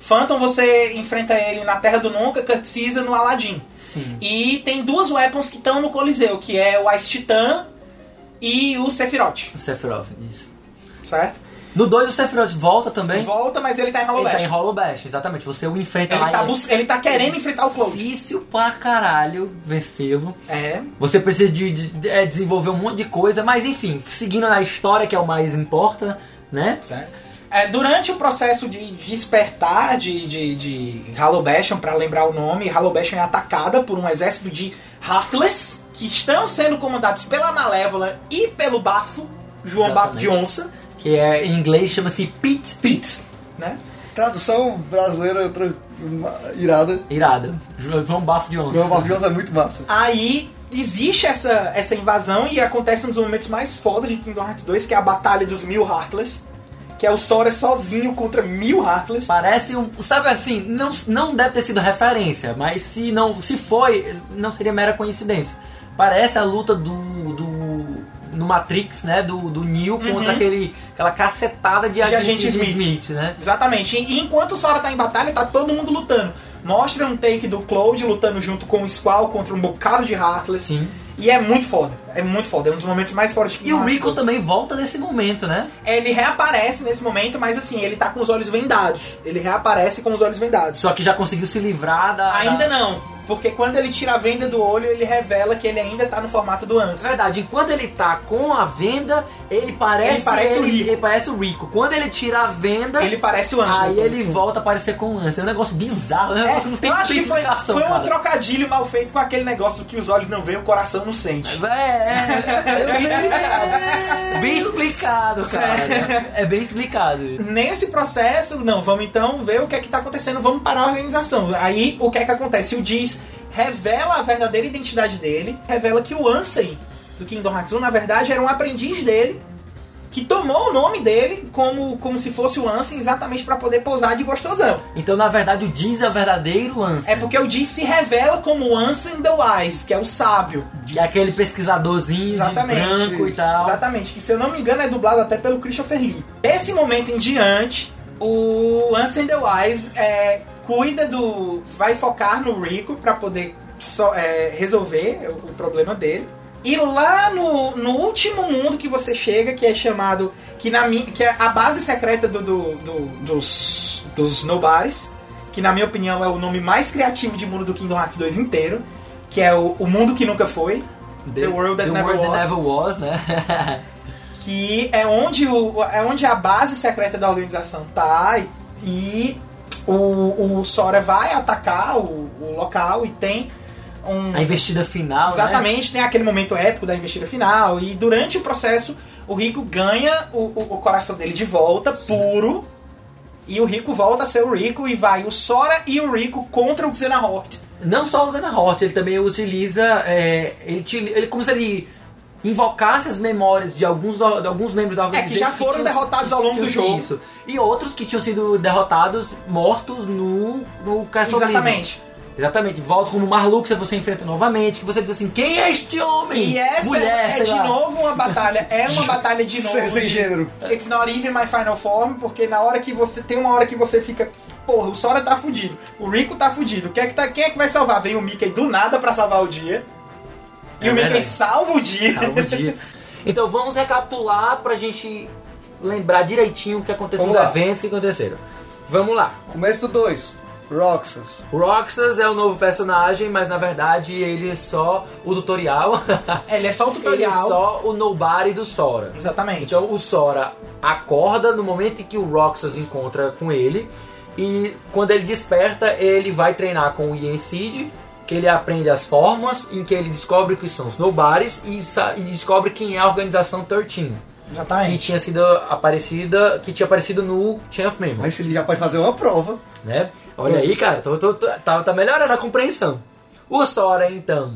Speaker 1: Phantom você enfrenta ele na Terra do Nunca, Cut Caesar no Aladdin.
Speaker 3: sim.
Speaker 1: E tem duas weapons que estão no Coliseu, que é o Ice Titan e o Sephiroth,
Speaker 3: O Sephiroth, isso.
Speaker 1: certo?
Speaker 3: No 2 o Sephiroth volta também.
Speaker 1: Volta, mas ele tá em Hollow
Speaker 3: Ele tá em
Speaker 1: Bastion.
Speaker 3: Hollow Bash, exatamente. Você o enfrenta lá
Speaker 1: Ele tá,
Speaker 3: e é
Speaker 1: bus- ele tá querendo enfrentar o Cloud.
Speaker 3: difícil pra caralho vencê-lo.
Speaker 1: É,
Speaker 3: Você precisa de, de- é, desenvolver um monte de coisa, mas enfim, seguindo na história que é o mais importa, né?
Speaker 1: certo. É, durante o processo de despertar de, de, de Hollow Bastion, pra lembrar o nome, Hollow Bastion é atacada por um exército de Heartless, que estão sendo comandados pela Malévola e pelo Bafo, João Bafo de
Speaker 3: Exatamente.
Speaker 1: Onça,
Speaker 3: Que é, em inglês chama-se Pit Pit.
Speaker 1: né?
Speaker 2: Tradução brasileira tra- uma- irada.
Speaker 3: Irada. Jo- João Bafo de Onça.
Speaker 2: Meu maravilhoso é muito massa.
Speaker 1: Aí existe essa, essa invasão e acontece um dos momentos mais fodas de Kingdom Hearts 2, que é a Batalha dos Mil Heartless, que é o Sora sozinho contra mil Heartless.
Speaker 3: Parece um. Sabe assim, não, não deve ter sido referência, mas se não. Se foi, não seria mera coincidência. Parece a luta do. do no Matrix, né? Do, do Neo contra aquele, aquela cacetada de, agente
Speaker 1: Uhum. agente
Speaker 3: Smith.
Speaker 1: Smith.
Speaker 3: né?
Speaker 1: Exatamente. E enquanto o Sora tá em batalha, tá todo mundo lutando. Mostra um take do Cloud lutando junto com o Squall contra um bocado de Heartless.
Speaker 3: Sim.
Speaker 1: E é muito foda. É muito foda. É um dos momentos mais fortes que
Speaker 3: E o
Speaker 1: Hearts
Speaker 3: Rico
Speaker 1: tem.
Speaker 3: também volta nesse momento, né?
Speaker 1: Ele reaparece nesse momento, mas assim, ele tá com os olhos vendados. Ele reaparece com os olhos vendados.
Speaker 3: Só que já conseguiu se livrar da.
Speaker 1: Ainda
Speaker 3: da...
Speaker 1: não. Porque quando ele tira a venda do olho, ele revela que ele ainda tá no formato do
Speaker 3: Na
Speaker 1: Ansa.
Speaker 3: verdade, enquanto ele tá com a venda, ele parece.
Speaker 1: Ele parece o Rico.
Speaker 3: Ele parece o Rico. Quando ele tira a venda.
Speaker 1: Ele parece o Ansa.
Speaker 3: Aí ele volta a aparecer com o Lance. É um negócio bizarro, né? Um negócio que
Speaker 1: assim. É,
Speaker 3: não tem
Speaker 1: eu acho que foi,
Speaker 3: explicação,
Speaker 1: foi um
Speaker 3: cara.
Speaker 1: trocadilho mal feito com aquele negócio do que os olhos não veem, o coração não sente.
Speaker 3: É, é, é bem explicado, cara. É bem explicado.
Speaker 1: Nesse processo, não, vamos então ver o que é que tá acontecendo, vamos parar a organização. Aí o que é que acontece? O Diz revela a verdadeira identidade dele, revela que o Ansem do Kingdom Hearts 1, na verdade, era um aprendiz dele, que tomou o nome dele como, como se fosse o Ansem exatamente para poder posar de gostosão.
Speaker 3: Então, na verdade, o Diz é o verdadeiro Lance.
Speaker 1: É porque o Diz se revela como o Ansem the Wise, que é o sábio.
Speaker 3: É aquele pesquisadorzinho de
Speaker 1: Exatamente.
Speaker 3: branco e tal.
Speaker 1: Exatamente, que se eu não me engano é dublado até pelo Christopher Lee. Desse momento em diante, o Ansem the Wise é, cuida do. vai focar no Rico pra poder so- é, resolver o, o problema dele. E lá no, no último mundo que você chega, que é chamado. que, na, mi- que é a base secreta do, do- do- dos, dos Nobodies, que na minha opinião é o nome mais criativo de mundo do Kingdom Hearts 2 inteiro, que é o, o Mundo Que Nunca Foi. The World That
Speaker 3: The
Speaker 1: Never
Speaker 3: World
Speaker 1: Was.
Speaker 3: That Never Was, né?
Speaker 1: que é onde, o, é onde a base secreta da organização tá e o, o Sora vai atacar o, o local e tem um
Speaker 3: A investida final, né?
Speaker 1: exatamente tem aquele momento épico da investida final e durante o processo o Rico ganha o, o- o coração dele de volta puro e o Rico volta a ser o Rico e vai o Sora e o Rico contra o Xenahort
Speaker 3: Não só o Xenahort, ele também utiliza. é, ele, te- ele como se ele invocasse as memórias de alguns, or- de alguns membros da organização.
Speaker 1: É, que já foram derrotados ao longo do jogo.
Speaker 3: Isso. E outros que tinham sido derrotados, mortos no, no Castle Oblivion.
Speaker 1: exatamente
Speaker 3: Exatamente. Volta como Marlux, aí você enfrenta novamente, que você diz assim, quem é este homem?
Speaker 1: e essa
Speaker 3: Mulher,
Speaker 1: é
Speaker 3: sei
Speaker 1: de
Speaker 3: lá.
Speaker 1: novo uma batalha é uma batalha de novo
Speaker 2: Sem, sem
Speaker 1: de-
Speaker 2: gênero.
Speaker 1: It's not even my final form, porque na hora que você. Tem uma hora que você fica. Porra, o Sora tá fudido. O Rico tá fudido. Quem é que, tá, quem é que vai salvar? Vem o Mickey do nada pra salvar o dia. E
Speaker 3: É
Speaker 1: o Mickey
Speaker 3: verdade.
Speaker 1: salva o dia.
Speaker 3: Salva o Tá, um dia. Então vamos recapitular pra gente lembrar direitinho o que aconteceu,
Speaker 2: Vamos
Speaker 3: os
Speaker 2: lá.
Speaker 3: eventos que aconteceram. Vamos lá.
Speaker 2: Começo do 2. Roxas.
Speaker 3: Roxas é o novo personagem, mas na verdade ele é só o tutorial.
Speaker 1: Ele é só o
Speaker 3: ele é
Speaker 1: tutorial.
Speaker 3: só o nobody do Sora.
Speaker 1: Exatamente.
Speaker 3: Então o Sora acorda no momento em que o Roxas encontra com ele. E quando ele desperta, ele vai treinar com o Yen Seed, que ele aprende as formas, em que ele descobre que são os Nobares e, sa- e descobre quem é a organização 13, que
Speaker 1: Exatamente.
Speaker 3: tinha sido aparecida, que tinha aparecido no Champ mesmo,
Speaker 2: Aí se ele já pode fazer uma prova.
Speaker 3: né? Olha aí, cara, tô, tô- tô- tá, tá melhorando a compreensão. O Sora, então,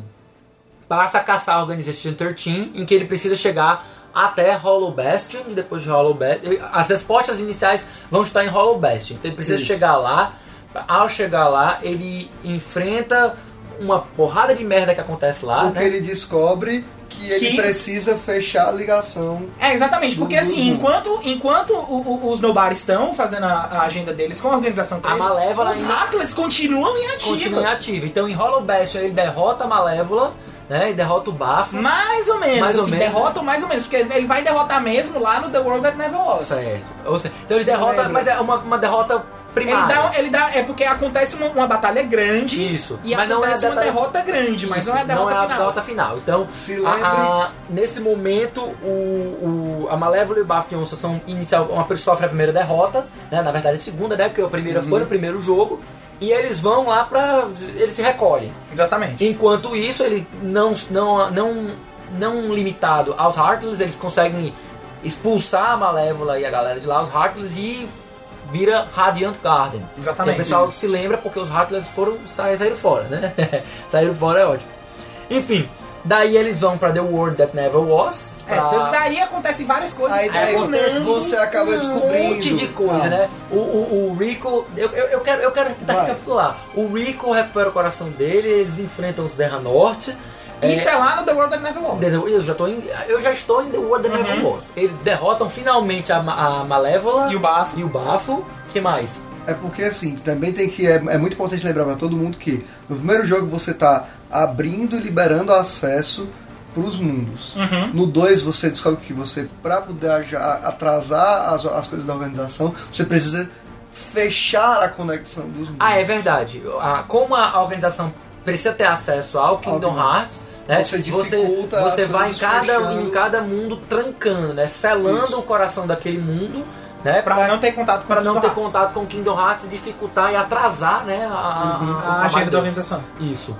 Speaker 3: passa a caçar a Organization 13, em que ele precisa chegar até Hollow Bastion, e depois de Hollow Bastion... As respostas iniciais vão estar em Hollow Bastion, então ele precisa
Speaker 2: Isso.
Speaker 3: chegar lá. Ao chegar lá, ele enfrenta uma porrada de merda que acontece lá,
Speaker 2: porque
Speaker 3: né?
Speaker 2: ele descobre que ele
Speaker 1: Ah, é? Que-
Speaker 2: precisa fechar a ligação.
Speaker 1: É, exatamente, porque
Speaker 2: Uhum.
Speaker 1: assim, enquanto, enquanto o- o- os Nobares estão fazendo a, a agenda deles com a organização 13,
Speaker 3: Malévola
Speaker 1: os
Speaker 3: ainda-
Speaker 1: Atlas continuam em ativa.
Speaker 3: continua inativa. Então em Hollow Bastion ele derrota a Malévola, né? E derrota o Bafo.
Speaker 1: Mais ou menos,
Speaker 3: Mais ou
Speaker 1: assim,
Speaker 3: menos.
Speaker 1: derrotam mais ou menos, porque ele vai derrotar mesmo lá no The World That Never Was.
Speaker 3: Certo. Ou seja, então ele
Speaker 2: Sim,
Speaker 3: derrota,
Speaker 2: lembra.
Speaker 3: mas é uma, uma derrota primária.
Speaker 1: Ele dá, ele dá, é porque acontece uma, uma batalha grande
Speaker 3: Isso.
Speaker 1: e
Speaker 3: mas não é a
Speaker 1: acontece uma
Speaker 3: derrota-
Speaker 1: derrota grande, mas
Speaker 3: Isso,
Speaker 1: não é a derrota
Speaker 3: a
Speaker 1: final.
Speaker 3: derrota final. Então,
Speaker 2: Se
Speaker 3: a-
Speaker 2: lembre-
Speaker 3: a- nesse momento, o, o- a Malévola e o Bafo de Onça são inicial, uma pessoa sofre a primeira derrota, né? Na verdade, a segunda, né? Porque a primeira
Speaker 2: Uhum.
Speaker 3: foi no primeiro jogo. E eles vão lá pra. Eles se recolhem.
Speaker 1: Exatamente.
Speaker 3: Enquanto isso, ele não, não, não, não limitado aos Heartless, eles conseguem expulsar a Malévola e a galera de lá, os Heartless, e vira Radiant Garden.
Speaker 1: Exatamente.
Speaker 3: Tem o pessoal que se lembra porque os Heartless foram, sa- saíram fora, né? saíram fora é ótimo. Enfim, daí eles vão pra The World That Never Was.
Speaker 1: É,
Speaker 3: pra-
Speaker 1: então daí acontecem várias coisas.
Speaker 2: Aí daí
Speaker 1: tornando-
Speaker 2: É, você acaba descobrindo.
Speaker 3: um monte de coisa,
Speaker 2: Ah,
Speaker 3: né? O, o, o Rico. Eu, eu, eu quero, eu quero tentar
Speaker 2: Vai.
Speaker 3: recapitular. O Rico recupera o coração dele, eles enfrentam os Terra Norte.
Speaker 1: Isso é lá no The World That Never Was.
Speaker 3: Eu já, tô em, eu já estou em The World That Never Was. Eles derrotam finalmente a, Ma- a Malévola
Speaker 1: Uhum. E o Bafo.
Speaker 3: e o Bafo. que mais?
Speaker 2: É porque assim, também tem que. É, é muito importante lembrar pra todo mundo que no primeiro jogo você tá abrindo e liberando acesso pros mundos.
Speaker 1: Uhum.
Speaker 2: No 2 você descobre que você, pra poder já atrasar as, as coisas da organização, você precisa fechar a conexão dos mundos.
Speaker 3: Ah, é verdade. A- como a organização precisa ter acesso ao Kingdom
Speaker 2: Ao-
Speaker 3: Hearts, né?
Speaker 2: Você
Speaker 3: você,
Speaker 2: dificulta
Speaker 3: você
Speaker 2: as
Speaker 3: vai em
Speaker 2: coisas
Speaker 3: cada,
Speaker 2: fechando.
Speaker 3: em cada mundo trancando, né? Selando
Speaker 2: Isso.
Speaker 3: o coração daquele mundo, né?
Speaker 1: Pra não ter contato com
Speaker 3: para
Speaker 1: os
Speaker 3: não ter
Speaker 1: Nobares.
Speaker 3: contato com o Kingdom Hearts e dificultar e atrasar, né, a, a- o
Speaker 1: Uhum. a
Speaker 3: trabalho
Speaker 1: agenda da
Speaker 3: deles.
Speaker 1: organização.
Speaker 3: Isso.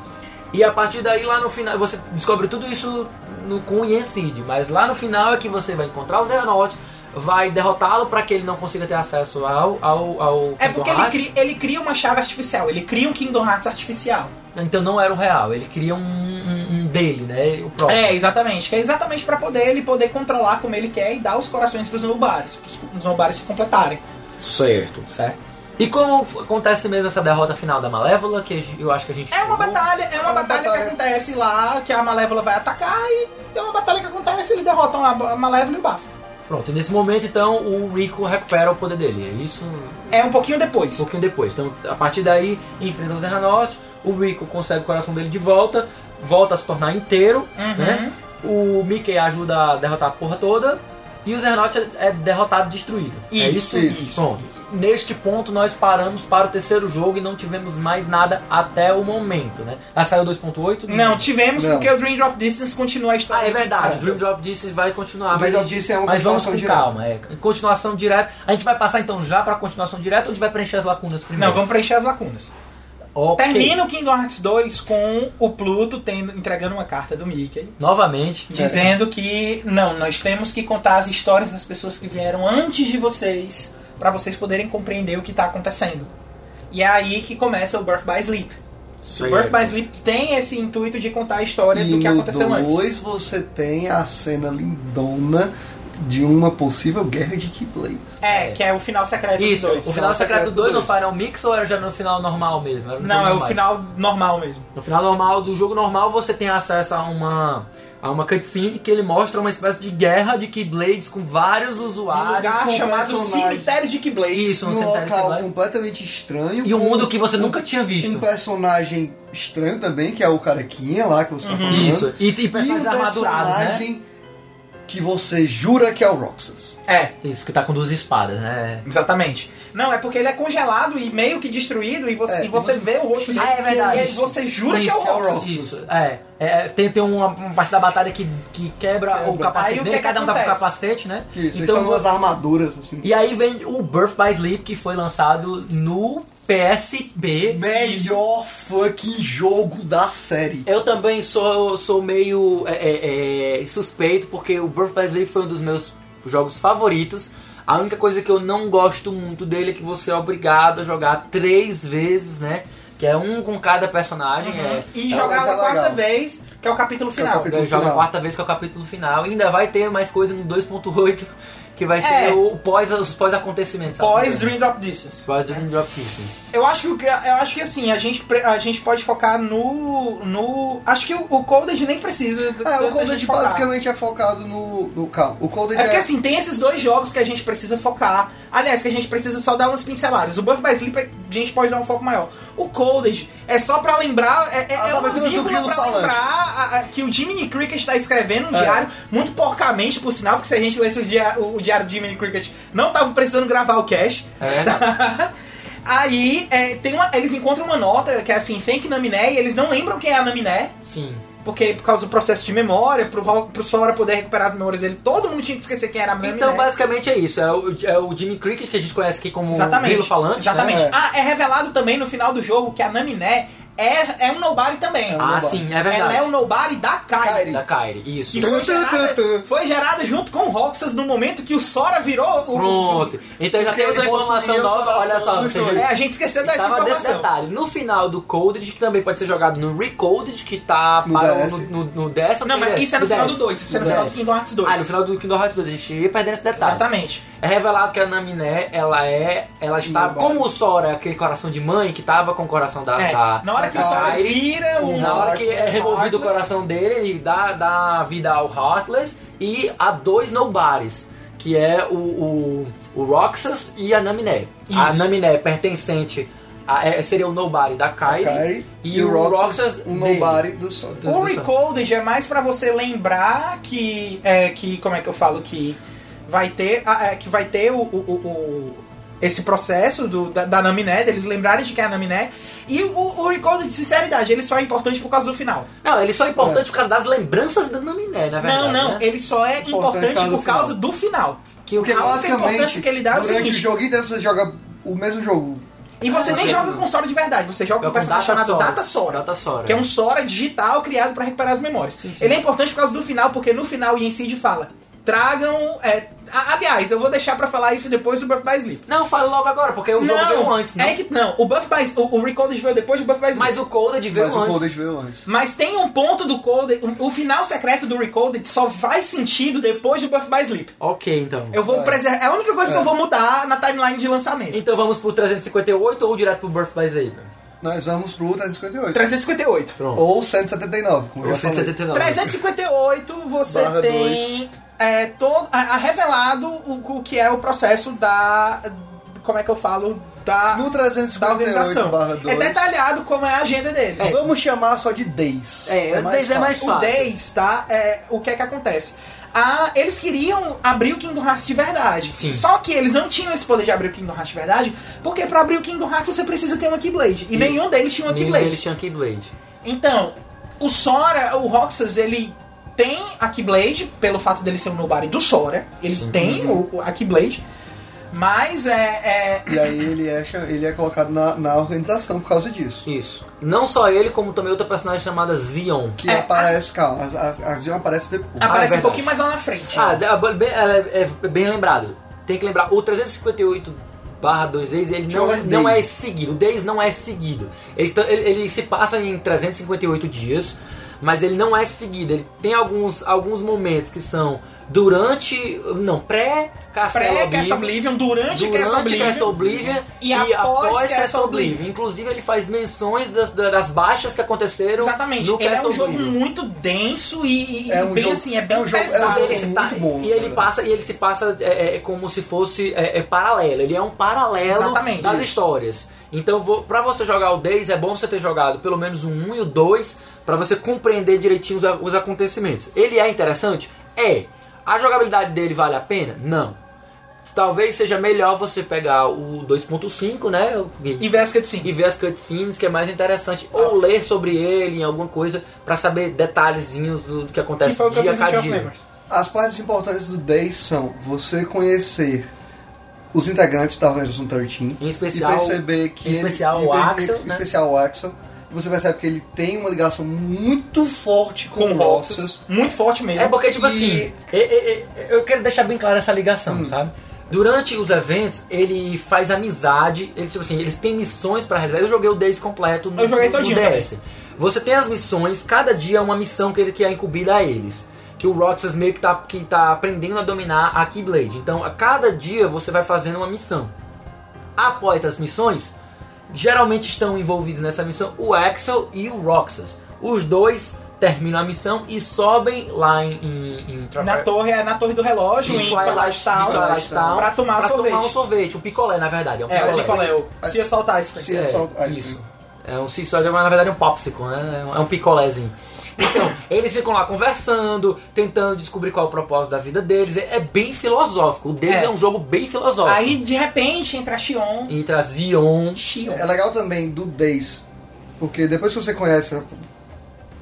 Speaker 3: E a partir daí, lá no final, você descobre tudo isso no, com o Yensid, mas lá no final é que você vai encontrar o Xehanort, vai derrotá-lo para que ele não consiga ter acesso ao, ao, ao
Speaker 1: É
Speaker 3: Kingdom
Speaker 1: porque ele
Speaker 3: Hearts.
Speaker 1: cria, ele cria uma chave artificial, ele cria um Kingdom Hearts artificial.
Speaker 3: Então não era o real, ele cria um, um- um dele, né, o próprio.
Speaker 1: É, exatamente. Que é exatamente pra poder ele poder controlar como ele quer e dar os corações pros nobares, pros os nobares se completarem.
Speaker 3: Certo.
Speaker 1: Certo.
Speaker 3: E como f- acontece mesmo essa derrota final da Malévola, que eu acho que a gente...
Speaker 1: É uma
Speaker 3: chegou?
Speaker 1: batalha, é uma
Speaker 2: uma
Speaker 1: batalha,
Speaker 2: batalha.
Speaker 1: que acontece lá, que a Malévola vai atacar e é uma batalha que acontece, eles derrotam a a Malévola e o Bafo.
Speaker 3: Pronto, nesse momento, então, o Rico recupera o poder dele, é isso?
Speaker 1: É um pouquinho
Speaker 3: Um
Speaker 1: depois.
Speaker 3: pouquinho depois. Então, a partir daí, enfrenta o Zerranot, o Rico consegue o coração dele de volta, volta a se tornar inteiro,
Speaker 1: Uhum.
Speaker 3: né? O Mickey ajuda a derrotar a porra toda, e o Zerranot é derrotado, destruído. é
Speaker 1: Isso,
Speaker 3: isso?
Speaker 2: isso,
Speaker 3: Pronto. Neste ponto, nós paramos para o terceiro jogo e não tivemos mais nada até o momento, né? Ah, saiu 2.8?
Speaker 1: Não, tivemos
Speaker 2: Não.
Speaker 1: porque o Dream Drop Distance continua a história.
Speaker 3: Ah, é verdade.
Speaker 2: É.
Speaker 3: Dream Drop Distance vai continuar.
Speaker 2: Dream
Speaker 3: mas
Speaker 2: Drop
Speaker 3: a gente-
Speaker 2: Distance é uma
Speaker 3: Mas vamos com
Speaker 2: continuação direta.
Speaker 3: calma. É. Continuação direta. A gente vai passar então já pra continuação direta ou a gente vai preencher as lacunas primeiro?
Speaker 1: Não, vamos preencher as lacunas.
Speaker 3: Ok.
Speaker 1: Termina o Kingdom Hearts 2 com o Pluto tendo, entregando uma carta do Mickey.
Speaker 3: Novamente.
Speaker 1: Dizendo que, não, nós temos que contar as histórias das pessoas que vieram antes de vocês, pra vocês poderem compreender o que tá acontecendo. E é aí que começa o Birth by Sleep. O Birth by Sleep tem esse intuito de contar a história
Speaker 2: E
Speaker 1: do que
Speaker 2: no
Speaker 1: aconteceu antes.
Speaker 2: dois você tem a cena lindona de uma possível guerra de Keyblade.
Speaker 1: É, que é o final secreto
Speaker 3: Isso,
Speaker 1: dos dois.
Speaker 3: o final secreto
Speaker 2: Secreto
Speaker 3: 2 não
Speaker 2: dois.
Speaker 3: foi no mix ou era já no final normal mesmo? Era no
Speaker 1: Não,
Speaker 3: jogo
Speaker 1: é o
Speaker 3: normal.
Speaker 1: final normal mesmo.
Speaker 3: No final normal do jogo normal você tem acesso a uma a uma cutscene que ele mostra uma espécie de guerra de Keyblades com vários
Speaker 1: Um
Speaker 3: usuários.
Speaker 1: lugar
Speaker 2: com
Speaker 1: chamado
Speaker 2: personagem.
Speaker 1: Cemitério de Keyblades.
Speaker 3: Isso, um
Speaker 2: Num
Speaker 3: cemitério
Speaker 2: local
Speaker 3: Keyblade.
Speaker 2: completamente estranho.
Speaker 3: E um
Speaker 2: com
Speaker 3: mundo que você nunca tinha visto.
Speaker 2: Um personagem estranho também, que é o carequinha lá que você
Speaker 1: Uhum.
Speaker 2: tá falando.
Speaker 3: Isso. né? E, e
Speaker 2: E um
Speaker 3: personagens armadurados, né?
Speaker 2: personagem que você jura que é o Roxas.
Speaker 1: É,
Speaker 3: Isso, que tá com duas espadas, né?
Speaker 1: exatamente. Não, é porque ele é congelado e meio que destruído e você,
Speaker 2: É,
Speaker 1: e você
Speaker 2: você-
Speaker 1: vê o rosto dele.
Speaker 3: Ah, é verdade.
Speaker 1: E aí você jura
Speaker 3: isso,
Speaker 1: que é o Horus.
Speaker 3: Isso, é. É, tem tem uma, uma parte da batalha que, que quebra, o
Speaker 2: Quebra.
Speaker 1: Aí
Speaker 3: capacete
Speaker 1: o
Speaker 3: dele,
Speaker 1: que
Speaker 3: cada um tá com o
Speaker 1: acontece?
Speaker 3: capacete, né?
Speaker 2: Isso, eles estão numas armaduras, assim.
Speaker 3: E é aí vem o Birth by Sleep, que foi lançado no PSP.
Speaker 2: Melhor fucking jogo da série.
Speaker 3: Eu também sou, sou meio é, é, é, suspeito, porque o Birth by Sleep foi um dos meus jogos favoritos. A única coisa que eu não gosto muito dele é que você é obrigado a jogar três vezes, né? Que é um com cada personagem. É,
Speaker 1: E
Speaker 2: É,
Speaker 1: jogar
Speaker 2: mas é
Speaker 1: a quarta
Speaker 2: legal.
Speaker 1: vez, que é o capítulo
Speaker 2: Que é o
Speaker 1: final.
Speaker 2: capítulo
Speaker 3: Ele joga a
Speaker 2: final.
Speaker 3: quarta vez que é o capítulo final. E ainda vai ter mais coisa no 2.8, que vai ser
Speaker 1: É.
Speaker 3: o pós, os pós-acontecimentos. sabe?
Speaker 1: Pós Dream Drop Distance.
Speaker 3: Pós Dream Drop Systems.
Speaker 1: Eu acho que, eu acho que assim, a gente, pre- a gente pode focar no. no acho que o, o Colded nem precisa. da-
Speaker 2: É,
Speaker 1: da
Speaker 2: o Colded
Speaker 1: gente focar.
Speaker 2: basicamente é focado no. no calma. O Colded
Speaker 1: É porque
Speaker 2: é.
Speaker 1: assim, tem esses dois jogos que a gente precisa focar. Aliás, que a gente precisa só dar umas pinceladas. O Buff by Sleep a gente pode dar um foco maior. O Colded é só pra lembrar. É, é,
Speaker 2: As
Speaker 1: é uma
Speaker 2: aventuras do
Speaker 1: vírgula
Speaker 2: Grilo
Speaker 1: pra
Speaker 2: Falante.
Speaker 1: lembrar a- a- que o Jiminy Cricket está escrevendo um
Speaker 2: É.
Speaker 1: diário, muito porcamente, por sinal, porque se a gente lesse o, dia- o- o diário de Jiminy Cricket, não tava precisando gravar o cast. Aí é, tem uma- eles encontram uma nota que é assim, fake Naminé, e eles não lembram quem é a Naminé,
Speaker 3: Sim.
Speaker 1: porque por causa do processo de memória, pro, Ro- pro Sora poder recuperar as memórias dele, todo mundo tinha que esquecer quem era a Naminé.
Speaker 3: Então, basicamente é isso. É o, é o Jimmy Cricket que a gente conhece aqui como
Speaker 1: Exatamente.
Speaker 3: Um Grilo Falante.
Speaker 1: Exatamente.
Speaker 3: Né?
Speaker 1: Ah, é revelado também no final do jogo que a Naminé é, é um nobody também.
Speaker 3: Ah, sim, é verdade.
Speaker 1: Ela é o nobody da Kairi.
Speaker 2: Kairi.
Speaker 3: É, Da Kairi, isso.
Speaker 1: Que foi
Speaker 2: Tum, tum,
Speaker 1: gerada,
Speaker 2: tum, tum.
Speaker 1: foi gerada junto com o Roxas no momento que o Sora virou o.
Speaker 3: Pronto. Então já
Speaker 2: Porque
Speaker 3: temos uma
Speaker 2: ele
Speaker 3: informação
Speaker 2: possuía o
Speaker 3: nova. Olha só,
Speaker 2: coração
Speaker 3: ou
Speaker 2: dos
Speaker 3: seja,
Speaker 2: dois.
Speaker 1: É, a gente esqueceu dessa
Speaker 3: Tava desse
Speaker 1: informação.
Speaker 3: detalhe. No final do Coded, que também pode ser jogado no Recoded, que tá
Speaker 2: No
Speaker 3: para
Speaker 2: DS.
Speaker 3: o- no, no, no DS. ou
Speaker 1: Não, mas
Speaker 3: 3DS?
Speaker 1: isso é no final do
Speaker 3: 10.
Speaker 1: 2, isso é no
Speaker 3: No
Speaker 1: final do
Speaker 3: 10.
Speaker 1: Kingdom Hearts 2.
Speaker 3: Ah, no final do Kingdom Hearts 2, a gente ia perdendo esse detalhe.
Speaker 1: Exatamente.
Speaker 3: É revelado que a Naminé, ela é. Ela está.
Speaker 2: Nobody.
Speaker 3: Como o Sora é aquele coração de mãe que tava com o coração da.
Speaker 1: É,
Speaker 3: da-
Speaker 1: na hora
Speaker 3: da
Speaker 1: que o Sora
Speaker 3: Kairi,
Speaker 1: vira o.
Speaker 3: Na hora que é
Speaker 2: Heartless.
Speaker 3: removido o coração dele, ele dá, dá vida ao Heartless e a dois Nobodies, que é o, o, o Roxas e a Naminé. A
Speaker 1: Isso.
Speaker 3: Naminé pertencente a, é- seria o Nobody da Kairi,
Speaker 2: Kairi
Speaker 3: e, o Roxas,
Speaker 2: um
Speaker 3: dele.
Speaker 2: nobody do Sora.
Speaker 3: Do-
Speaker 1: O
Speaker 3: do-
Speaker 1: Recoded é mais pra você lembrar que, é, que como é que eu falo que vai ter a- é, que vai ter o, o- o- o- esse processo do, da, da Naminé, deles lembrarem de que é a Naminé. E o, o Recoded, sinceridade, ele só é importante por causa do final.
Speaker 3: Não, ele só é importante por causa das lembranças da Naminé, na verdade.
Speaker 1: não, não,
Speaker 3: né?
Speaker 1: ele só é importante,
Speaker 2: Importante por causa
Speaker 1: por
Speaker 2: do
Speaker 1: causa do final.
Speaker 3: Que o
Speaker 2: Porque
Speaker 1: A única importância
Speaker 2: basicamente,
Speaker 1: que ele dá é o
Speaker 2: durante
Speaker 1: seguinte.
Speaker 2: o jogo inteiro você joga o mesmo jogo.
Speaker 1: E você nem
Speaker 2: Ah,
Speaker 1: joga
Speaker 2: sim.
Speaker 1: com Sora de verdade, você joga com um
Speaker 3: é com
Speaker 1: personagem
Speaker 3: Data
Speaker 1: chamado
Speaker 3: Sora.
Speaker 1: Data Sora.
Speaker 3: Data Sora.
Speaker 1: Que é um Sora digital criado pra recuperar as memórias.
Speaker 3: Sim, sim.
Speaker 1: Ele é importante por causa do final, porque no final o Yensid fala: tragam. é, a- aliás, eu vou deixar pra falar isso depois do Buff by Sleep.
Speaker 3: Não, fala logo agora, porque o jogo veio antes, né?
Speaker 1: é que não. O Buff by o, o Recorded veio depois do Buff by Sleep.
Speaker 3: Mas o Colded veio
Speaker 2: Mas o
Speaker 3: antes.
Speaker 2: Colded veio antes.
Speaker 1: Mas tem um ponto do Coded. um- o final secreto do Recorded só faz sentido depois do Buff by Sleep.
Speaker 3: Ok, então.
Speaker 1: Eu vou
Speaker 2: É.
Speaker 1: preservar. É a única coisa que eu vou mudar na timeline de lançamento.
Speaker 3: Então vamos pro 358 ou direto pro Birth by Sleep?
Speaker 2: Nós vamos pro 358.
Speaker 1: 358.
Speaker 3: Pronto.
Speaker 2: Ou 179, como eu
Speaker 3: Ou
Speaker 2: já falei.
Speaker 3: 179.
Speaker 1: 358 você
Speaker 2: Barra
Speaker 1: tem é, todo, a, a revelado o, o que é o processo da. Como é que eu falo? Da,
Speaker 2: No
Speaker 1: da organização.
Speaker 3: Tá
Speaker 2: 358 barra
Speaker 1: É
Speaker 2: 2.
Speaker 1: detalhado como é a agenda deles.
Speaker 2: Vamos chamar só de Days.
Speaker 3: É, Days é
Speaker 2: fácil.
Speaker 3: mais-
Speaker 1: O 10, tá? É, o que é que acontece? Ah, eles queriam abrir o Kingdom Hearts de verdade.
Speaker 3: Sim.
Speaker 1: Só que eles não tinham esse poder de abrir o Kingdom Hearts de verdade, porque pra abrir o Kingdom Hearts você precisa ter uma Keyblade. E,
Speaker 3: E
Speaker 1: nenhum deles tinha uma
Speaker 3: Nenhum
Speaker 1: Keyblade.
Speaker 3: deles tinha um Keyblade.
Speaker 1: Então, o Sora, o Roxas, ele tem a Keyblade, pelo fato dele ser um nobody do Sora. Ele
Speaker 3: Sim.
Speaker 1: tem o, o- a Keyblade. Mas
Speaker 3: Ah,
Speaker 1: é. é-
Speaker 2: E aí ele é, cha- ele é colocado na, na organização por causa disso.
Speaker 3: Isso. Não só ele, como também outra personagem chamada Zion.
Speaker 2: Que
Speaker 1: É,
Speaker 2: aparece, calma, a, a, a Zion aparece depois.
Speaker 3: Ah, é
Speaker 1: aparece um
Speaker 3: verdade.
Speaker 1: pouquinho mais lá na frente.
Speaker 3: Ah, da- bem- é, é bem lembrado. Tem que lembrar, o 358 barra 2 Days, ele não,
Speaker 2: Jogo de
Speaker 3: não é
Speaker 2: Days.
Speaker 3: seguido. O Days não é seguido. Ele, tá- ele- ele se passa em 358 dias, mas ele não é seguido. Ele tem alguns, alguns momentos que são durante... Não, pré-Castelo
Speaker 1: Pré-Cast
Speaker 3: Oblivion.
Speaker 1: Oblivion, durante Cast
Speaker 3: durante
Speaker 1: Oblivion.
Speaker 3: Cast Oblivion
Speaker 1: E após Cast
Speaker 3: Cast Oblivion.
Speaker 1: Oblivion.
Speaker 3: Inclusive, ele faz menções das, das baixas que aconteceram
Speaker 1: Exatamente.
Speaker 3: no
Speaker 1: Ele é
Speaker 3: Cast
Speaker 1: um jogo
Speaker 3: Oblivion.
Speaker 1: muito denso e, e-
Speaker 2: É um
Speaker 1: bem
Speaker 2: jogo-
Speaker 1: assim, é
Speaker 2: é
Speaker 1: bem
Speaker 2: um jogo- é um
Speaker 1: pesado.
Speaker 2: jogo
Speaker 3: ele se tá-
Speaker 2: muito bom,
Speaker 3: e ele
Speaker 1: né?
Speaker 2: cara.
Speaker 3: passa e ele se passa é, é, como se fosse é, é paralelo ele é um paralelo
Speaker 1: Exatamente,
Speaker 3: das
Speaker 1: isso.
Speaker 3: histórias então vou, pra você jogar o Days é bom você ter jogado pelo menos o 1 e o 2 pra você compreender direitinho os, a- os acontecimentos ele é interessante? é a jogabilidade dele vale a pena? não talvez seja melhor você pegar o 2.5, né? E,
Speaker 1: E Vesca de
Speaker 3: e
Speaker 1: Sim.
Speaker 3: ver as cutscenes, que é mais interessante. Ou ler sobre ele em alguma coisa pra saber detalhezinhos do, do que
Speaker 1: Que
Speaker 3: acontece
Speaker 1: foi o que eu
Speaker 3: dia
Speaker 1: fiz
Speaker 3: a
Speaker 1: em Chaos
Speaker 3: dia.
Speaker 1: Memories.
Speaker 2: As partes importantes do 10 são você conhecer os integrantes da organização 13
Speaker 3: Em especial-
Speaker 2: e perceber que
Speaker 3: em
Speaker 2: ele-
Speaker 3: especial
Speaker 2: e
Speaker 3: o
Speaker 2: perceber-
Speaker 3: Axel,
Speaker 2: em
Speaker 3: né?
Speaker 2: especial o Axel. Você percebe que ele tem uma ligação muito forte com,
Speaker 1: Com
Speaker 2: o
Speaker 1: Roxas.
Speaker 2: Roxas.
Speaker 1: Muito forte mesmo.
Speaker 3: É porque, tipo
Speaker 2: E-
Speaker 3: assim, e- e- e- eu quero deixar bem clara essa ligação,
Speaker 2: Hum.
Speaker 3: sabe? Durante os eventos, ele faz amizade, ele, tipo assim, eles têm missões pra realizar. Eu joguei o 10 completo no,
Speaker 1: Eu joguei
Speaker 3: no- no
Speaker 1: todinho
Speaker 3: DS. Você tem as missões, cada dia é uma missão que ele que é incumbida a eles. Que o Roxas meio que tá, que tá aprendendo a dominar a Keyblade. Então, a cada dia você vai fazendo uma missão. Após as missões, geralmente estão envolvidos nessa missão o Axel e o Roxas. Os dois terminam a missão e sobem lá em, em, em
Speaker 1: Na
Speaker 3: Trafalgar-
Speaker 1: torre, é na torre do relógio,
Speaker 3: em
Speaker 1: em
Speaker 3: Twilight
Speaker 1: Twilight
Speaker 3: Town, Twilight Town,
Speaker 1: pra tomar
Speaker 3: pra
Speaker 1: sorvete.
Speaker 3: tomar um sorvete, um picolé, na verdade. É, um
Speaker 1: É,
Speaker 3: picolé.
Speaker 1: o Nicoléu. Se assaltar isso.
Speaker 2: Se
Speaker 1: Sim.
Speaker 3: É,
Speaker 2: assaltar- ah,
Speaker 3: isso. É um sisóide, mas na verdade é um popsicle, né? É um- É um picolézinho. Então, eles ficam lá conversando, tentando descobrir qual é o propósito da vida deles. É, é bem filosófico. O deles é.
Speaker 1: É.
Speaker 3: um jogo bem filosófico.
Speaker 1: Aí, de repente, entra a Xion.
Speaker 3: Entre a Zion.
Speaker 2: É legal também do Days, porque depois que você conhece,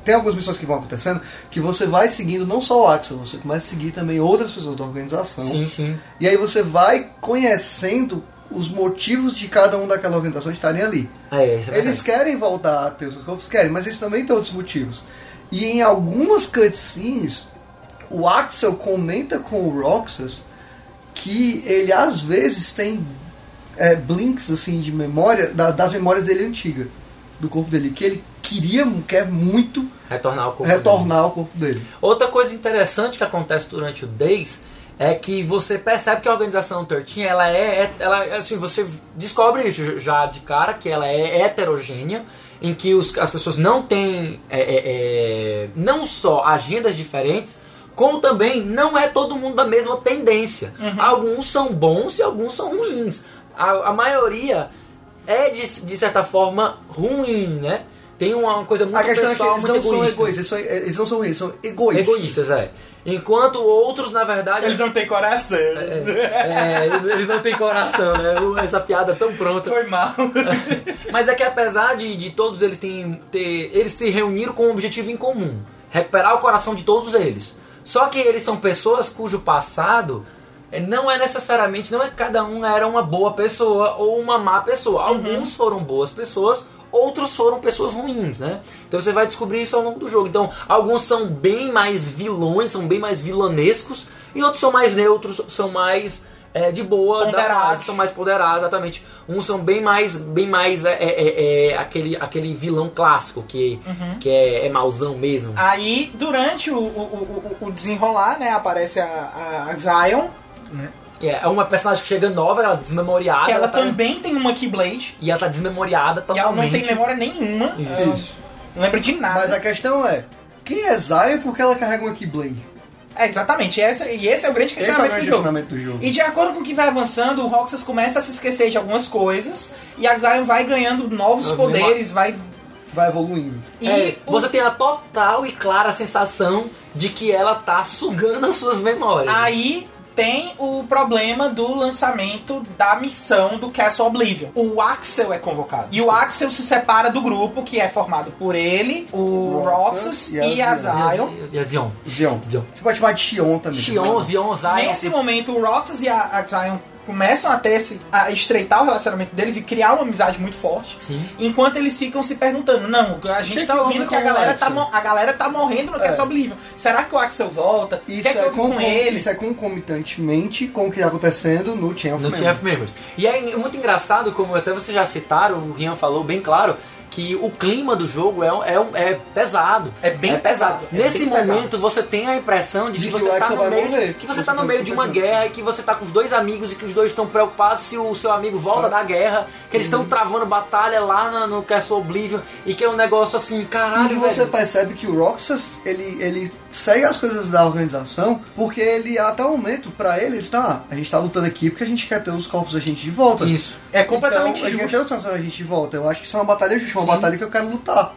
Speaker 2: tem algumas missões que vão acontecendo, que você vai seguindo não só o Axel, você começa a seguir também outras pessoas da organização.
Speaker 3: Sim, sim.
Speaker 2: E aí você vai conhecendo os motivos de cada um daquela organização de estarem ali.
Speaker 3: É, isso é
Speaker 2: Eles
Speaker 3: verdade.
Speaker 2: querem voltar a ter os seus corpos, querem, mas eles também têm outros motivos. E em algumas cutscenes, o Axel comenta com o Roxas que ele às vezes tem é, blinks assim de memória da- das memórias dele antiga do corpo dele que ele queria quer muito
Speaker 3: Retornar ao corpo.
Speaker 2: retornar ao corpo dele
Speaker 3: Outra coisa interessante que acontece durante o Days é que você percebe que a organização 13, ela é, é- ela assim, você descobre isso já de cara que ela é heterogênea, em que os- as pessoas não têm é, é, é, não só agendas diferentes, como também não é todo mundo da mesma tendência. Alguns são bons e alguns são ruins. A- a maioria é de, de certa forma ruim, né? Tem uma coisa muito
Speaker 2: a questão é que
Speaker 3: pessoal,
Speaker 2: eles
Speaker 3: muito
Speaker 2: não são
Speaker 3: egoísta.
Speaker 2: egoístas eles, são, eles não são eles são egoístas
Speaker 3: Egoístas, é. Enquanto outros, na verdade.
Speaker 1: Eles não têm coração.
Speaker 3: É, eles não têm coração, né? Uh, Essa piada é tão pronta.
Speaker 1: Foi mal.
Speaker 3: Mas é que apesar de, de todos eles terem, ter- eles se reuniram com um objetivo em comum, recuperar o coração de todos eles. Só que eles são pessoas cujo passado eh, não é necessariamente, não é que cada um era uma boa pessoa ou uma má pessoa. Alguns foram boas pessoas, outros foram pessoas ruins, né? Então você vai descobrir isso ao longo do jogo. Então, alguns são bem mais vilões, são bem mais vilanescos, e outros são mais neutros, são mais eh, de boa, da-
Speaker 1: Ponderados.
Speaker 3: são mais mais poderosos, exatamente. Uns são bem mais, bem mais é, é, é, aquele, aquele vilão clássico que,
Speaker 1: Uhum.
Speaker 3: que é, é mauzão mesmo.
Speaker 1: Aí, durante o, o- o- o desenrolar, né, aparece a, a Zion,
Speaker 3: É é uma personagem que chega nova, ela é desmemoriada.
Speaker 1: que ela
Speaker 3: tá-
Speaker 1: também tem uma Keyblade,
Speaker 3: E ela tá desmemoriada
Speaker 1: e ela não
Speaker 3: totalmente.
Speaker 1: tem memória nenhuma,
Speaker 3: Isso.
Speaker 1: ela não lembra de nada.
Speaker 2: mas a questão é quem é Zion porque ela carrega uma Keyblade
Speaker 1: É, exatamente, essa, e esse é o grande
Speaker 2: esse é
Speaker 1: questionamento
Speaker 2: o grande
Speaker 1: do jogo.
Speaker 2: questionamento do jogo
Speaker 1: E de acordo com o que vai avançando, o Roxas começa a se esquecer de algumas coisas, e a Zion vai ganhando novos
Speaker 3: Eu
Speaker 1: poderes, vai...
Speaker 2: vai evoluindo
Speaker 1: E
Speaker 3: É,
Speaker 1: o-
Speaker 3: Você tem a total e clara sensação de que ela tá sugando as suas memórias.
Speaker 1: Aí tem o problema do lançamento da missão do Castle Oblivion. O Axel é convocado. E o Axel se separa do grupo, que é formado por ele, o Roxas e a Zion.
Speaker 3: E a- E a Zion.
Speaker 2: Zion
Speaker 3: Zion.
Speaker 2: Você pode chamar de Xion também. né?
Speaker 3: Xion, Zion, Zion.
Speaker 1: Nesse momento, o Roxas e a, a Zion começam a ter esse, a estreitar o relacionamento deles e criar uma amizade muito forte.
Speaker 3: Sim.
Speaker 1: Enquanto eles ficam se perguntando, não, a gente
Speaker 2: que é
Speaker 1: tá
Speaker 2: que houve
Speaker 1: ouvindo que
Speaker 2: com
Speaker 1: a galera
Speaker 2: o
Speaker 1: tá,
Speaker 2: Axel? É.
Speaker 1: mo- a galera tá morrendo no Castle Oblivion. Será que o Axel volta? O
Speaker 2: Isso
Speaker 1: que é que
Speaker 2: é,
Speaker 1: houve com,
Speaker 2: concom-
Speaker 1: ele?
Speaker 2: isso é concomitantemente com o que está acontecendo no Chain of
Speaker 3: No
Speaker 2: Memory.
Speaker 3: TF Members. E é muito engraçado, como até vocês já citaram, o Rian falou bem claro, que o clima do jogo é, um- é, um- é pesado.
Speaker 1: É bem pesado. É
Speaker 3: Nesse
Speaker 1: bem pesado.
Speaker 3: momento você tem a impressão de, que,
Speaker 2: De que
Speaker 3: você
Speaker 2: o
Speaker 3: está
Speaker 2: Axel
Speaker 3: no
Speaker 2: vai
Speaker 3: meio,
Speaker 2: morrer.
Speaker 3: que você
Speaker 2: Você
Speaker 3: tá no
Speaker 2: tem
Speaker 3: meio
Speaker 2: essa
Speaker 3: de uma
Speaker 2: impressão.
Speaker 3: guerra e que você tá com os dois amigos e que os dois estão preocupados se o seu amigo volta da guerra, que eles estão travando batalha lá na- no Castle Oblivion e que é um negócio assim,
Speaker 2: E
Speaker 3: caralho,
Speaker 2: você
Speaker 3: velho.
Speaker 2: percebe que o Roxas, ele, ele segue as coisas da organização, porque ele, até o momento, pra ele, está a gente tá lutando aqui porque a gente quer ter os corpos da gente de volta.
Speaker 3: Isso.
Speaker 1: É completamente
Speaker 2: então, a gente
Speaker 1: justo.
Speaker 2: quer ter os corpos da gente de volta. Eu acho que isso é uma batalha justa, uma
Speaker 3: Sim.
Speaker 2: batalha que eu quero lutar.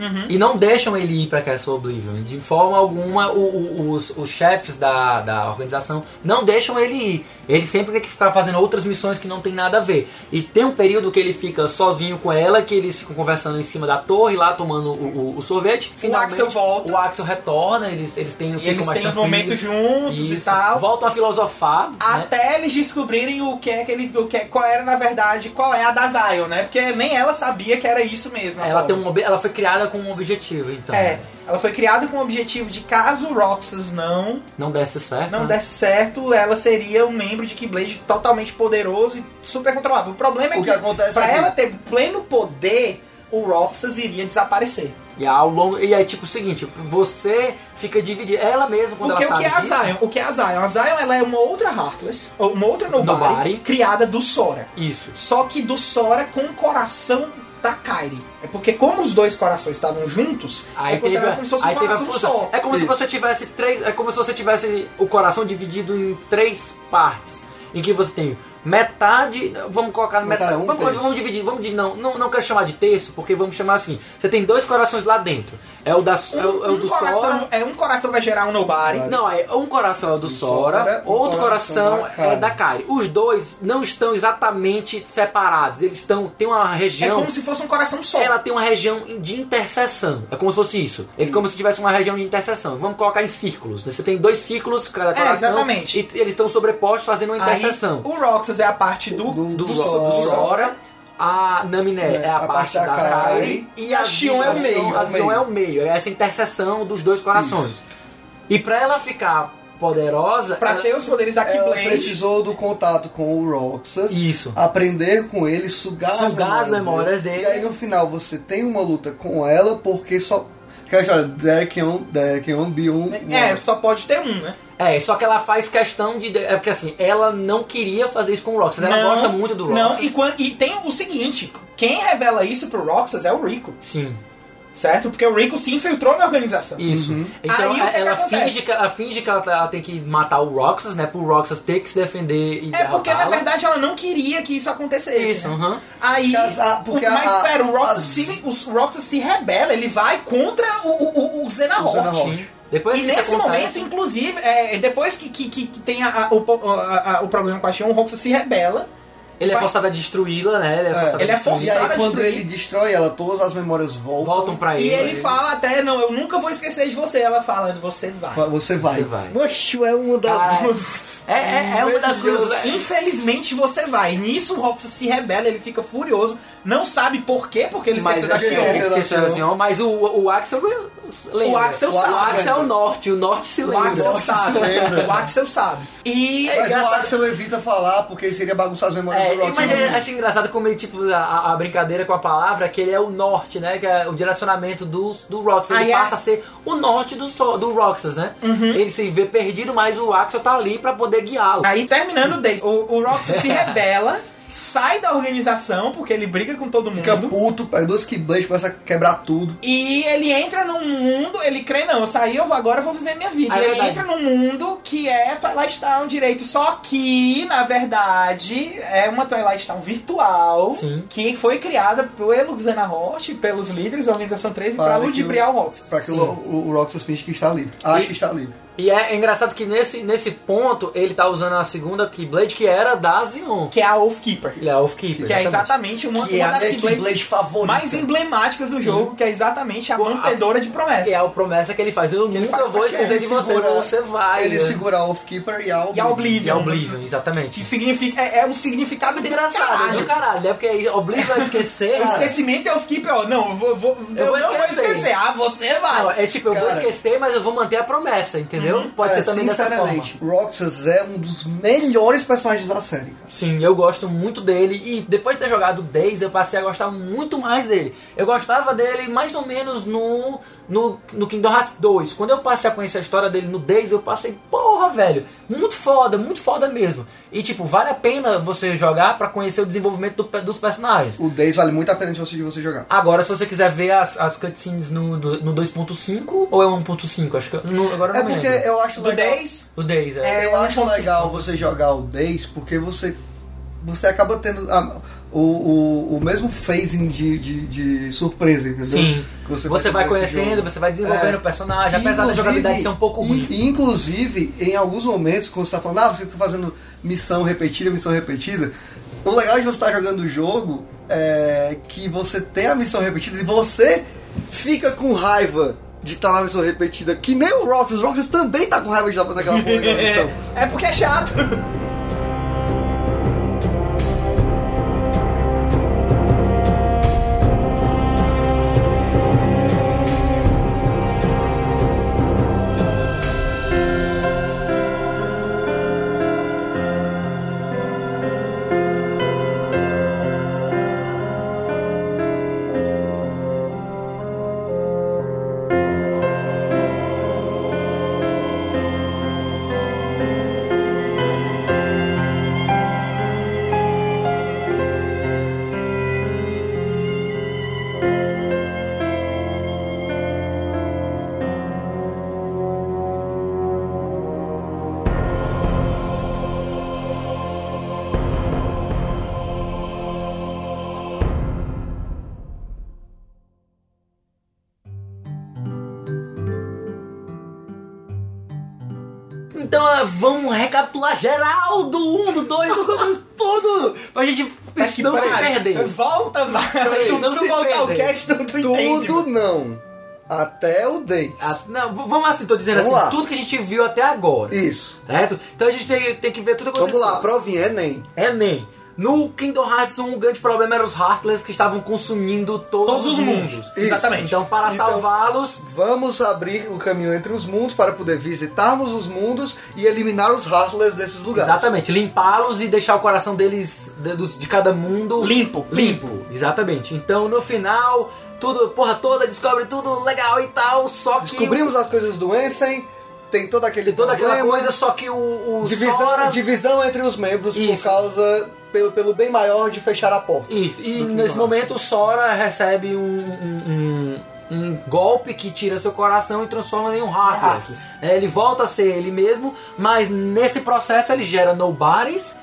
Speaker 1: Uhum.
Speaker 3: E não deixam ele ir pra Castle Oblivion. De forma alguma, o- o- os, os chefes da, da organização não deixam ele ir. Ele sempre tem que ficar fazendo outras missões que não tem nada a ver. E tem um período que ele fica sozinho com ela, que eles ficam conversando em cima da torre, lá tomando o, o- o sorvete.
Speaker 1: Axel volta.
Speaker 3: O Axel retorna, eles, eles têm,
Speaker 1: E eles têm os momentos
Speaker 3: tranquilos.
Speaker 1: juntos e
Speaker 3: Isso.
Speaker 1: tal. Ah,
Speaker 3: Voltam a filosofar. né?
Speaker 1: Até eles descobrirem o que é que ele. O que é- qual era, na verdade, qual é a da Zion, né? Porque nem ela sabia que era isso mesmo. a
Speaker 3: Ela,
Speaker 1: pobre.
Speaker 3: tem um, ob- ela foi criada com um objetivo, então.
Speaker 1: tá. É. Ela foi criada com o objetivo de caso o Roxas não,
Speaker 3: Não desse certo.
Speaker 1: não
Speaker 3: né?
Speaker 1: desse certo, ela seria um membro de Keyblade totalmente poderoso e super controlável. O problema é
Speaker 2: O
Speaker 1: que,
Speaker 2: que acontece
Speaker 1: pra
Speaker 2: aqui?
Speaker 1: ela ter pleno poder, o Roxas iria desaparecer.
Speaker 3: E ao longo. E é tipo o seguinte, você fica dividido. Ela mesma, quando
Speaker 1: Porque
Speaker 3: ela
Speaker 1: o
Speaker 3: sabe
Speaker 1: que é a
Speaker 3: disso-
Speaker 1: Zion? O que é a Zion? A Zion ela é uma outra Heartless, ou uma outra Nobody,
Speaker 3: Nobody.
Speaker 1: criada do Sora.
Speaker 3: Isso.
Speaker 1: Só que do Sora com o coração da Kairi. É porque como os dois corações estavam juntos,
Speaker 3: Aí
Speaker 1: é
Speaker 3: teve,
Speaker 1: considerado como se fosse um
Speaker 3: aí teve a
Speaker 1: coração
Speaker 3: força.
Speaker 1: só.
Speaker 3: É como se
Speaker 2: Isso.
Speaker 3: você tivesse três. É como se você tivesse o coração dividido em três partes. Em que você tem metade. Vamos colocar no
Speaker 2: Metade,
Speaker 3: metade.
Speaker 2: um
Speaker 3: vamos,
Speaker 2: terço.
Speaker 3: vamos dividir, vamos dividir. Não, não, não quero chamar de terço, porque vamos chamar assim. Você tem dois corações lá dentro. É o da é o, é o
Speaker 1: Um,
Speaker 3: do
Speaker 1: um coração,
Speaker 3: Sora.
Speaker 1: é, um coração vai gerar um Nobody.
Speaker 3: Não, é um coração é o do Sora,
Speaker 2: Sora, um
Speaker 3: outro
Speaker 2: coração
Speaker 3: coração,
Speaker 2: da Kari.
Speaker 3: é da Kari. Os dois não estão exatamente separados. Eles estão. Tem uma
Speaker 1: É
Speaker 3: região.
Speaker 1: como se fosse um coração só.
Speaker 3: Ela tem uma região de interseção. É como se fosse isso. É como se tivesse uma região de interseção. Vamos colocar em círculos. né? Você tem dois círculos, cada
Speaker 1: É,
Speaker 3: coração.
Speaker 1: exatamente.
Speaker 3: E eles estão sobrepostos fazendo uma
Speaker 1: Aí,
Speaker 3: interseção.
Speaker 1: o Roxas é a parte do,
Speaker 2: Do-
Speaker 3: do,
Speaker 2: do
Speaker 3: Sora.
Speaker 2: Sora.
Speaker 3: A Naminé é, a, parte, da Kairi.
Speaker 1: e a Shion é o
Speaker 3: Zion-
Speaker 2: meio,
Speaker 3: A
Speaker 2: o
Speaker 3: Zion
Speaker 2: meio.
Speaker 3: é o meio. É essa interseção dos dois corações. E pra ela ficar poderosa...
Speaker 1: pra
Speaker 3: ela-
Speaker 1: ter os poderes da
Speaker 2: Ela
Speaker 1: Keyblade.
Speaker 2: precisou É, do contato com o Roxas.
Speaker 3: Isso.
Speaker 2: Aprender com ele, sugar,
Speaker 3: Sugar as memórias dele.
Speaker 2: E aí no final você tem uma luta com ela porque só. Aquela história, there can, there can be one.
Speaker 1: É, só pode ter um, né?
Speaker 3: É, só que ela faz questão de... É porque assim, ela não queria fazer isso com o Roxas. Ela gosta muito do Roxas.
Speaker 1: Não, e, quan- e tem o seguinte: quem revela isso pro Roxas é o Rico,
Speaker 3: Sim.
Speaker 1: certo? Porque o Rico se infiltrou na organização.
Speaker 3: Isso. Então
Speaker 1: Uhum. Aí, o que que
Speaker 3: ela,
Speaker 1: acontece?
Speaker 3: finge que, ela finge que ela, tá- ela tem que matar o Roxas, né? Pro Roxas ter que se defender e
Speaker 1: É porque na
Speaker 3: derrotá-la.
Speaker 1: verdade ela não queria que isso acontecesse.
Speaker 3: Isso,
Speaker 1: né?
Speaker 3: aham.
Speaker 1: Aí.
Speaker 2: Porque as- a- porque
Speaker 1: o- mas
Speaker 2: a-
Speaker 1: pera, o Roxas,
Speaker 2: as-
Speaker 1: se, o Roxas se rebela, ele vai contra o, o, o, o Xehanort.
Speaker 2: O Xehanort.
Speaker 3: Sim. Depois
Speaker 1: e
Speaker 2: é
Speaker 3: que
Speaker 1: nesse
Speaker 3: isso
Speaker 2: né?
Speaker 3: acontece,
Speaker 1: momento, inclusive, é, depois que, que, que- que tem a- a- o, po- a- a- o problema com a Xion, o Roxas se rebela.
Speaker 3: ele é
Speaker 1: vai-
Speaker 3: forçado a destruí-la, né? Ele é forçado
Speaker 1: ele
Speaker 3: a
Speaker 1: é
Speaker 3: destruí-la.
Speaker 2: E aí
Speaker 1: Sara
Speaker 2: quando
Speaker 1: destruir-
Speaker 2: ele destrói ela, todas as memórias voltam.
Speaker 3: Voltam pra ele.
Speaker 1: E ele fala até, não, eu nunca vou esquecer de você. Ela fala, você vai.
Speaker 2: Você vai.
Speaker 3: Você vai.
Speaker 2: Macho, é uma das.
Speaker 3: Caralho. É, é, é uma das coisas... é-
Speaker 1: Infelizmente você vai. Nisso o Roxas se rebela, ele fica furioso, não sabe por quê, porque ele
Speaker 3: Mas, assim,
Speaker 1: esqueceu da
Speaker 2: é-
Speaker 1: Xion.
Speaker 2: é-
Speaker 3: esqueceu da Xion, mas o, o Axel lembra.
Speaker 1: O Axel
Speaker 3: o
Speaker 1: sabe.
Speaker 3: Axel é o norte, o norte se
Speaker 1: O
Speaker 3: lembra.
Speaker 1: Axel sabe.
Speaker 2: lembra.
Speaker 1: O Axel sabe. E.
Speaker 3: É,
Speaker 2: Mas o
Speaker 3: engraçado.
Speaker 2: Axel evita falar porque seria bagunçar as memórias
Speaker 3: É,
Speaker 2: do Roxas.
Speaker 3: mas eu acho engraçado como ele, tipo, a, a brincadeira com a palavra, que ele é o norte, né? Que é o direcionamento do, do Roxas. Ele
Speaker 1: Aí é- Uhum.
Speaker 3: passa a ser o norte do, so- do Roxas, né? Ele se vê perdido, mas o Axel tá ali pra poder guiá-lo.
Speaker 1: Aí terminando o Days, o, o Roxas se rebela, sai da organização, porque ele briga com todo mundo.
Speaker 2: Fica puto, pega dois Keyblades, começa a quebrar tudo.
Speaker 1: E ele entra num mundo, ele crê, não, eu saí, eu vou- agora eu vou viver minha vida.
Speaker 3: Ah, é
Speaker 1: ele
Speaker 3: verdade.
Speaker 1: entra num mundo que é Twilight Town direito. Só que, na verdade, é uma Twilight Town virtual
Speaker 3: Sim.
Speaker 1: que foi criada pelo Xena Roche, pelos líderes da Organização 13 para
Speaker 2: Para que
Speaker 1: ludibriar o Roxas.
Speaker 2: Pra que o, o o Roxas finge que está livre. Acha que está livre.
Speaker 3: E é, é engraçado que nesse, nesse ponto ele tá usando a segunda Keyblade, que era da Zion.
Speaker 1: Que é a Oath Keeper.
Speaker 3: Ele é o Keeper.
Speaker 1: Que é exatamente uma,
Speaker 2: Que é
Speaker 1: uma
Speaker 2: a
Speaker 1: das
Speaker 2: minha
Speaker 1: Keyblades
Speaker 2: Keyblade favorita.
Speaker 1: mais emblemáticas do jogo, que é exatamente a
Speaker 3: Pô, a-
Speaker 1: mantedora de promessas.
Speaker 3: É a promessa que ele faz. Eu
Speaker 1: ele
Speaker 3: nunca
Speaker 1: faz
Speaker 3: vou
Speaker 1: pra
Speaker 3: esquecer de você, mas você vai.
Speaker 2: Ele
Speaker 3: né?
Speaker 2: segura a Off-Keeper e a
Speaker 1: E a
Speaker 2: Oblivion.
Speaker 1: Oblivion.
Speaker 3: E é Oblivion, exatamente.
Speaker 1: Que significa, é, é um significado
Speaker 3: Muito
Speaker 1: do
Speaker 3: engraçado,
Speaker 1: caralho.
Speaker 3: do caralho. É porque aí Oblivion vai esquecer.
Speaker 1: O
Speaker 3: cara.
Speaker 1: esquecimento é o keep, ó. Não, eu vou, vou- eu
Speaker 3: vou
Speaker 1: não
Speaker 3: esquecer.
Speaker 1: vou esquecer. Ah, você vai.
Speaker 3: Não, é tipo, eu vou
Speaker 2: Cara.
Speaker 3: esquecer, mas eu vou manter a promessa, entendeu?
Speaker 1: Uhum.
Speaker 3: Pode
Speaker 2: Cara,
Speaker 3: ser também dessa forma.
Speaker 2: sinceramente, Roxas é um dos melhores personagens da série, cara.
Speaker 3: Sim, eu gosto muito dele e depois de ter jogado Days, eu passei a gostar muito mais dele. Eu gostava dele mais ou menos no, no, no Kingdom Hearts 2. Quando eu passei a conhecer a história dele no Days, eu passei, porra, velho, muito foda, muito foda mesmo. E tipo, vale a pena você jogar pra conhecer o desenvolvimento do pe- dos personagens.
Speaker 2: O Days vale muito a pena de você, de você jogar.
Speaker 3: Agora, se você quiser ver as, as cutscenes no, do- no 2.5 ou é 1.5, acho que. no- agora eu
Speaker 2: É
Speaker 3: não
Speaker 2: porque
Speaker 3: lembro.
Speaker 2: eu acho
Speaker 1: Do
Speaker 2: legal...
Speaker 1: 10,
Speaker 3: O Days, é.
Speaker 1: É,
Speaker 2: Eu
Speaker 1: eu
Speaker 2: acho
Speaker 1: não consigo.
Speaker 2: legal você jogar o Days porque você você acaba tendo a- o, o, o mesmo phasing de, de, de surpresa, entendeu?
Speaker 3: Sim.
Speaker 2: Que
Speaker 3: Você,
Speaker 2: ter
Speaker 3: vai
Speaker 2: nesse
Speaker 3: conhecendo,
Speaker 2: jogo.
Speaker 3: você vai desenvolvendo
Speaker 2: É.
Speaker 3: o personagem, Ah, apesar da
Speaker 2: Inclusive-
Speaker 3: jogabilidade ser um pouco
Speaker 2: in-
Speaker 3: ruim.
Speaker 2: Inclusive, em alguns momentos, quando você tá falando, ah, você tá fazendo missão repetida, missão repetida, o legal de você estar jogando o jogo é que você tem a missão repetida e você fica com raiva de estar na missão repetida, que nem o Roxas, o Roxas também tá com raiva de estar fazendo aquela porra daquela missão.
Speaker 1: É porque é chato.
Speaker 3: Então ah, vamos recapitular geral do 1, do 2, do começo todo! Pra gente
Speaker 1: Tá que
Speaker 3: não se
Speaker 1: pariu.
Speaker 3: perder.
Speaker 2: É
Speaker 1: Volta mais.
Speaker 3: Peraí,
Speaker 1: tu,
Speaker 3: não
Speaker 1: se
Speaker 3: se
Speaker 1: voltar o
Speaker 3: perdem.
Speaker 1: cast, tu, tu entende.
Speaker 2: Tudo
Speaker 1: mano.
Speaker 2: não. Até o 10.
Speaker 3: Ah, não, v- vamos assim, tô dizendo
Speaker 2: Vamos
Speaker 3: assim,
Speaker 2: lá.
Speaker 3: tudo que a gente viu até agora.
Speaker 2: Isso.
Speaker 3: Certo? Então a gente tem, tem que ver tudo acontecendo.
Speaker 2: Vamos lá, provinha, Enem.
Speaker 3: É nem. No Kingdom Hearts 1, o grande problema eram os Heartless que estavam consumindo todos,
Speaker 1: Todos os mundos.
Speaker 2: Isso.
Speaker 1: Exatamente.
Speaker 3: Então, para
Speaker 2: Então-
Speaker 3: salvá-los,
Speaker 2: Vamos abrir o caminho entre os mundos para poder visitarmos os mundos e eliminar os Hustlers desses lugares.
Speaker 3: Exatamente, limpá-los e deixar o coração deles, de, dos- de cada
Speaker 2: Então,
Speaker 3: mundo
Speaker 1: Limpo.
Speaker 3: Limpo, exatamente. Então no final, tudo, porra toda, descobre tudo legal e tal, só que.
Speaker 2: Descobrimos as coisas do Ensen, tem todo aquele
Speaker 3: tem toda aquela
Speaker 2: problema,
Speaker 3: coisa, só que o, o
Speaker 2: divisão,
Speaker 3: Sora.
Speaker 2: divisão entre os membros por
Speaker 3: Isso.
Speaker 2: causa pelo, pelo bem maior de fechar a porta.
Speaker 3: Isso, e
Speaker 2: Do Kingdom
Speaker 3: nesse
Speaker 2: Hearts.
Speaker 3: momento o Sora recebe um, um- um- um golpe que tira seu coração e transforma em um Heartless.
Speaker 1: Heartless.
Speaker 3: É, ele volta a ser ele mesmo, mas nesse processo ele gera nobodies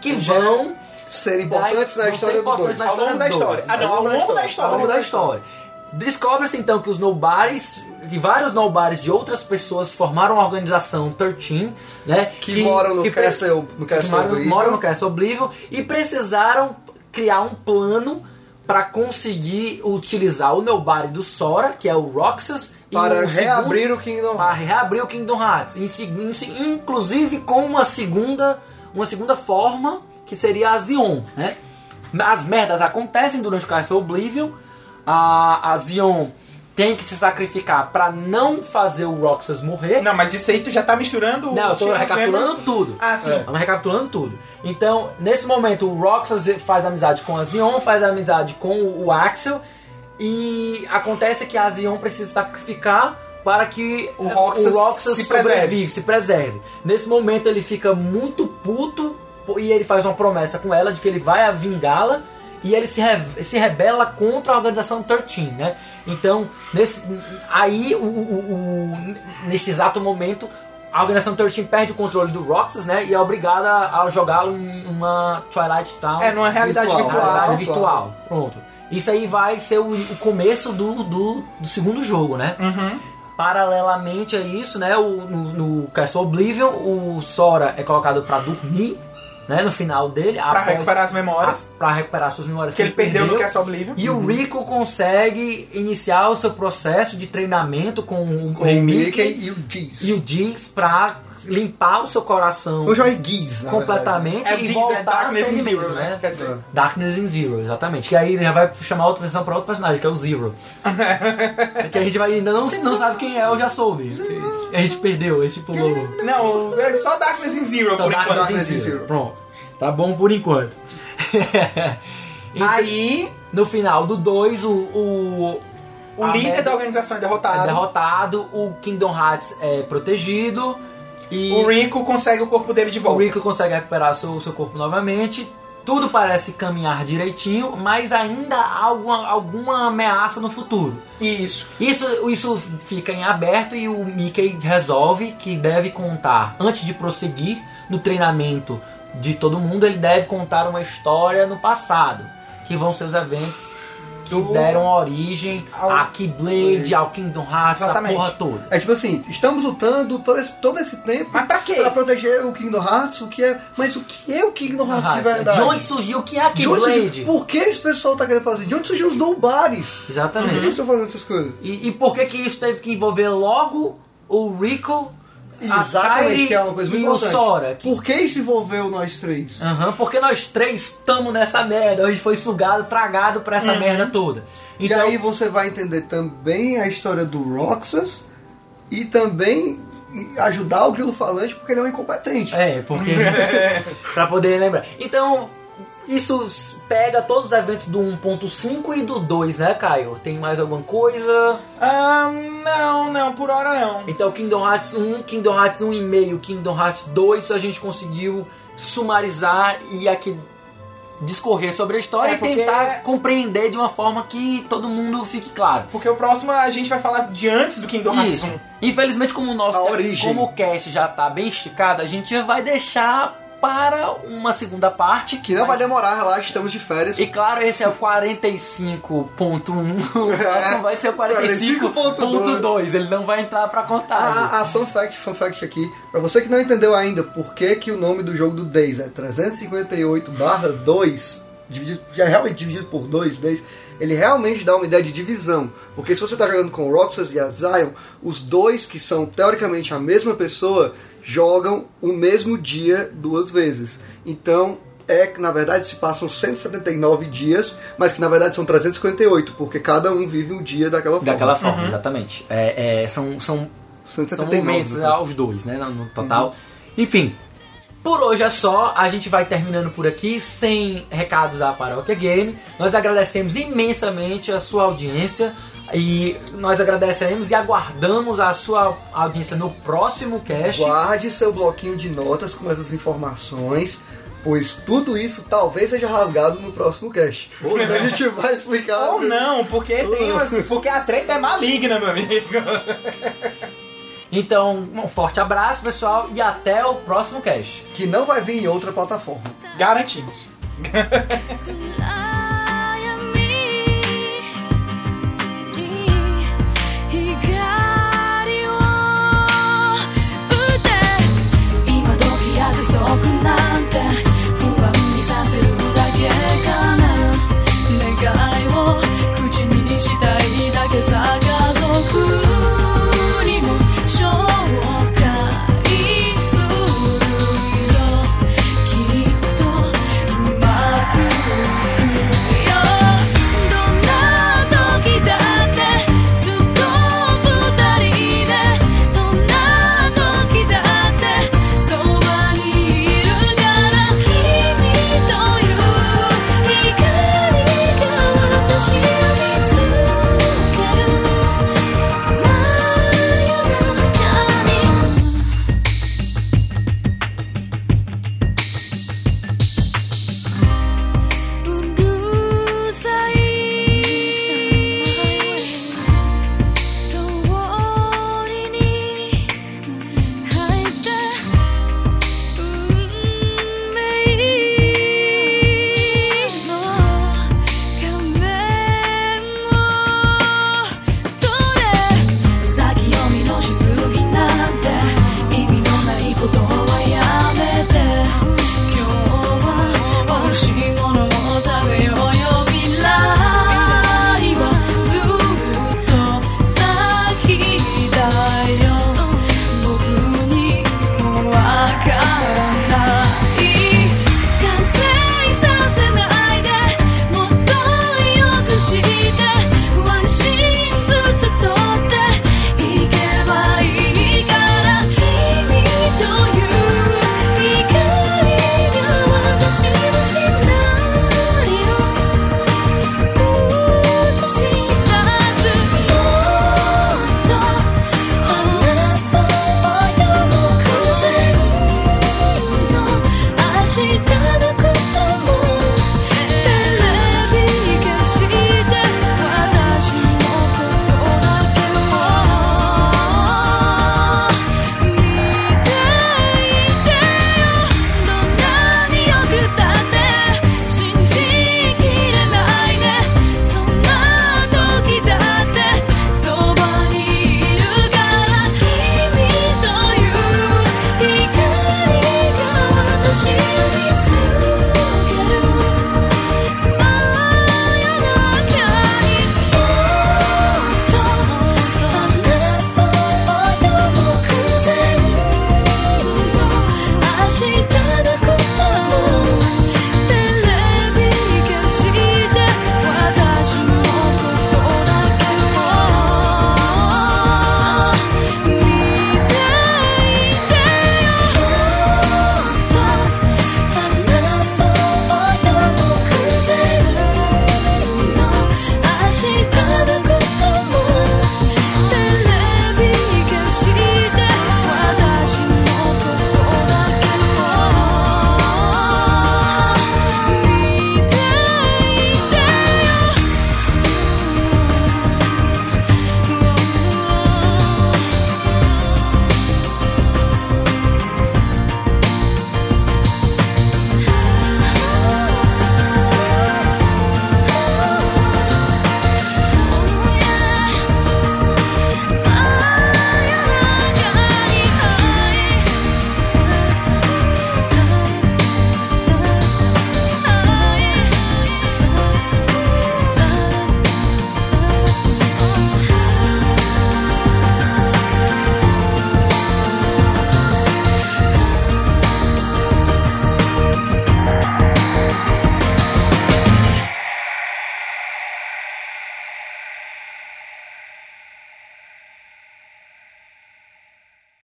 Speaker 3: que
Speaker 1: Gera-
Speaker 3: vão.
Speaker 2: Ser importantes
Speaker 3: Vai- vão
Speaker 2: na
Speaker 3: ser
Speaker 2: história do
Speaker 3: importantes
Speaker 2: dois.
Speaker 3: na
Speaker 1: Ao longo da
Speaker 3: História
Speaker 1: história.
Speaker 3: doze.
Speaker 1: Ah, não, ao longo da
Speaker 3: ao longo
Speaker 1: história.
Speaker 3: da história. Descobre-se então que os nobodies, que vários nobodies de outras pessoas formaram a organização 13, né?
Speaker 2: Que moram no
Speaker 3: pre-
Speaker 2: Castle- no Castle
Speaker 3: que moram-
Speaker 2: Oblivion.
Speaker 3: moram no Castle Oblivion e precisaram criar um plano para conseguir utilizar o nobody do Sora, que é o Roxas, e
Speaker 2: Para
Speaker 3: o segundo-
Speaker 2: reabrir o Kingdom
Speaker 3: para
Speaker 2: Hearts.
Speaker 3: reabrir o Kingdom Hearts, em seg- em se- inclusive com uma segunda, uma segunda forma que seria a Zion, né? As merdas acontecem durante o Castle Oblivion, a, a Zion tem que se sacrificar para não fazer o Roxas morrer.
Speaker 1: Não, mas isso aí tu já tá misturando...
Speaker 3: Não, eu tô
Speaker 1: tinha os
Speaker 3: recapitulando
Speaker 1: membros-
Speaker 3: tudo.
Speaker 1: Ah, sim.
Speaker 2: É.
Speaker 3: Vamos recapitulando tudo. Então, nesse momento, o Roxas faz amizade com a Zion, faz amizade com o Axel. E acontece que a Zion precisa sacrificar para que
Speaker 1: O Roxas se preserve.
Speaker 3: sobrevive, se preserve. Nesse momento, ele fica muito puto e ele faz uma promessa com ela de que ele vai vingá-la. E ele se, re- se rebela contra a organização 13, né? Então, nesse, aí, o, o- o- neste exato momento, a organização 13 perde o controle do Roxas, né? E é obrigada a jogá-lo em uma Twilight Town.
Speaker 1: É, numa realidade
Speaker 2: Virtual.
Speaker 1: virtual.
Speaker 3: Realidade virtual. Pronto. Isso aí vai ser o, o começo do, do, do segundo jogo, né?
Speaker 1: Uhum.
Speaker 3: Paralelamente a isso, né? O, no, no Castle Oblivion, o Sora é colocado pra dormir, né? No final dele.
Speaker 1: Pra recuperar as memórias.
Speaker 3: Pra recuperar suas memórias.
Speaker 1: Que ele perdeu no Castle Oblivion.
Speaker 3: E o Rico consegue iniciar o seu processo de treinamento com, o-
Speaker 2: Com o Mickey e o Giz.
Speaker 3: e o Jinx pra limpar o seu coração
Speaker 2: Eu já é Giz, na
Speaker 3: completamente
Speaker 1: É
Speaker 3: e
Speaker 1: diz, é
Speaker 3: voltar a ser
Speaker 1: Darkness in
Speaker 3: ele
Speaker 1: Zero,
Speaker 3: mesmo,
Speaker 1: né?
Speaker 3: né?
Speaker 1: Quer
Speaker 2: É.
Speaker 1: dizer...
Speaker 3: Darkness in Zero, exatamente. Que aí ele já vai chamar outra atenção pra outro personagem, que é o Zero. que a gente vai, ainda não, não sabe quem é, eu já soube. Que A gente perdeu, a gente pulou.
Speaker 1: Não, é só Darkness in Zero,
Speaker 3: Só
Speaker 1: por enquanto.
Speaker 3: Darkness in
Speaker 2: Darkness
Speaker 3: Zero.
Speaker 2: in Zero.
Speaker 3: Pronto. Tá bom por enquanto. Então,
Speaker 1: Aí,
Speaker 3: no final do 2, o, o,
Speaker 1: o
Speaker 3: a
Speaker 1: líder
Speaker 3: Mega
Speaker 1: da organização
Speaker 3: é
Speaker 1: é derrotado.
Speaker 3: derrotado, o Kingdom Hearts é protegido. E
Speaker 1: O Rico consegue o corpo dele de
Speaker 3: O
Speaker 1: volta.
Speaker 3: Rico consegue recuperar seu, seu corpo novamente. Tudo parece caminhar direitinho, mas ainda há alguma, alguma ameaça no futuro.
Speaker 1: Isso.
Speaker 3: Isso, isso fica em aberto e o Mickey resolve que deve contar, antes de prosseguir no treinamento de todo mundo, ele deve contar uma história no passado, que vão ser os eventos que
Speaker 1: Do-
Speaker 3: deram origem
Speaker 1: Ao-
Speaker 3: a Keyblade, ao Kingdom Hearts, a
Speaker 1: Exatamente.
Speaker 3: porra toda.
Speaker 2: É tipo assim, estamos lutando todo esse, todo esse tempo
Speaker 1: Mas pra quê?
Speaker 2: pra proteger o Kingdom Hearts, o que é. Mas o que é o Kingdom Hearts de verdade?
Speaker 3: Ah, De onde surgiu o que é a
Speaker 2: De onde
Speaker 3: Keyblade?
Speaker 2: surgiu- Por que esse pessoal tá querendo fazer? De onde surgiu os Nobares? Por que
Speaker 3: Exatamente.
Speaker 2: eles estão fazendo essas coisas?
Speaker 3: E, e por que que isso teve que envolver logo o Rico, a
Speaker 2: Exatamente,
Speaker 3: Kairi
Speaker 2: que é uma coisa muito
Speaker 3: e o
Speaker 2: importante.
Speaker 3: Sora? Ah, Que-
Speaker 2: Por que se envolveu nós três?
Speaker 3: Aham, porque nós três estamos nessa merda. A gente foi sugado, tragado pra essa merda toda. Então,
Speaker 2: E aí você vai entender também a história do Roxas e também ajudar o Grilo Falante porque ele é um incompetente.
Speaker 3: É, porque. pra poder lembrar. Então, isso s- pega todos os eventos do 1.5 e do 2, né, Caio? Tem mais alguma coisa?
Speaker 1: Ah, não, não, por hora não.
Speaker 3: Então, Kingdom Hearts 1, Kingdom Hearts 1,5, Kingdom Hearts 2, a gente conseguiu sumarizar e aqui discorrer sobre a história
Speaker 1: É,
Speaker 3: e
Speaker 1: porque-
Speaker 3: tentar compreender de uma forma que todo mundo fique claro.
Speaker 1: Porque o próximo a gente vai falar de antes do Kingdom Hearts
Speaker 3: Isso.
Speaker 1: 1.
Speaker 3: Infelizmente, como o nosso
Speaker 2: A origem.
Speaker 3: como o cast já tá bem esticado, a gente vai deixar para uma segunda parte
Speaker 2: Que não
Speaker 3: vai
Speaker 2: vai demorar, relaxa, estamos de férias.
Speaker 3: E claro, esse é o 45.1. O próximo vai ser o 45.2. Ele não vai entrar pra contagem.
Speaker 2: Ah, ah, ah, fun fact, fun fact aqui. Pra você que não entendeu ainda por que, que o nome do jogo do Days é 358 barra 2, dividido, que é realmente dividido por 2, Days, ele realmente dá uma ideia de divisão. Porque se você tá jogando com o Roxas e a Zion, os dois que são teoricamente a mesma pessoa, jogam o mesmo dia duas vezes. Então... É que na verdade se passam 179 dias, mas que na verdade são 358, porque cada um vive um dia daquela forma.
Speaker 3: Daquela forma, exatamente. É, é, são, são, são
Speaker 2: 179,
Speaker 3: momentos
Speaker 2: no caso.
Speaker 3: aos dois, né? Uhum. No no total. Enfim. Por hoje é só, a gente vai terminando por aqui, sem recados da Paróquia Game. Nós agradecemos imensamente a sua audiência e nós agradecemos e aguardamos a sua audiência no próximo cast.
Speaker 2: Guarde seu bloquinho de notas com essas informações, pois tudo isso talvez seja rasgado no próximo cast.
Speaker 3: Ou não.
Speaker 2: a gente vai explicar.
Speaker 1: Ou não, porque tem
Speaker 3: Uh.
Speaker 1: umas, porque a treta é maligna, meu amigo.
Speaker 3: Então, um forte abraço, pessoal, e até o próximo cast.
Speaker 2: Que não vai vir em outra plataforma.
Speaker 1: Garantimos.
Speaker 4: Thank